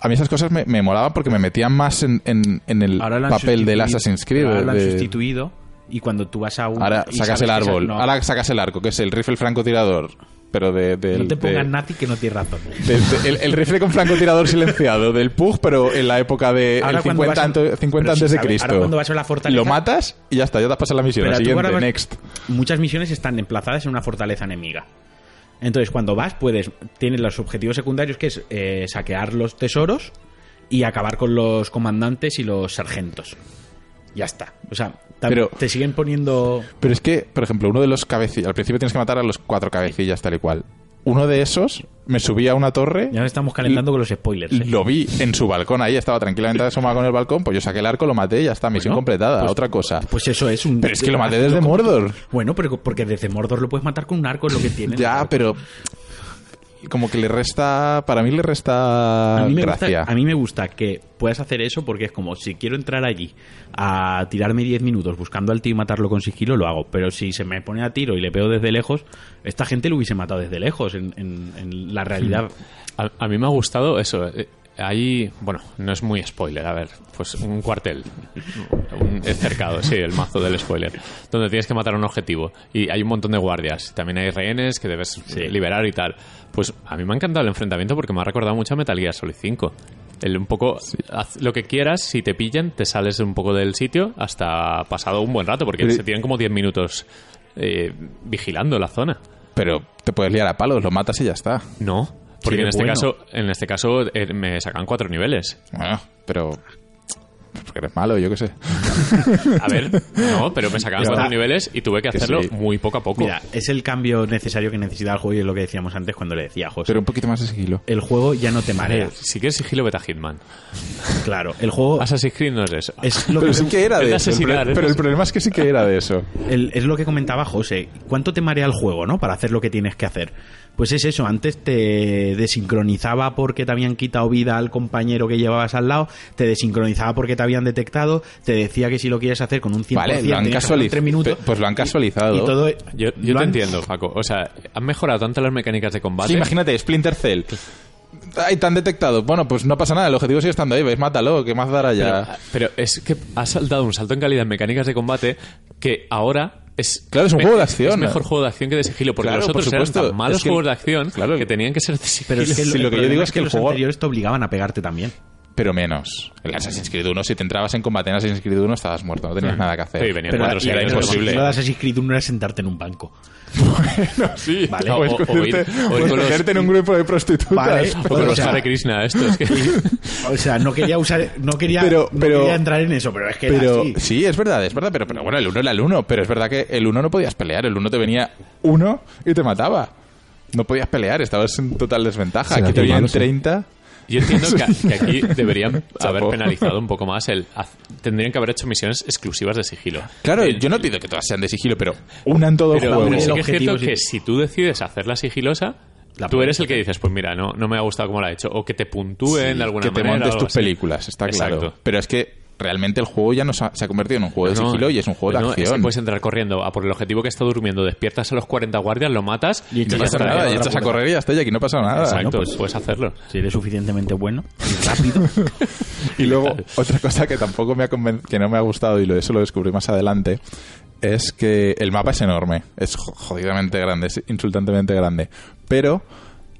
A mí esas cosas me, me molaban porque me metían más en, en- en el Ahora lo han papel del sustituido- Assassin's Creed. Ahora lo han de- sustituido y cuando tú vas a un. ahora y sacas sabes el que esa- árbol, no, ahora sacas el arco, que es el rifle francotirador, pero de... del- no te pongas de- nati que no tienes razón. de- de- el, el rifle con francotirador silenciado del Pug, pero en la época de el Ahora cuando 50, vas a- anto- 50 pero sí, antes de a ver, Cristo. ahora cuando vas a la fortaleza- Lo matas y ya está, ya te has pasado la misión. Pero la tú siguiente, ahora vas- next. Muchas misiones están emplazadas en una fortaleza enemiga. Entonces, cuando vas, puedes. Tienes los objetivos secundarios que es eh, saquear los tesoros y acabar con los comandantes y los sargentos. Ya está. O sea, tam- Pero- te siguen poniendo. Pero es que, por ejemplo, uno de los cabecillas. Al principio tienes que matar a los cuatro cabecillas, tal y cual. Uno de esos me subía a una torre. Ya nos estamos calentando con los spoilers. ¿eh? Lo vi en su balcón, ahí estaba tranquilamente asomado con el balcón. Pues yo saqué el arco, lo maté y ya está, misión Bueno, completada. pues- otra cosa. Pues eso es un. Pero es que lo maté desde Mordor. Bueno, pero porque desde Mordor lo puedes matar con un arco, es lo que tiene. Ya, pero. Como que le resta. Para mí le resta A mí, me gracia. gusta, a mí me gusta que puedas hacer eso porque es como si quiero entrar allí a tirarme 10 minutos buscando al tío y matarlo con sigilo, lo hago. Pero si se me pone a tiro y le pego desde lejos, esta gente lo hubiese matado desde lejos en, en- en la realidad. A, a mí me ha gustado eso. eh, Ahí, bueno, no es muy spoiler, a ver, pues un cuartel, un el cercado, sí, el mazo del spoiler, donde tienes que matar a un objetivo y hay un montón de guardias, también hay rehenes que debes liberar y tal. Pues a mí me ha encantado el enfrentamiento porque me ha recordado mucho a Metal Gear Solid 5. El un poco, haz lo que quieras, si te pillan, te sales un poco del sitio hasta pasado un buen rato, porque Pero- se tienen como 10 minutos eh, vigilando la zona. Pero te puedes liar a palos, lo matas y ya está. No, porque Qué en este bueno. caso, en este caso eh, me sacan cuatro niveles. Bueno, pero. porque eres malo, yo qué sé. Pues, A ver, no, pero me sacaban Está- cuatro niveles y tuve que Que hacerlo sí. muy poco a poco. Mira, es el cambio necesario que necesita el juego y es lo que decíamos antes cuando le decía a José. Pero un poquito más de sigilo. el juego ya no te Vale, marea. si quieres sigilo, vete a Hitman. Claro, el juego Assassin's Creed no es eso. es lo Pero que sí que era Es de de eso. El pro- asesinar, ¿eh? es pero de el problema es que sí que era de eso. El- es lo que comentaba José. ¿Cuánto te marea el juego, no? Para hacer lo que tienes que hacer. Pues es eso. Antes te desincronizaba porque te habían quitado vida al compañero que llevabas al lado. Te desincronizaba porque te habían detectado. Te decía que si lo quieres hacer con un 100% Vale, lo han tenías que hacerlo en casualizado. tres minutos. Pues lo han casualizado. Y todo. Yo, yo lo te han- entiendo, Paco. O sea, han mejorado tanto las mecánicas de combate. Sí, imagínate, Splinter Cell. Ay, tan detectado. Bueno, pues no pasa nada, el objetivo sigue estando ahí, ¿ves? Mátalo, que más dará pero, ya. pero es que ha saltado un salto en calidad en mecánicas de combate que ahora es. Claro, es un me- juego de acción, Es ¿no? mejor juego de acción que de sigilo, porque Claro, los por otros eran supuesto. tan malos Es que- juegos de acción claro. que tenían que ser de sigilo. *laughs* Pero es que, el- Sí, lo el que yo digo problema es que el los juego- anteriores te obligaban a pegarte también. Pero menos. El Assassin's Creed 1, si te entrabas en combate en Assassin's Creed 1, estabas muerto, no tenías nada que hacer. Sí, venía Pero cuatro, sí, la- era la- imposible. Lo de Assassin's Creed uno era sentarte en un banco. sí, pues Vale. *laughs* o O- o ir- esconderte, o ir o con los- esconderte en un grupo de prostitutas. Vale. O con O los sea- Hare Krishna, esto. Es que... *laughs* O sea, no quería usar, no quería, Pero- no pero- quería entrar en eso, pero es que era Pero así. sí, es verdad, es verdad, pero, pero bueno, el 1 era el 1, pero es verdad que el 1 no podías pelear, el 1 te venía uno y te mataba. No podías pelear, estabas en total desventaja. Sí, Aquí te normal, venían sí. 30. Yo entiendo *laughs* que, que aquí deberían haber Chapo. penalizado un poco más el... haz- Tendrían que haber hecho misiones exclusivas de sigilo. Claro, El- yo no pido que todas sean de sigilo, pero una en todo Pero, juego. pero sí El que es cierto objetivo que sí. si tú decides hacerla sigilosa, La tú eres el que dices, pues mira, no, no me ha gustado cómo la he hecho. O que te puntúen de alguna que te manera. o montes tus algo así. películas, está claro. Exacto. Pero es que realmente el juego ya no se ha, se ha convertido en un juego de No, pues sigilo y es un juego no, de es que acción. puedes entrar corriendo a por el objetivo que está durmiendo, despiertas a los 40 guardias, lo matas Y no ya pasa está, nada, ya y otra echas a puerta. correr y hasta y aquí no pasa nada. Exacto, ¿no? pues puedes hacerlo. Si eres suficientemente bueno y rápido, Y luego, otra cosa que tampoco me ha conven- que no me ha gustado y lo- eso lo descubrí más adelante, es que el mapa es enorme. Es jo- jodidamente grande, es insultantemente grande. Pero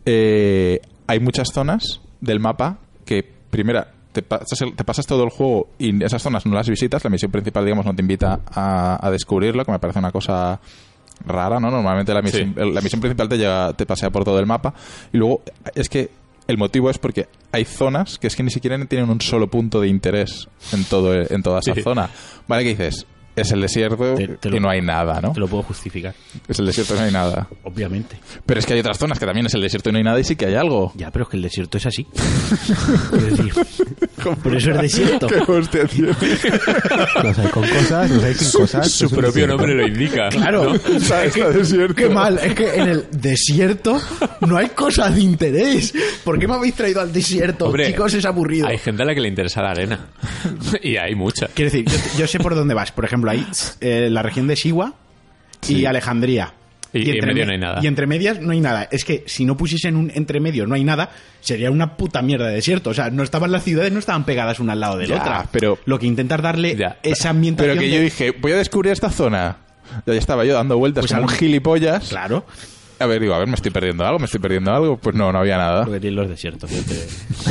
eh, hay muchas zonas del mapa que, primera, te pasas, el- te pasas todo el juego y esas zonas no las visitas. La misión principal, digamos, no te invita a, a descubrirlo, que me parece una cosa rara, ¿no? Normalmente la misión, la misión principal te, lleva, te pasea por todo el mapa. Y luego es que el motivo es porque hay zonas que es que ni siquiera tienen un solo punto de interés en, todo, en toda esa Sí. zona. ¿Vale? ¿Qué dices? Es el desierto Te- te lo- y no hay nada, ¿no? te lo puedo justificar, Es el desierto y no hay nada. obviamente. Pero es que hay otras zonas que también es el desierto y no hay nada y sí que hay algo. Ya, pero es que el desierto es *laughs* así. Quiero decir, por eso es desierto. hostia, *laughs* tío. Los hay con cosas, los hay sin cosas. Su es un propio desierto. nombre lo indica. Claro. ¿no? Está, está desierto. Qué mal, es que en el desierto no hay cosas de interés. ¿Por qué me habéis traído al desierto, Hombre, chicos? Es aburrido. Hay gente a la que le interesa la arena. *laughs* y hay mucha. Quiero decir, yo, yo sé por dónde vas. Por ejemplo, hay eh, la región de Siwa y Alejandría. Y- y en medio me- no hay nada. Y entre medias no hay nada. Es que si no pusiesen un entre medio no hay nada, sería una puta mierda de desierto. O sea, no estaban las ciudades, no estaban pegadas una al lado de la Ya, otra. pero- Lo que intentas darle Ya. esa ambientación. Pero que yo de- dije, voy a descubrir esta zona. Ya estaba yo dando vueltas Pues como un algo- gilipollas. *laughs* Claro, A ver, digo, a ver, me estoy perdiendo algo, me estoy perdiendo algo. Pues no, no había nada. porque tienen los desiertos, yo te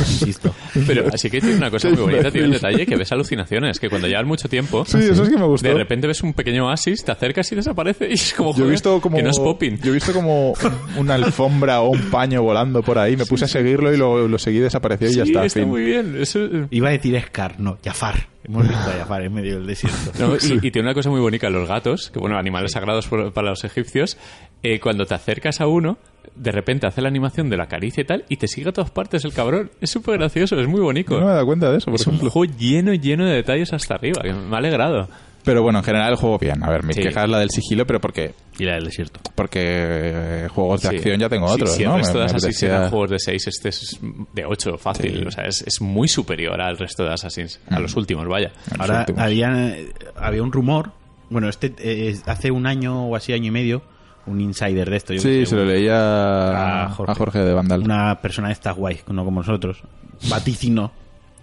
*laughs* insisto. Pero así que tiene una cosa *laughs* muy bonita, tiene un detalle que ves alucinaciones, que cuando llevas mucho tiempo, Sí, eso es que me gustó. de repente ves un pequeño oasis, te acercas y desaparece y es como, Yo he joder, visto como que no es popping. yo he visto como un- una alfombra o un paño volando por ahí, me puse a seguirlo y lo, lo seguí desapareció y ya Sí, está, fin. muy bien. Eso- Iba a decir Scar, no, Jafar. Hemos visto a Jafar en medio del desierto. *laughs* No, y- y, tiene una cosa muy bonita, los gatos, que bueno, animales sagrados por- para los egipcios, eh, cuando te acercas a uno, de repente hace la animación de la caricia y tal, y te sigue a todas partes el cabrón. Es súper gracioso, es muy bonito. Yo No me he dado cuenta de eso, por es un ejemplo. juego lleno, lleno de detalles hasta arriba, que me ha alegrado. Pero bueno, en general el juego bien. A ver, mi Sí. queja es la del sigilo, pero porque Y la del desierto. porque eh, juegos de Sí. acción ya tengo Sí, otros, sí, ¿no? el resto Me- de me Assassin's eran apetecía- juegos de 6, este es de 8, fácil. Sí. Mm. O sea, es, es muy superior al resto de Assassin's, a los últimos, vaya. en los Ahora últimos. había, había un rumor, bueno, este eh, es- hace un año o así, año y medio, un insider de esto, yo Sí, que sé, se lo un- leía a a Jorge, Jorge. de Vandal. una persona de estas guays, no como nosotros, vaticinó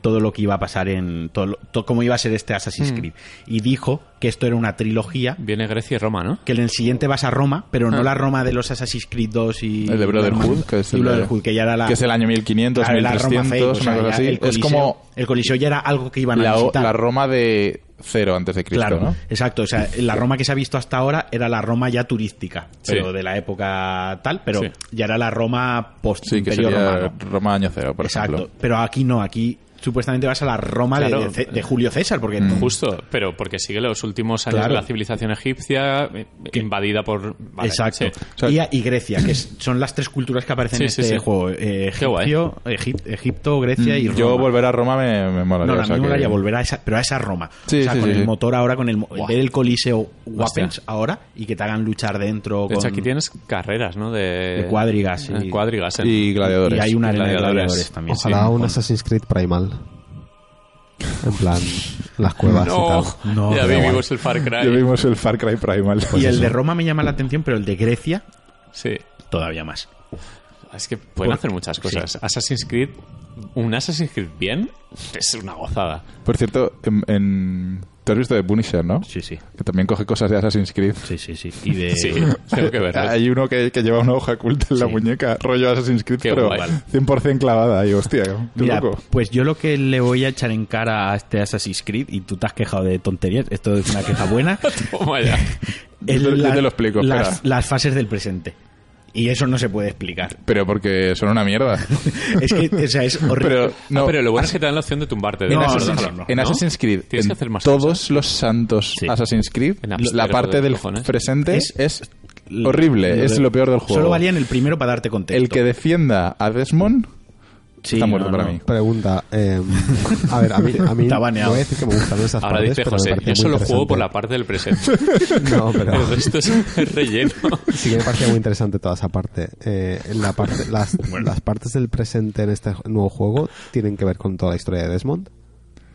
todo lo que iba a pasar en todo, lo- to- cómo iba a ser este Assassin's Creed y dijo que esto era una trilogía Viene Grecia y Roma, ¿no? que en el siguiente vas a Roma, pero no la Roma de los Assassin's Creed 2 y El de Brotherhood, que es, y el, de- Brotherhood, que ya era la que es el año 1500, claro, la Roma 1300, fake, o sea, una cosa ya así. el es Coliseo- como el Coliseo ya era algo que iban a la, visitar. la Roma de cero antes de Cristo, Claro, ¿no? exacto. O sea, la Roma que se ha visto hasta ahora era la Roma ya turística, pero Sí. de la época tal, pero Sí. ya era la Roma post Sí, que imperio sería romano. Roma año cero, por Exacto. ejemplo. Pero aquí no, aquí supuestamente vas a la Roma de- Claro. Mm. de, Ce- de Julio César, porque Mm. Justo, pero porque sigue los últimos años Claro. de la civilización egipcia eh, invadida por... vale, Exacto. sí. O sea- y, a- y Grecia, que es- son las tres culturas que aparecen Sí, en sí, este sí. juego. Eh, Qué guay. egipcio, Egip- Egipto, Grecia y Roma. Mm, Yo volver a Roma me, me molaría. No, o a mí sea me que- molaría volver a esa, pero a esa Roma. Sí, o sea, sí, con sí, el sí. motor ahora, con el, mo- Buah. ver el Coliseo Weapons Hostia. ahora y que te hagan luchar dentro De con hecho, aquí tienes carreras, ¿no? De, de cuadrigas. eh, cuadrigas. en- Y gladiadores. Y hay una arena de Gladiadores. gladiadores también. sí. Ojalá un Assassin's Creed Primal. En plan, las cuevas No, y tal. No, ya pero vivimos el Far Cry. *laughs* Ya vimos el Far Cry Primal. Y el de Roma me llama la atención, pero el de Grecia Sí. todavía más. Es que pueden Pues, hacer muchas cosas. Assassin's Creed, un Assassin's Creed bien, es una gozada. Por cierto, en, en- ¿te has visto The Punisher, no? Sí, sí. Que también coge cosas de Assassin's Creed. Sí, sí, sí. Y Eh, *laughs* de... Sí, tengo que *laughs* verlo. Hay uno que, que lleva una hoja oculta en la Sí. muñeca, rollo Assassin's Creed, Qué pero guay. 100% clavada ahí, hostia, qué Mira, loco. pues yo lo que le voy a echar en cara a este Assassin's Creed, y tú te has quejado de tonterías, esto es una *laughs* queja buena, *laughs* Toma ya. Yo es te- yo la- te lo explico, Las, espera. las fases del presente. Y eso no se puede explicar. Pero porque son una mierda. *laughs* Es que, o sea, *laughs* es horrible. pero, no, Ah, pero lo bueno es que te dan la opción de tumbarte. de No, verdad, no, no, déjalo, no. en ¿no? Assassin's Creed, Tienes que en hacer más todos cosas. los santos Sí. Assassin's Creed, En la absurdo, parte de del ¿eh? cojones. presente es, Es- horrible, es lo peor del juego. Solo valía en el primero para darte contexto. El que defienda a Desmond Sí, está muerto no, para no. mí. Pregunta. eh, a ver, a mí, a mí Está no voy baneado. a decir que me gustan esas Ahora partes, dice pero me José, parecía yo muy solo juego por la interesante. parte del presente. *laughs* No, pero... El resto *laughs* es relleno. Sí que me parecía muy interesante toda esa parte. Eh, la parte las, las partes del presente en este nuevo juego tienen que ver con toda la historia de Desmond.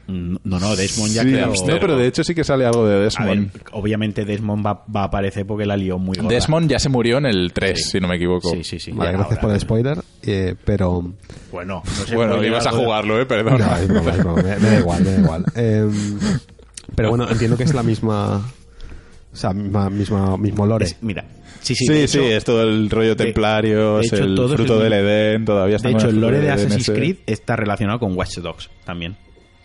No, no, no, Desmond ya Sí, quedó- no, pero de hecho sí que sale algo de A ver, Desmond. obviamente Desmond va, va a aparecer porque la lió muy gorda. Desmond ya se murió en el 3, si no me equivoco. Sí, sí, sí. Vale, Ya, gracias ahora. por el spoiler, eh, pero... Bueno, no sé Bueno, spoiler ibas a algo de- jugarlo, ¿eh? No, Perdón. es broma, es broma, me, me da igual, me da igual. Em, pero bueno, entiendo que es la misma... O sea, misma, misma, mismo lore. Es- mira, sí, sí. Sí, de sí, hecho- es todo el rollo templario, de hecho, el todo es fruto el- del Edén, todavía está De hecho, con el lore fruto de del Edén Assassin's ese. Creed está relacionado con Watch Dogs también.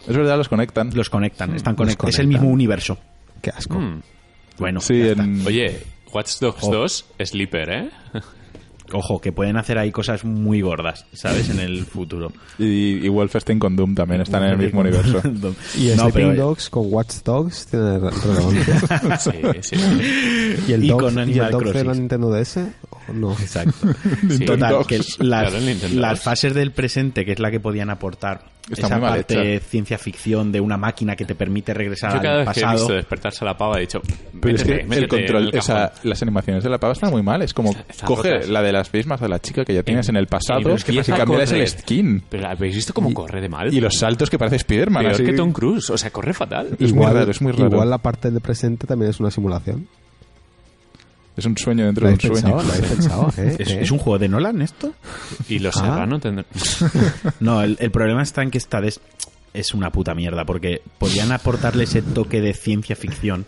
Es verdad, los conectan. Los conectan, están conect- Es el conectan. mismo universo. Qué asco. Mm. Bueno, Sí, ya está. en- Oye, Watch Dogs 2, Sleeper, *laughs* ¿eh? ojo, que pueden hacer ahí cosas muy gordas, ¿sabes? En el futuro. Y, y Wolfenstein con Doom también están en el mismo *laughs* universo. Y No, Sleeping pero- eh, Dogs con Watch Dogs tiene re- relevancia. Sí, sí. y el Y Dogs, con y el Animal Dogs de la Crossing. Nintendo DS, o no. Exacto. Sí. Total, Dogs. que las, *laughs* Claro, el Nintendo las Dogs. fases del presente, que es la que podían aportar Está esa muy mal parte hecha. de ciencia ficción de una máquina que te permite regresar Yo cada al vez que he pasado. visto despertarse a la pava he dicho, Pero métete, es que métete el control, en el o sea, cajón. las animaciones de la pava están muy mal. Es como Están coge rotas. la de las mismas de la chica que ya tienes en el Y- pasado pero y, es que empieza a cambias el correr. skin. Pero ¿habéis visto cómo corre de mal? Y los saltos que parece Spiderman. Peor así. que Tom Cruise, o sea, corre fatal. Es muy raro, es muy raro. Igual la parte del presente también es una simulación. Es un sueño dentro Lo de un habéis sueño. pensado, lo habéis pensado, ¿eh? *laughs* ¿Es, este. ¿Eh? es un juego de Nolan esto? Y los Ah. serrano tendrán... No, el, el problema está en que esta vez es una puta mierda, porque podrían aportarle ese toque de ciencia ficción,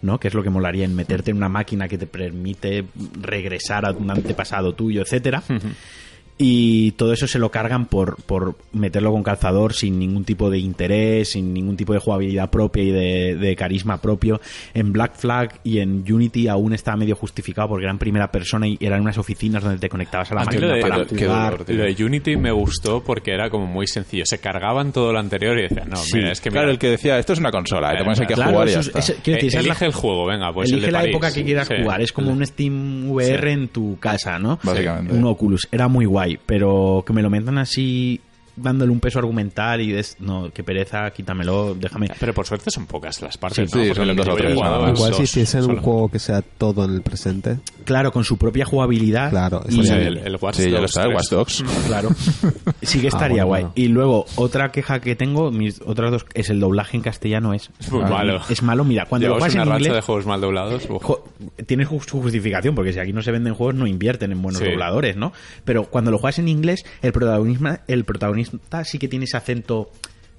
¿no? Que es lo que molaría en meterte en una máquina que te permite regresar a un antepasado tuyo, etcétera. Y todo eso se lo cargan por, por meterlo con calzador sin ningún tipo de interés, sin ningún tipo de jugabilidad propia y de, de carisma propio. En Black Flag y en Unity aún estaba medio justificado porque era en primera persona y eran unas oficinas donde te conectabas a la A mí máquina lo de, para lo- qué jugar. dolor, tío. lo de Unity me gustó porque era como muy sencillo. Se cargaban todo lo anterior y decían, no, mira, es que mira, claro, el que decía, esto es una consola, y te Claro, pones aquí a claro, jugar y ya eso es- está. ese- quiero decir, eh, esa es la- elige el juego, venga, pues el Elige de la París. época que quieras Sí. jugar. Es como un Steam VR en tu casa, ¿no? Básicamente. Un Oculus. Era muy guay, pero que me lo metan así dándole un peso argumental y des... no, qué pereza, quítamelo, déjame. Pero por suerte son pocas las partes, Sí, ¿no? sí, Porque son lo que dos o llevo yo tres, jugado nada más. es Igual si dos, hiciesen un solo. *laughs* juego que sea todo en el presente. Claro, con su propia jugabilidad. Claro, y- O eso sea, Sí. el, el Watch Sí, ya lo Dogs Mm. 3. sabes, Watch *laughs* Dogs. Claro. Sí que estaría Ah, bueno, guay. bueno. Y luego, otra queja que tengo, mis otras dos, es el doblaje en castellano es... Es muy malo. Es malo, mira, cuando lo Llevamos Pues juegas una en racha de inglés... juegos mal doblados. uf. jo- tiene ju- su justificación, porque si aquí no se venden juegos, no invierten en buenos Sí. dobladores, ¿no? Pero cuando lo juegas en inglés, el protagonista, el protagonista sí que tiene ese acento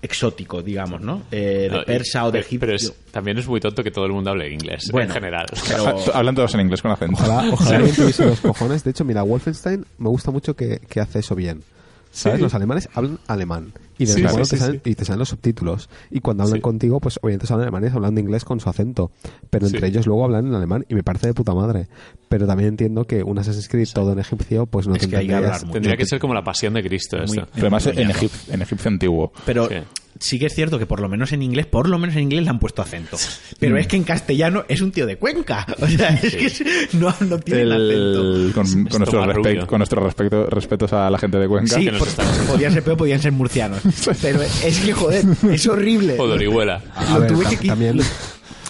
exótico, digamos, ¿no? Eh, de No, y- persa o de pero- egipcio. Pero es- también es muy tonto que todo el mundo hable inglés, Bueno, en general. *laughs* pero- Hablan todos en inglés con acento. Ojalá, ojalá alguien tuviese los cojones. De hecho, mira, Wolfenstein me gusta mucho que, que hace eso bien. ¿Sabes? Sí. Los alemanes hablan alemán. Y de Sí, sí, vez en cuando sí, te salen, sí. y te salen los subtítulos. Y cuando hablan Sí. contigo, pues obviamente son alemanes hablando inglés con su acento. Pero entre Sí. ellos luego hablan en alemán y me parece de puta madre. Pero también entiendo que un Assassin's Creed todo en egipcio, pues no Es que hay que tendrías- hablar mucho. Tendría que ser como la pasión de Cristo. Muy- esto. Pero además en, Embullado. Egip- en Egipcio antiguo. Pero Sí. sí que es cierto que por lo menos en inglés, por lo menos en inglés le han puesto acento. Mm. Pero es que en castellano es un tío de Cuenca. *laughs* O sea, es que es- no, no tiene el acento. Con, con Esto nuestro más respect- rubio. con nuestro respeto, respetos a la gente de Cuenca. Sí, que nos por- estamos- podían ser peor, podían *laughs* ser murcianos. Pero es que, joder, es horrible. O de Orihuela. A Lo ver, tuve tam- que quitar. también,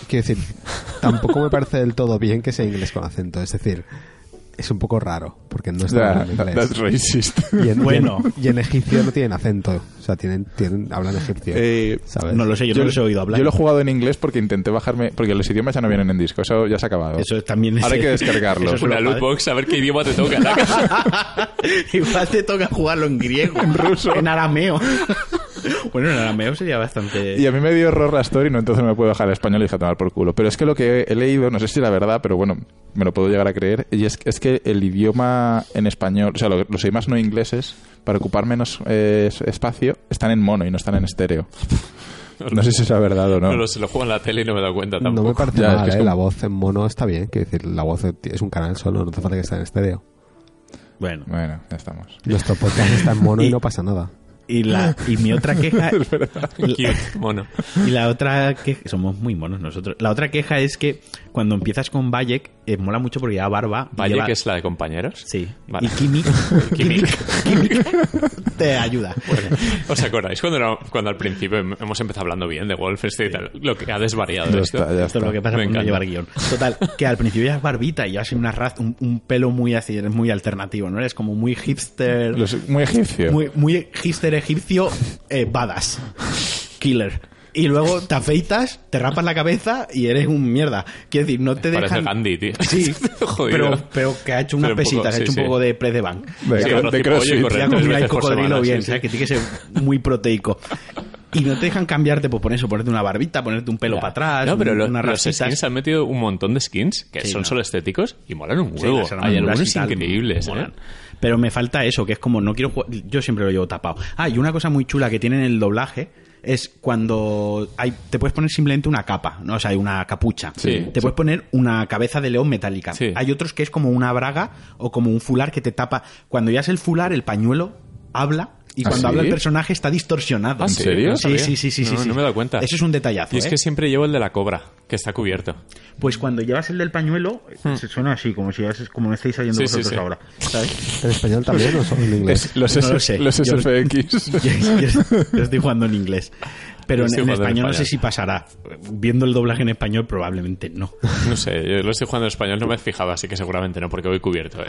quiero decir, tampoco me parece del todo bien que sea inglés con acento. Es decir, es un poco raro, porque no está Yeah, en inglés. that's racist. Y en, Bueno. y en- y en egipcio no tienen acento. O sea, tienen, tienen, hablan egipcio. Eh, ¿sabes? No lo sé, yo, no los he oído hablar. Yo lo he jugado en inglés porque intenté bajarme. Porque los idiomas ya no vienen en disco. Eso ya se ha acabado. Eso también es- Ahora hay que descargarlo. Eso es Una lo loot padre. box, a ver qué idioma te toca. *laughs* Igual te toca jugarlo en griego, en ruso, en arameo. *laughs* bueno, en arameo sería bastante. Y a mí me dio error la story, no entonces no me puedo dejar el español y dije a tomar por culo. Pero es que lo que he leído, no sé si es la verdad, pero bueno, me lo puedo llegar a creer, y es, es que el idioma en español, o sea, lo- los idiomas no ingleses, para ocupar menos eh, es- espacio, están en mono y no están en *laughs* estéreo. No sé si es la verdad o no. No lo sé, lo juego en la tele y no me he dado cuenta No tampoco. me parece Ya, es mal, que es ¿eh? como- La voz en mono está bien. Quiero decir, la voz es un canal solo, no hace falta que esté en estéreo. Bueno, Bueno, ya estamos. Nuestro podcast está en mono y, Y- no pasa nada. y, la, y mi otra queja. *laughs* Cute, mono. Y la otra queja, somos muy monos nosotros. La otra queja es que cuando empiezas con Bayek, eh, mola mucho porque lleva barba. y Valle, lleva- que es la de compañeros. Sí. Vale. Y *laughs* Kimik, Kimik. Kimik te *laughs* ayuda. Pues, ¿Os acordáis cuando, era- cuando al principio hem- hemos empezado hablando bien de Wolfenstein y tal? Lo que ha desvariado Ya esto. está, ya Esto está. es lo que pasa Me por no encanta. llevar guión. Total, que al principio llevas barbita y llevas una raz, un, un pelo muy así, eres muy alternativo, ¿no? Eres como muy hipster. Los- muy egipcio. Muy, muy hipster egipcio, eh, badass. Killer. Y luego te afeitas, te rapas la cabeza y eres un mierda. Quiero decir, no te Parece dejan... Gandhi, tío. Sí, *laughs* Jodido. pero, pero que ha hecho unas Pero un poco, pesitas, sí, ha hecho sí. un poco de press de bank. De- Sí, de arroz y pollo CrossFit. y Te correr tres ha comido el veces por cocodrilo semana, bien, sí, ¿sabes? sí. Que tiene que ser muy proteico. Y no te dejan cambiarte pues, por poner eso, ponerte una barbita, ponerte un pelo Ya. para atrás, No, pero un- lo- unas los racitas. skins han metido un montón de skins que Sí, son no. solo estéticos y molan un Sí, huevo. las armaduras Hay y algunos tal, increíbles, ¿eh? molan. Pero me falta eso, que es como no quiero jugar. Yo siempre lo llevo tapado. Ah, y una cosa muy chula que tiene en el doblaje es cuando hay, te puedes poner simplemente una capa, ¿no? O sea, hay una capucha. Sí, te puedes poner una cabeza de león metálica. Sí. Hay otros que es como una braga o como un fular que te tapa. Cuando ya es el fular, el pañuelo habla. Y ¿Ah, sí? cuando habla el personaje está distorsionado. ¿Ah, ¿En sí? serio? No Sí, sabía. sí, sí, sí, No, sí. no me he dado cuenta. Eso es un detallazo. Y es ¿eh? que siempre llevo el de la cobra, que está cubierto. Pues cuando llevas el del pañuelo, se suena así, como si como me estáis oyendo Hmm. Sí, sí, vosotros sí. ahora. ¿Sabes? ¿En español también o solo en inglés? Es- los, No S- lo sé. los Yo- SFX. *laughs* Yo, yo- yo estoy jugando en inglés. Pero Yo en, estoy en jugando en español no sé español. si pasará. Viendo el doblaje en español, probablemente no. No sé, yo lo estoy jugando en español, no me he fijado, así que seguramente no, porque voy cubierto. ¿eh?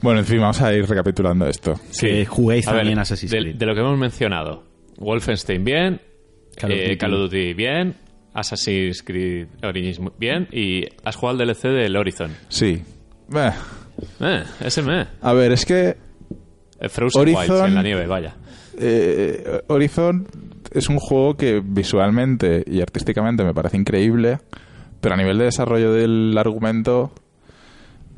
Bueno, en fin, vamos a ir recapitulando esto. Que Eh, juguéis A ver, también Assassin's de, Creed. De lo que hemos mencionado, Wolfenstein bien, Call of eh, Duty. Call of Duty bien, Assassin's Creed Origins mu- bien, y has jugado el DLC del Horizon. Sí. Bah. Eh, ese me. A ver, es que Eh, Frozen Horizon- Wilds en la nieve, vaya. eh, Horizon es un juego que visualmente y artísticamente me parece increíble, pero a nivel de desarrollo del argumento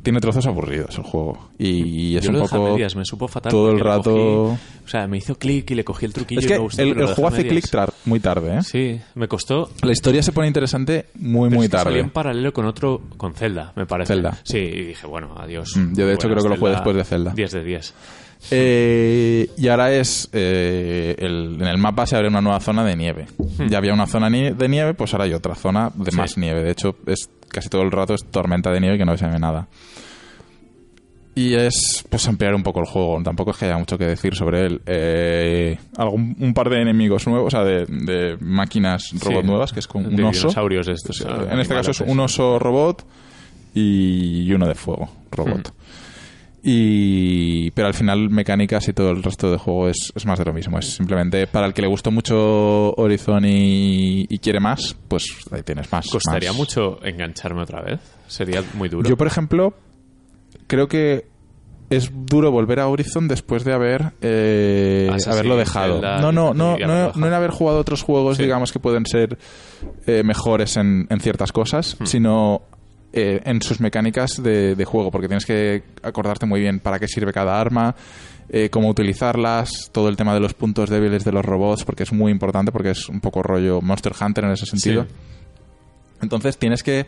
tiene trozos aburridos el juego. Y, es Yo un lo dejé a poco... medias, me supo fatal. todo el porque lo rato- cogí- o sea, me hizo clic y le cogí el truquillo es y que me gustó, el, pero lo el dejé juego a hace clic medias. trar- muy tarde, ¿eh? Sí, me costó La historia se pone interesante muy, Pero muy es que tarde. Salió en paralelo con otro, con Zelda, me parece. Zelda. Sí, y dije, bueno, adiós. Mm, yo de hecho creo que lo jugué juego después de Zelda. 10 de 10. Eh, y ahora es. eh, el- en el mapa se abre una nueva zona de nieve. Ya había una zona ni- de nieve, pues ahora hay otra zona de Hmm. Sí. más nieve. De hecho, es casi todo el rato es tormenta de nieve que no se ve nada. Y es pues ampliar un poco el juego. Tampoco es que haya mucho que decir sobre él. Eh, algún, un par de enemigos nuevos, o sea, de, de máquinas robot Sí. nuevas, que es con un De oso. dinosaurios estos. ah, Eh, en este caso es un oso robot y uno de fuego robot. Y, pero al final mecánicas y todo el resto de juego es, es más de lo mismo. Es simplemente para el que le gustó mucho Horizon y, y quiere más, pues ahí tienes más. Costaría más. mucho engancharme otra vez. Sería muy duro. Yo, por ejemplo, creo que es duro volver a Horizon después de haber eh, Assassin's, haberlo dejado. Zelda, no, no, no, y haberlo no, dejado. no en haber jugado otros juegos, Sí. digamos, que pueden ser eh, mejores en, en ciertas cosas, Hmm. sino eh, en sus mecánicas de, de juego, porque tienes que acordarte muy bien para qué sirve cada arma. eh, cómo utilizarlas, todo el tema de los puntos débiles de los robots, porque es muy importante, porque es un poco rollo Monster Hunter en ese sentido. Sí. Entonces tienes que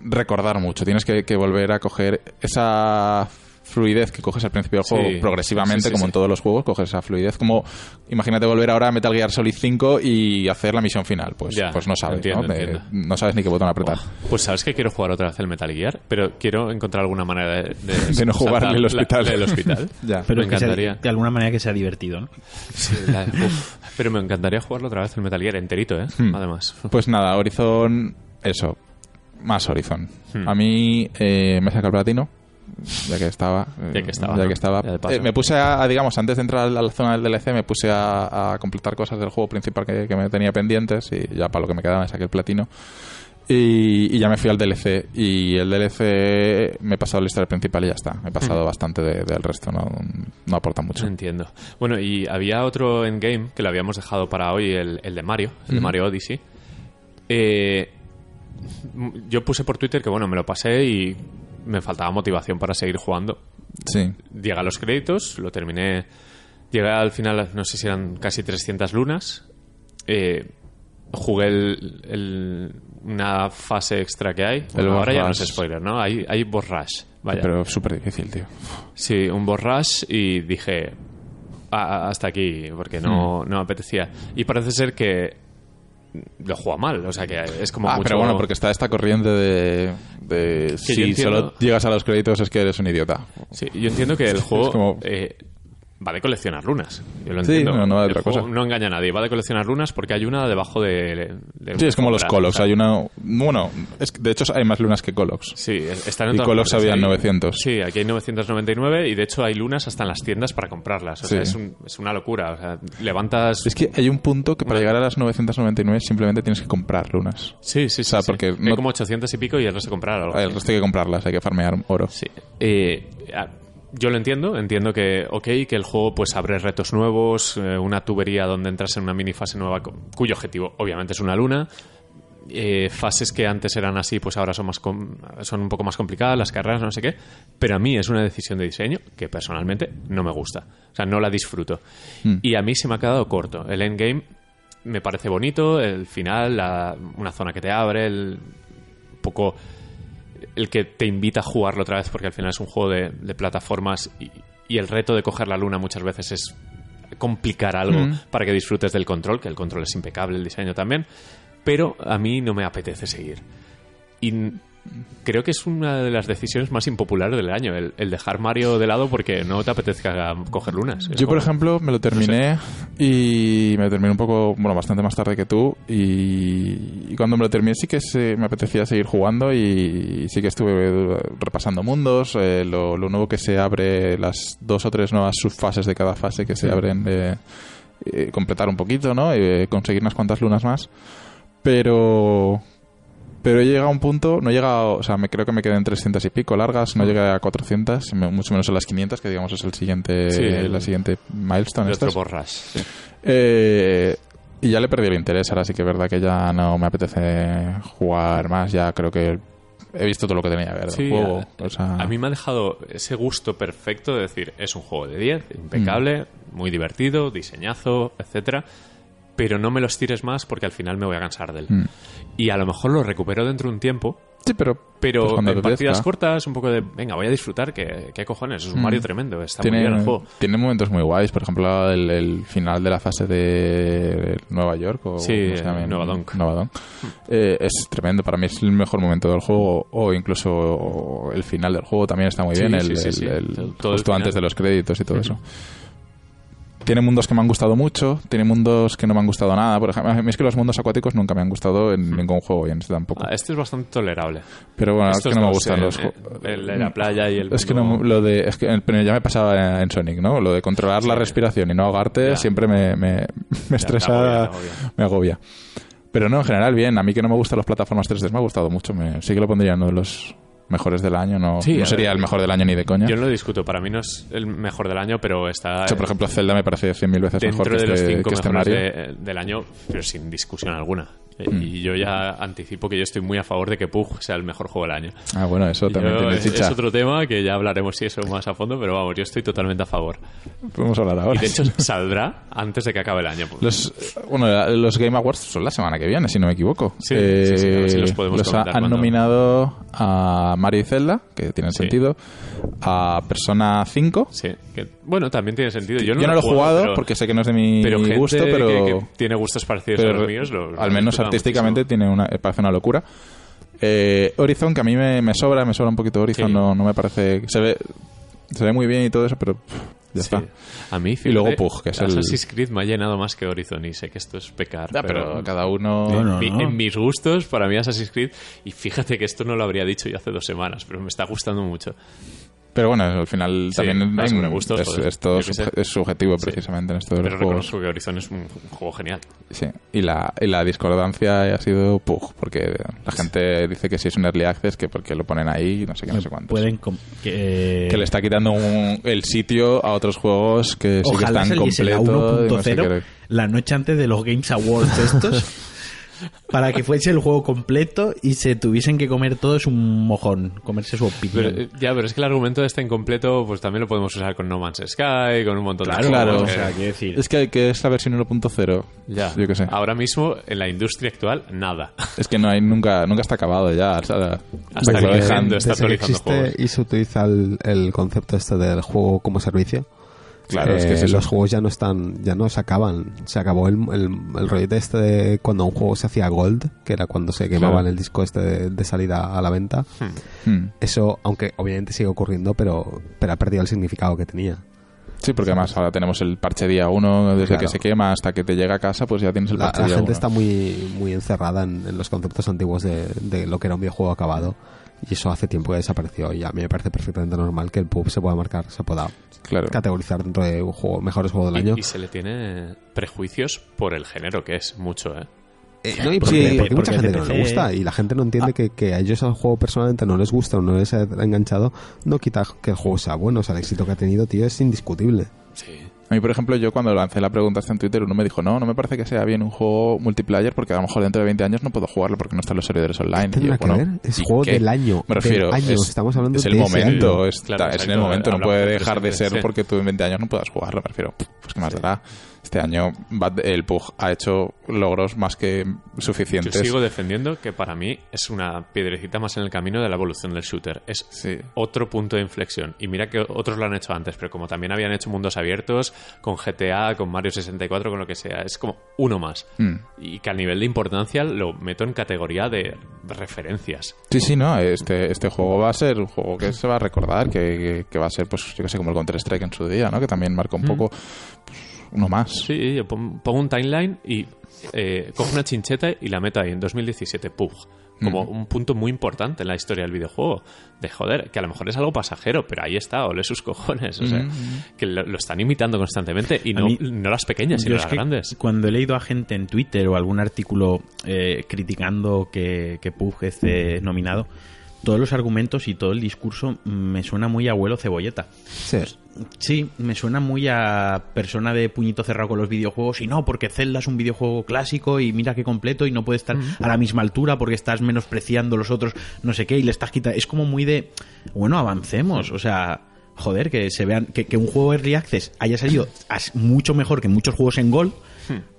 recordar mucho. Tienes que, que volver a coger esa fluidez que coges al principio del Sí. juego progresivamente, Sí, sí, como sí. en todos los juegos, coges esa fluidez. Como imagínate volver ahora a Metal Gear Solid 5 y hacer la misión final. Pues, Ya, pues no sabes, entiendo, ¿no? De- entiendo. no sabes ni qué botón apretar. Pues sabes que quiero jugar otra vez el Metal Gear, pero quiero encontrar alguna manera de... *laughs* *laughs* De no jugarle saltar el la- hospital. la del hospital. *laughs* Ya. Pero Me Pero que sea- encantaría. Pues de alguna manera que sea divertido, ¿no? Sí, la- uf. Pero me encantaría jugarlo otra vez el Metal Gear enterito, ¿eh? Hmm. Además. Pues nada, Horizon, eso, más Horizon. Hmm. A mí eh, me saca el platino, ya que estaba. eh, *laughs* Ya que estaba, ya ¿no? que estaba. Ya de paso. Eh, me puse a, a, digamos, antes de entrar a la zona del DLC, me puse a, a completar cosas del juego principal que, que me tenía pendientes y ya para lo que me quedaba me saqué el platino. Y, y ya me fui al DLC. Y el DLC me he pasado la historia principal y ya está. Me he Hmm. pasado bastante de- del resto, no, no aporta mucho. Entiendo. Bueno, y había otro endgame que lo habíamos dejado para hoy, el, el de Mario, el de Mario Odyssey. Eh, m- yo puse por Twitter que, bueno, me lo pasé y me faltaba motivación para seguir jugando. Sí. Llega a los créditos, lo terminé. Llegué al final, no sé si eran casi 300 lunas. Eh, jugué el, el- una fase extra que hay. Bueno, boss ahora ya no es rush. spoiler, ¿no? Hay, hay boss rush. Vaya. Pero súper difícil, tío. Sí, un boss rush y dije "Ah, ah, hasta aquí, porque Hmm. no, no me apetecía. Y parece ser que lo juega mal, o sea que es como ah, mucho... pero bueno, porque está esta corriente de, de yo si entiendo. solo llegas a los créditos es que eres un idiota. Sí, yo entiendo que el juego como- eh, va de coleccionar lunas. Yo lo Sí, entiendo. no, no va de El otra juego cosa. no engaña a nadie, va de coleccionar lunas porque hay una debajo de... de Sí, es como los otra, o Colox. sea, Hay una. Bueno, es que, de hecho hay más lunas que Colox. Sí, es- están en Y todas Colox partes. había Hay- 900. Sí, aquí hay 999 y de hecho hay lunas hasta en las tiendas para comprarlas. O sea, Sí. es, un- es una locura. O sea, levantas... Es que hay un punto que para llegar a las 999 simplemente tienes que comprar lunas. Sí, sí, sí. O sea, sí. porque Hay no- como 800 y pico y el resto comprar. algo El así. resto hay que comprarlas, hay que farmear oro. Sí. Eh, a- yo lo entiendo, entiendo que, ok, que el juego pues abre retos nuevos, eh, una tubería donde entras en una mini fase nueva cu- cuyo objetivo obviamente es una luna. Eh, fases que antes eran así, pues ahora son, más com- son un poco más complicadas, las carreras, no sé qué. Pero a mí es una decisión de diseño que personalmente no me gusta. O sea, no la disfruto. Y a mí se me ha quedado corto. El endgame me parece bonito, el final, la- una zona que te abre, el poco el que te invita a jugarlo otra vez, porque al final es un juego de, de plataformas y, y el reto de coger la luna muchas veces es complicar algo Mm. para que disfrutes del control, que el control es impecable, el diseño también, pero a mí no me apetece seguir. Y n- creo que es una de las decisiones más impopulares del año, el, el dejar Mario de lado porque no te apetezca coger lunas. Es Yo, por como- ejemplo, me lo terminé y me lo terminé un poco, bueno, bastante más tarde que tú. Y, y cuando me lo terminé, sí que se, me apetecía seguir jugando y, sí que estuve eh, repasando mundos. eh, lo, lo nuevo que se abre, las dos o tres nuevas subfases de cada fase que se abren, eh, eh, completar un poquito, ¿no? Eh, conseguir unas cuantas lunas más. Pero. Pero he llegado a un punto, no he llegado, o sea, me creo que me quedé en 300 y pico largas, Ah. no llegué a 400, me- mucho menos a las 500, que digamos es el siguiente, Sí, el- la siguiente milestone. de otro estas. Borras. Sí. Eh, y ya le perdí el interés, ahora sí que es verdad que ya no me apetece jugar más, ya creo que he visto todo lo que tenía que ver del Sí, juego. a, o sea, a mí me ha dejado ese gusto perfecto de decir, es un juego de 10, impecable, Mm. muy divertido, diseñazo, etcétera, pero no me los tires más porque al final me voy a cansar de él. Mm. Y a lo mejor lo recupero dentro de un tiempo, Sí, pero, pero pues, en cuando apetezca. partidas cortas, un poco de, venga, voy a disfrutar, que qué cojones, es un Mario tremendo, está muy bien el Mm. tiene, juego. tiene momentos muy guays, por ejemplo, el, el final de la fase de Nueva York o Sí, ¿cómo se llama? Nueva Donk. Nueva Donk. Eh, es tremendo, para mí es el mejor momento del juego o incluso el final del juego también está muy Sí, bien, sí, el, sí, sí. el- el- Todo el justo final. antes de los créditos y todo eso. Tiene mundos que me han gustado mucho, tiene mundos que no me han gustado nada. Por ejemplo, a mí es que los mundos acuáticos nunca me han gustado en ningún juego y en este tampoco. Ah, este es bastante tolerable. Pero bueno, es que Estos no me dos, gustan eh, los Mm. eh, juegos. el de la playa y el Es que mundo- no, lo de. Es que, eh, pero ya me pasaba en Sonic, ¿no? Lo de controlar la respiración y no ahogarte Ya. siempre me, me, me estresa. agobia, te agobia. Me agobia. Pero no, en general, bien. A mí que no me gustan las plataformas 3D, me ha gustado mucho. Me- sí que lo pondría en uno de los mejores del año. No, Sí, no a ver. sería el mejor del año ni de coña. Yo no lo discuto, para mí no es el mejor del año, pero está De hecho, por ejemplo, Zelda me parece 100.000 veces mejor dentro que de este, los cinco que este mejores Mario. Mm. de- del año, pero sin discusión alguna. Eh, Y yo ya anticipo que yo estoy muy a favor de que Pug sea el mejor juego del año. Ah, bueno, eso también Yo- tiene es, chicha. es otro tema que ya hablaremos si eso más a fondo, pero vamos, yo estoy totalmente a favor. Podemos hablar ahora. Y de *laughs* hecho saldrá antes de que acabe el año. Los, bueno, la- los Game Awards son la semana que viene, si no me equivoco. Eh, Sí, sí, sí, a ver si los podemos ha- comentar han cuando- nominado a Mario y Zelda, que tiene sentido, a Persona 5. Sí, que- bueno, también tiene sentido. Yo no, Yo no lo he jugado pero- porque sé que no es de mi pero gente gusto, pero, que, que tiene gustos parecidos pero a los míos. lo- al lo menos disfruta artísticamente tiene una, eh, parece una locura. Eh, Horizon, que a mí me, me sobra, me sobra un poquito Horizon, Sí. no, no me parece... Se ve, se ve muy bien y todo eso, pero pff, ya muchísimo. está. Sí. A mí, fíjate, luego Pug, que es el- Assassin's Creed me ha llenado más que Horizon y sé que esto es pecar. Ya, pero, cada uno... No, no. mi- En mis gustos, para mí Assassin's Creed, y fíjate que esto no lo habría dicho yo hace dos semanas, pero me está gustando mucho. Pero bueno, al final Sí, también claro, hay sobre un- gustos, es, joder, es todo yo qué sé. subje- es subjetivo Sí. precisamente en esto de Pero los juegos. reconozco que Horizon es un un juego genial. Sí. Y, la, y la discordancia ha sido pug, porque la gente dice que si es un early access, que porque lo ponen ahí, no sé qué, no sé cuántos. Pueden. com- Que, eh, Que le está quitando un- el sitio a otros juegos que sí que Ojalá están saliese la completos. y no sé 1.0 qué. la noche antes de los Games Awards estos *laughs* para que fuese el juego completo y se tuviesen que comer todos un mojón, comerse su opinión. Pero, eh, ya, pero es que el argumento de este incompleto, pues también lo podemos usar con No Man's Sky, con un montón de Claro, juegos, que- claro. o sea, quiero decir, Es que, que es la versión 1.0. Ya. Ah. Yo qué sé. Ahora mismo, en la industria actual, nada. Es que no hay, nunca, nunca está acabado ya. o sea, pues Hasta lo que dejan- Nintendo está desde actualizando que existe juegos. y se utiliza el, el concepto este del juego como servicio. Claro, es eh, que es eso. los juegos ya no están, ya no se acaban. Se acabó el, el, el rollete este de cuando un juego se hacía gold, que era cuando se quemaban Claro. el disco este de, de salida a la venta. Hmm. Eso, aunque obviamente sigue ocurriendo, pero, pero ha perdido el significado que tenía. Sí, porque además ahora tenemos el parche día 1, desde Claro. que se quema hasta que te llega a casa, pues ya tienes el La, parche la día gente uno. está muy, muy encerrada en, en los conceptos antiguos de, de lo que era un videojuego acabado. Y eso hace tiempo que desapareció. Y a mí me parece perfectamente normal que el pub se pueda marcar, se pueda Claro. categorizar dentro de un juego, mejores juegos del año. Y, y se le tiene prejuicios por el género que es, mucho, ¿eh? Eh, no, porque- y porque, porque porque mucha gente no CPC le gusta y la gente no entiende que, que a ellos el juego personalmente no les gusta o no les ha enganchado. No quita que el juego sea bueno. O sea, el éxito que ha tenido, tío, es indiscutible. Sí. A mí, por ejemplo, yo cuando lancé la pregunta hacia en Twitter, uno me dijo, no, no me parece que sea bien un juego multiplayer porque a lo mejor dentro de 20 años no puedo jugarlo porque no están los servidores online. tiene Y yo, nada que bueno, ver? Es ¿y juego qué? del año, Me del refiero. año, es, estamos hablando es de el ese momento, año. es, Claro, es en el exacto, momento, no hablamos puede del dejar de presente, ser sí. porque tú en 20 años no puedas jugar, me refiero. Pues qué más dará. Este año Bad- el Pug ha hecho logros más que Yo suficientes. sigo defendiendo que para mí es una piedrecita más en el camino de la evolución del shooter. Es Sí. otro punto de inflexión. Y mira que otros lo han hecho antes, pero como también habían hecho mundos abiertos con GTA, con Mario 64, con lo que sea, es como uno más. Mm. Y que a nivel de importancia lo meto en categoría de referencias. Sí, sí, no, este, este juego va a ser un juego que se va a recordar, que, que- que va a ser, pues, yo que sé, como el Counter-Strike en su día, ¿no? Que también marcó Mm. un poco, pues, uno más. Sí, yo pon- pongo un timeline y eh, cojo una chincheta y la meto ahí en 2017, PUG. Mm. Como un punto muy importante en la historia del videojuego. De joder, que a lo mejor es algo pasajero, pero ahí está, ole sus cojones. O sea, que lo, lo están imitando constantemente y Mm, A no, mí- no las pequeñas, Yo sino es las que grandes. Cuando he leído a gente en Twitter o algún artículo eh, criticando que, que PUBG esté nominado, todos los argumentos y todo el discurso me suena muy a abuelo cebolleta. Sí. Sí, me suena muy a persona de puñito cerrado con los videojuegos y no, porque Zelda es un videojuego clásico y mira qué completo y no puede estar a la misma altura porque estás menospreciando los otros, no sé qué, y le estás quitando... Es como muy de, bueno, avancemos, o sea, joder, que se vean, que, que un juego Early Access haya salido as- mucho mejor que muchos juegos en Gold,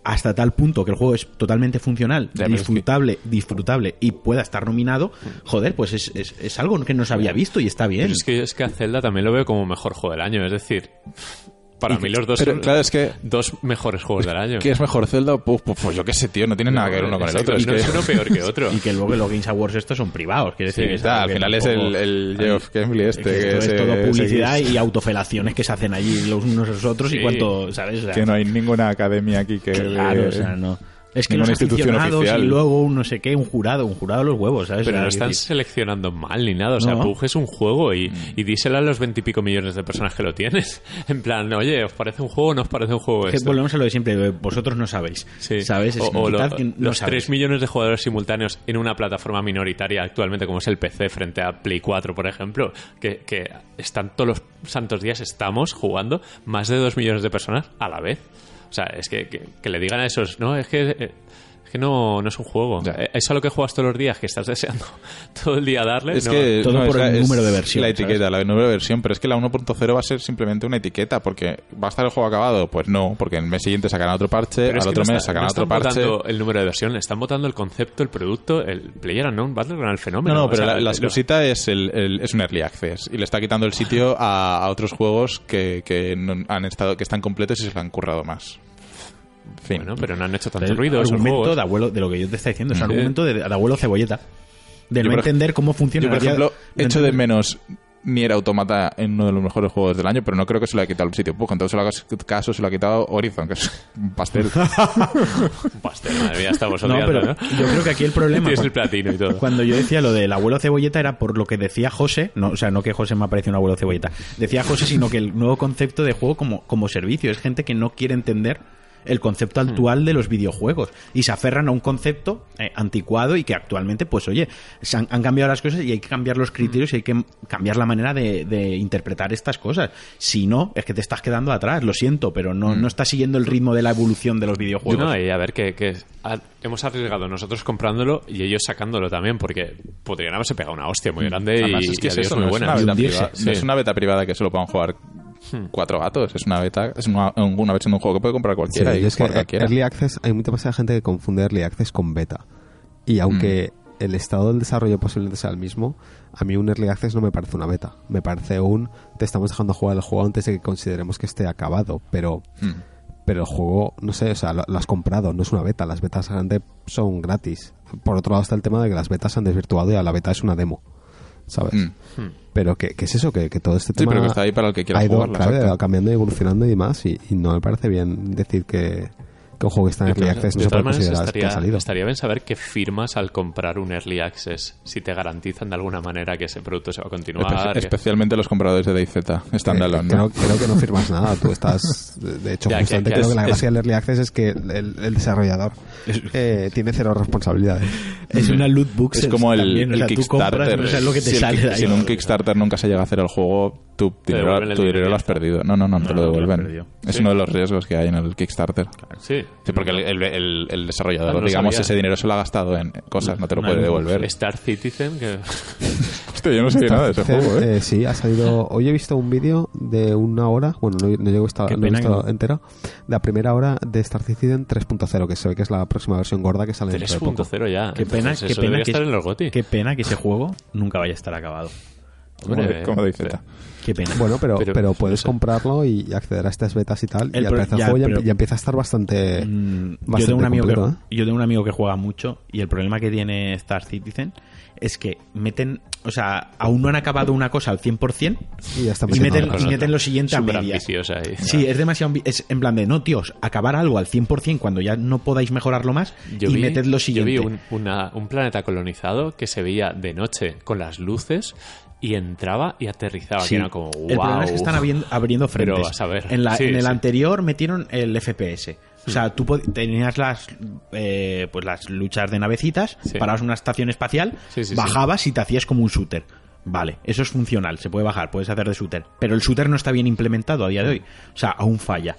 hasta tal punto que el juego es totalmente funcional, Hmm. Ya, pero es que- Hmm. disfrutable, disfrutable y pueda estar nominado, joder, pues es, es- es algo que no se había visto y está bien. Pero es que yo es que a Zelda también lo veo como mejor juego del año. Es decir, para mí los dos Pero son claro, es que, dos mejores juegos del año. ¿qué es mejor, Zelda o Pug? Pues, pues yo qué sé, tío, no tiene nada que ver uno con el Exacto, otro. Es no que, *laughs* es uno peor que otro. y que luego los Games Awards estos son privados, quiere decir. Sí, que es Ya, al algo que final es tampoco- el, el Geoff Keighley es este. que esto que se- es todo se- publicidad y autofelaciones que se hacen allí los unos a los otros Sí. y cuánto, ¿sabes? O sea, Que no hay ninguna academia aquí que... claro, o sea, no. Es que ninguna los institución aficionados oficial. y luego un no sé qué, un jurado, un jurado a los huevos, ¿sabes? Pero O sea, no quiero están decir, seleccionando mal ni nada. O sea, No. PUBG es un juego Mm. y, y díselo a los veintipico millones de personas que lo tienes. *laughs* En plan, oye, ¿os parece un juego o no os parece un pues juego este? que esto? volvemos a lo de siempre, vosotros no sabéis, Sí. ¿sabes? Es o, o lo- quitar que no los sabéis. 3 millones de jugadores simultáneos en una plataforma minoritaria actualmente como es el PC frente a Play 4, por ejemplo, que, que están todos los santos días estamos jugando más de 2 millones de personas a la vez. O sea, es que, que- que le digan a esos, no, es que... eh, es que no, no es un juego. Ya. Eh, Eso a lo que juegas todos los días, que estás deseando *laughs* todo el día darle. Es no. que eh, todo no, por es la- el es número de versión, La ¿sabes? etiqueta, la del número de versión, pero es que la 1.0 va a ser simplemente una etiqueta, porque va a estar el juego acabado, pues no, porque el mes siguiente sacarán otro parche, Pero es al que otro no mes está- sacarán no otro están parche. votando el número de versión, están votando el concepto, el producto, el player unknown, Battleground, el No, fenómeno. no, pero O sea, la, la lo- exclusita es, el, el- es un early access y le está quitando el sitio a, a otros juegos que, que no han estado que están completos y se lo han currado más. Fin. Bueno, pero no han hecho tanto El ruido esos argumento juegos. de abuelo, de lo que yo te está diciendo, es un Eh. argumento de, de abuelo cebolleta. De Yo, no por ej- entender cómo funciona Yo, por la vida- ejemplo, no echo de entender- menos Nier Automata en uno de los mejores juegos del año, pero no creo que se lo haya quitado el sitio. Pues entonces, en todo caso, se lo ha quitado Horizon, que es un *laughs* pastel. Un *laughs* pastel, madre mía, estamos No, odiando, pero ¿no? yo creo que aquí *laughs* el problema. Tienes el platino y todo. Cuando yo decía lo del abuelo cebolleta era por lo que decía José, no, o sea, no que José me ha parecido un abuelo cebolleta, decía José, sino que el nuevo concepto de juego como, como servicio es gente que no quiere entender el concepto Mm. actual de los videojuegos y se aferran a un concepto eh, anticuado y que actualmente, pues oye, se han, han cambiado las cosas y hay que cambiar los criterios y hay que cambiar la manera de, de interpretar estas cosas. Si no, es que te estás quedando atrás, lo siento, pero Mm. no, no estás siguiendo el ritmo de la evolución de los videojuegos. No, y a ver, que, que a- hemos arriesgado nosotros comprándolo y ellos sacándolo también, porque podrían haberse pegado una hostia muy grande y, Mm. Además, es y que es adiós, eso, muy no es buena. una Y beta hundirse, privada. sí. No es una beta privada que solo puedan jugar cuatro gatos. Es una beta, es una- un- una versión de un juego que puede comprar Sí, cualquiera y y es que jugar cualquiera. Early Access, hay mucha más gente que confunde Early Access con beta. Y aunque el estado del desarrollo posiblemente sea el mismo, a mí un Early Access no me parece una beta. Me parece un te estamos dejando jugar el juego antes de que consideremos que esté acabado. Pero, pero el juego, no sé, o sea, lo, lo has comprado, no es una beta. Las betas antes son gratis. Por otro lado está el tema de que las betas se han desvirtuado y a la beta es una demo. ¿Sabes? Mm. Pero que, que es eso, que, que todo este tema pero que está ahí para el que quiera ha ido, jugarlo, claro, exacto. ha ido cambiando y evolucionando y demás y, y no me parece bien decir que, que un juego que está en Early Access no de se puede todas maneras, considerar que ha estaría, salido. estaría bien saber qué firmas al comprar un Early Access, si te garantizan de alguna manera que ese producto se va a continuar. Espe- que- especialmente los compradores de DayZ, Eh, standalone. creo, ¿no? creo que no firmas nada, tú estás... de- De hecho, Ya, que- justamente que creo es- que la es- gracia del Early Access es que el, el desarrollador eh, tiene cero responsabilidades. Es una loot box. Es como el, también, o el sea, tú Kickstarter. compras, no sabes lo que te si, el sale kick- de ahí. si en un Kickstarter nunca se llega a hacer el juego, tu dinero, devuelven el tu dinero dinero. lo has perdido. No, no, no, te lo No, no, te lo has devuelven. perdido. es Sí. uno de los riesgos que hay en el Kickstarter. Sí. Sí, porque el, el- el- el desarrollador, Ah, no digamos, sabía. ese dinero se lo ha gastado en cosas, no te lo puede devolver. Star Citizen, que Hostia, yo no sé nada de ese Entonces, juego, ¿eh? eh, sí, ha salido... Hoy he visto un vídeo de una hora, bueno, no, no llego hasta, Qué no he pena que visto no. entero, la primera hora de Star Citizen 3.0, que se ve que es la próxima versión gorda que sale dentro de poco. 3.0 ya. Qué pena, Entonces, qué eso pena debería que estar en los GOTY. Qué pena que ese juego nunca vaya a estar acabado. Como hombre, de- como de DayZ. Qué pena. Bueno, pero, Pero- pero, puedes no sé. comprarlo y acceder a estas betas y tal. El y al pro- parecer el ya, juego ya, pero- ya empieza a estar bastante. Mm, yo bastante ¿eh? tengo un amigo completo, que yo tengo un amigo que juega mucho y el problema que tiene Star Citizen es que meten, o sea, aún no han acabado una cosa al 100% Y ya está y metiendo meten, otra y cosa. meten lo siguiente a Súper medias. ambiciosa ahí. Sí, es demasiado. ambi- Es en plan de, no, tíos, acabar algo al 100% cuando ya no podáis mejorarlo más Yo y vi, meted lo yo vi siguiente. un, una- un planeta colonizado que se veía de noche con las luces y entraba y aterrizaba. Sí. Que era como, wow. El problema es que están abriendo, abriendo frentes. Pero vas a ver. En, la- Sí, en el sí. Hmm. anterior metieron el FPS. O sea, tú pod- tenías las eh, pues las luchas de navecitas, Sí. parabas en una estación espacial, Sí, sí, sí. bajabas y te hacías como un shooter. Vale, eso es funcional, se puede bajar, puedes hacer de shooter. Pero el shooter no está bien implementado a día de hoy. O sea, aún falla.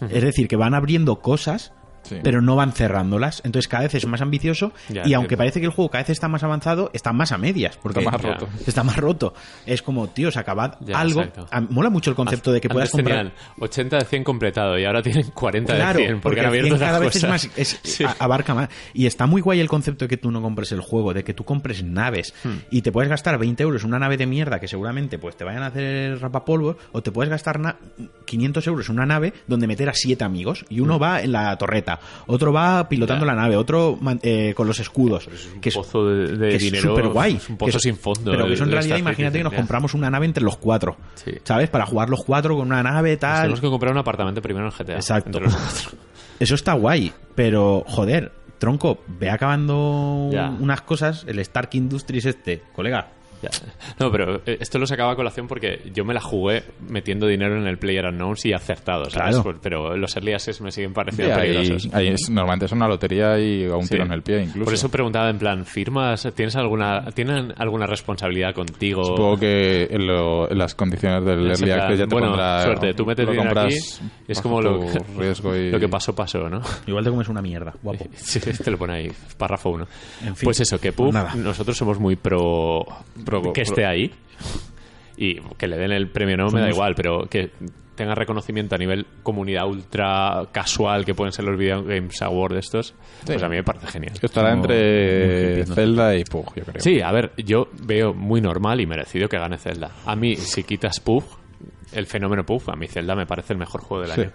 Hmm. Es decir, que van abriendo cosas, Sí. pero no van cerrándolas. Entonces cada vez es más ambicioso Ya, y aunque entiendo. parece que el juego cada vez está más avanzado, está más a medias. Porque más roto. Eh, Está más roto. Es como, tíos, acabad Ya, algo. exacto. A- mola mucho el concepto de que puedas Antes comprar. tenían 80 de 100 completado y ahora tienen 40 Claro, de 100 porque, porque han el abierto 100 cada otras vez es cosas. más, es- *laughs* Sí. a- abarca más. Y está muy guay el concepto de que tú no compres el juego, de que tú compres naves Hmm. y te puedes gastar 20 euros en una nave de mierda que seguramente pues te vayan a hacer rapapolvos o te puedes gastar na- 500 euros en una nave donde meter a siete amigos y uno va en la torreta, otro va pilotando Hmm. Ya. la nave, otro man- eh, con los escudos. que es- pozo de, de que es dinero. súper guay. Es un pozo sin fondo. Pero que eso en el- el realidad, Star imagínate que Citizen, nos ya. compramos una nave entre los cuatro. Sí. ¿Sabes? Para jugar los cuatro con una nave, Nos tal. tenemos que comprar un apartamento primero en el GTA. Exacto. entre los cuatro. Eso está guay. Pero, joder, tronco, ve acabando un- Ya. unas cosas. El Stark Industries este, colega. Ya. *laughs* No, pero eh, esto lo sacaba a colación porque yo me la jugué metiendo dinero en el Player Unknowns y acertado, ¿sabes? Claro. Por- Pero los early access me siguen pareciendo Sí, ahí, peligrosos. ahí es- normalmente es una lotería y a un Sí. tiro en el pie incluso. Por eso preguntaba en plan, ¿firmas? ¿Tienes alguna, ¿Tienen alguna responsabilidad contigo? Supongo que en, lo- en las condiciones del Es en Early plan, Access ya te bueno, pondrá... suerte, tú metes lo dinero compras aquí, es bajo como lo, tu riesgo *laughs* y... lo que pasó, pasó, ¿no? Igual te comes una mierda, guapo. Sí, te lo pone ahí, párrafo 1. En fin, pues eso, que Pup, nada. nosotros somos muy pro, Pro- que pro- esté ahí y que le den el premio, no me da Somos- igual, pero que tenga reconocimiento a nivel comunidad ultra casual que pueden ser los Video Games Awards estos, pues a mí me parece genial. Estará Como- entre en fin, no. Zelda y Pug, yo creo. Sí, a ver, yo veo muy normal y merecido que gane Zelda. A mí, si quitas Pug, el fenómeno Pug, a mí Zelda me parece el mejor juego del Sí. año.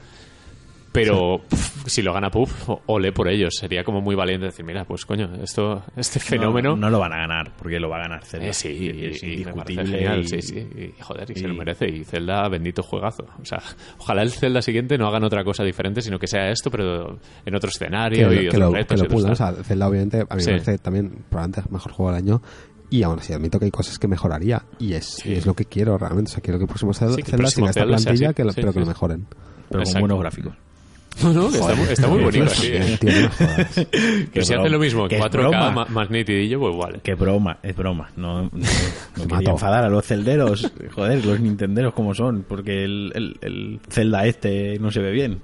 Pero pf, si lo gana Pug, o- ole por ellos. Sería como muy valiente decir, mira, pues coño, esto, este *laughs* fenómeno... No, no lo van a ganar, porque lo va a ganar Zelda. Eh, sí, y- es y me indiscutible. parece genial, y- sí, sí, y, joder, y, se y- lo merece. Y Zelda, bendito juegazo. O sea, ojalá el Zelda siguiente no hagan otra cosa diferente, sino que sea esto, pero en otro que, escenario y lo, que, otros lo, que retos. lo y otros pulan. O tal. sea, Zelda, obviamente, a mí Sí. me parece también probablemente el mejor juego del año. Y aún así, admito que hay cosas que mejoraría. Y es, y es lo que quiero realmente. O sea, quiero que el próximo Zelda, Sí, que el Zelda próximo siga esta Zelda sea plantilla, así. que lo- Sí, pero que sí. lo mejoren. Pero Exacto. con buenos gráficos. *laughs* No, no, que está, muy- está muy bonito. sí. Bien, Eh, tío, no *laughs* jodas. *laughs* Que si hace lo mismo en que es 4K broma. ma- más nitidillo, pues *laughs* vale. Qué broma, es broma. No, no, no *laughs* quería mato. enfadar a los celderos. Joder, los nintenderos como son, porque el, el, el Zelda este no se ve bien.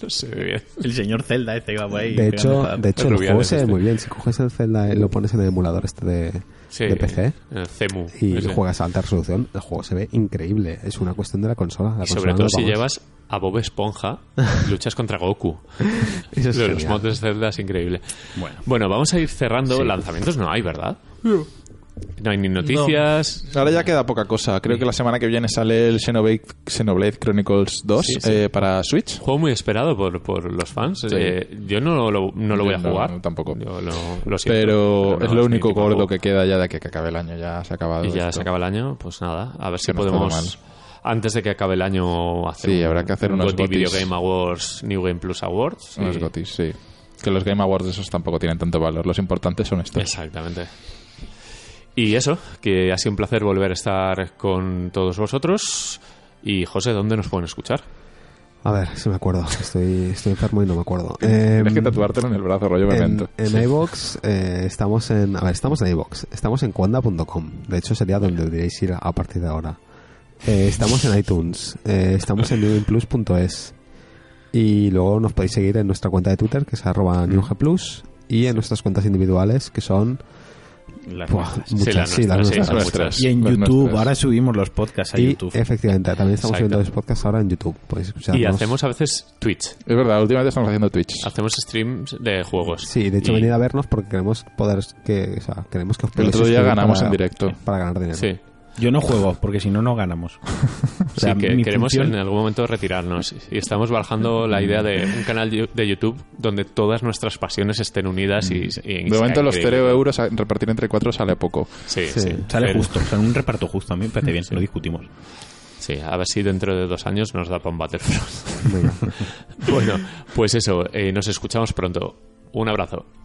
No sé, bien. El señor Zelda este que va por ahí. De pegando hecho, fadas. de hecho el Rubiales juego se ve este. muy bien. Si coges el Zelda y lo pones en el emulador este de, Sí, de PC el CEMU. y ese. juegas a alta resolución, el juego se ve increíble. Es una cuestión de la consola. La Y sobre consola no todo lo si vamos. llevas a Bob Esponja, luchas contra Goku. Eso es Lo de los genial. mods de Zelda es increíble. Bueno. vamos a ir cerrando. Lanzamientos no hay, ¿verdad? No hay ni noticias. Ahora ya queda poca cosa. Creo que la semana que viene sale el Xenoblade, Xenoblade Chronicles 2 Sí, sí. eh, para Switch. Juego muy esperado por, por los fans. Eh, yo no lo, no lo voy a Yo no, jugar. no, tampoco. Yo lo- lo siento, Pero no, es lo mi único tipo de gordo juego. que queda ya de que, que acabe el año. Ya se ha acabado. Y ya esto. se acaba el año, pues nada. A ver si Que no está podemos, antes de que acabe el año, hacer Sí, un- habrá que hacer un unos GOTY gotis. Video Game Awards, New Game Plus Awards. Los y- gotis, sí. Que los Game Awards esos tampoco tienen tanto valor. Los importantes son estos. Exactamente. Y eso, que ha sido un placer volver a estar con todos vosotros. Y José, ¿dónde nos pueden escuchar? A ver, si me acuerdo. Estoy, estoy enfermo y no *laughs* me acuerdo. Eh, Tienes que tatuártelo en el brazo, rollo en, memento. en iVoox, eh, estamos en... A ver, estamos en iVox. Estamos en cuanda.com. De hecho, sería donde deberíais ir a partir de ahora. Eh, estamos en iTunes. eh, estamos en newinplus.es. Y luego nos podéis seguir en nuestra cuenta de Twitter, que es Mm. arroba newgplus. Y en nuestras cuentas individuales, que son... Las Buah, nuestras. muchas, la sí, las nuestra, sí, las nuestras. nuestras. Y en Las YouTube, nuestras. ahora subimos los podcasts a Y YouTube. efectivamente, también estamos Exacto. subiendo los podcasts ahora en YouTube. Podéis escucharnos. Y hacemos a veces Twitch. Es verdad, últimamente estamos haciendo Twitch. Hacemos streams de juegos. Sí, de hecho Y- venid a vernos porque queremos poder que, o sea, queremos que os El podáis otro día suscribir ganamos para- en directo. para ganar dinero. Sí, Yo no juego, porque si no, no *laughs* ganamos. O sea, sí, que mi queremos función- en algún momento retirarnos. Y estamos barajando la idea de un canal yo- de YouTube donde todas nuestras pasiones estén unidas Mm. y... y- y De momento sea los 0 increíble. euros a- repartir entre cuatro sale poco. Sí, sí. Sí, Sale Pero- justo, o sea, en un reparto justo. A mí me parece *laughs* bien, lo discutimos. Sí, a ver si dentro de dos años nos da para un *laughs* Battlefront. Venga. bueno, pues eso, eh, nos escuchamos pronto. Un abrazo.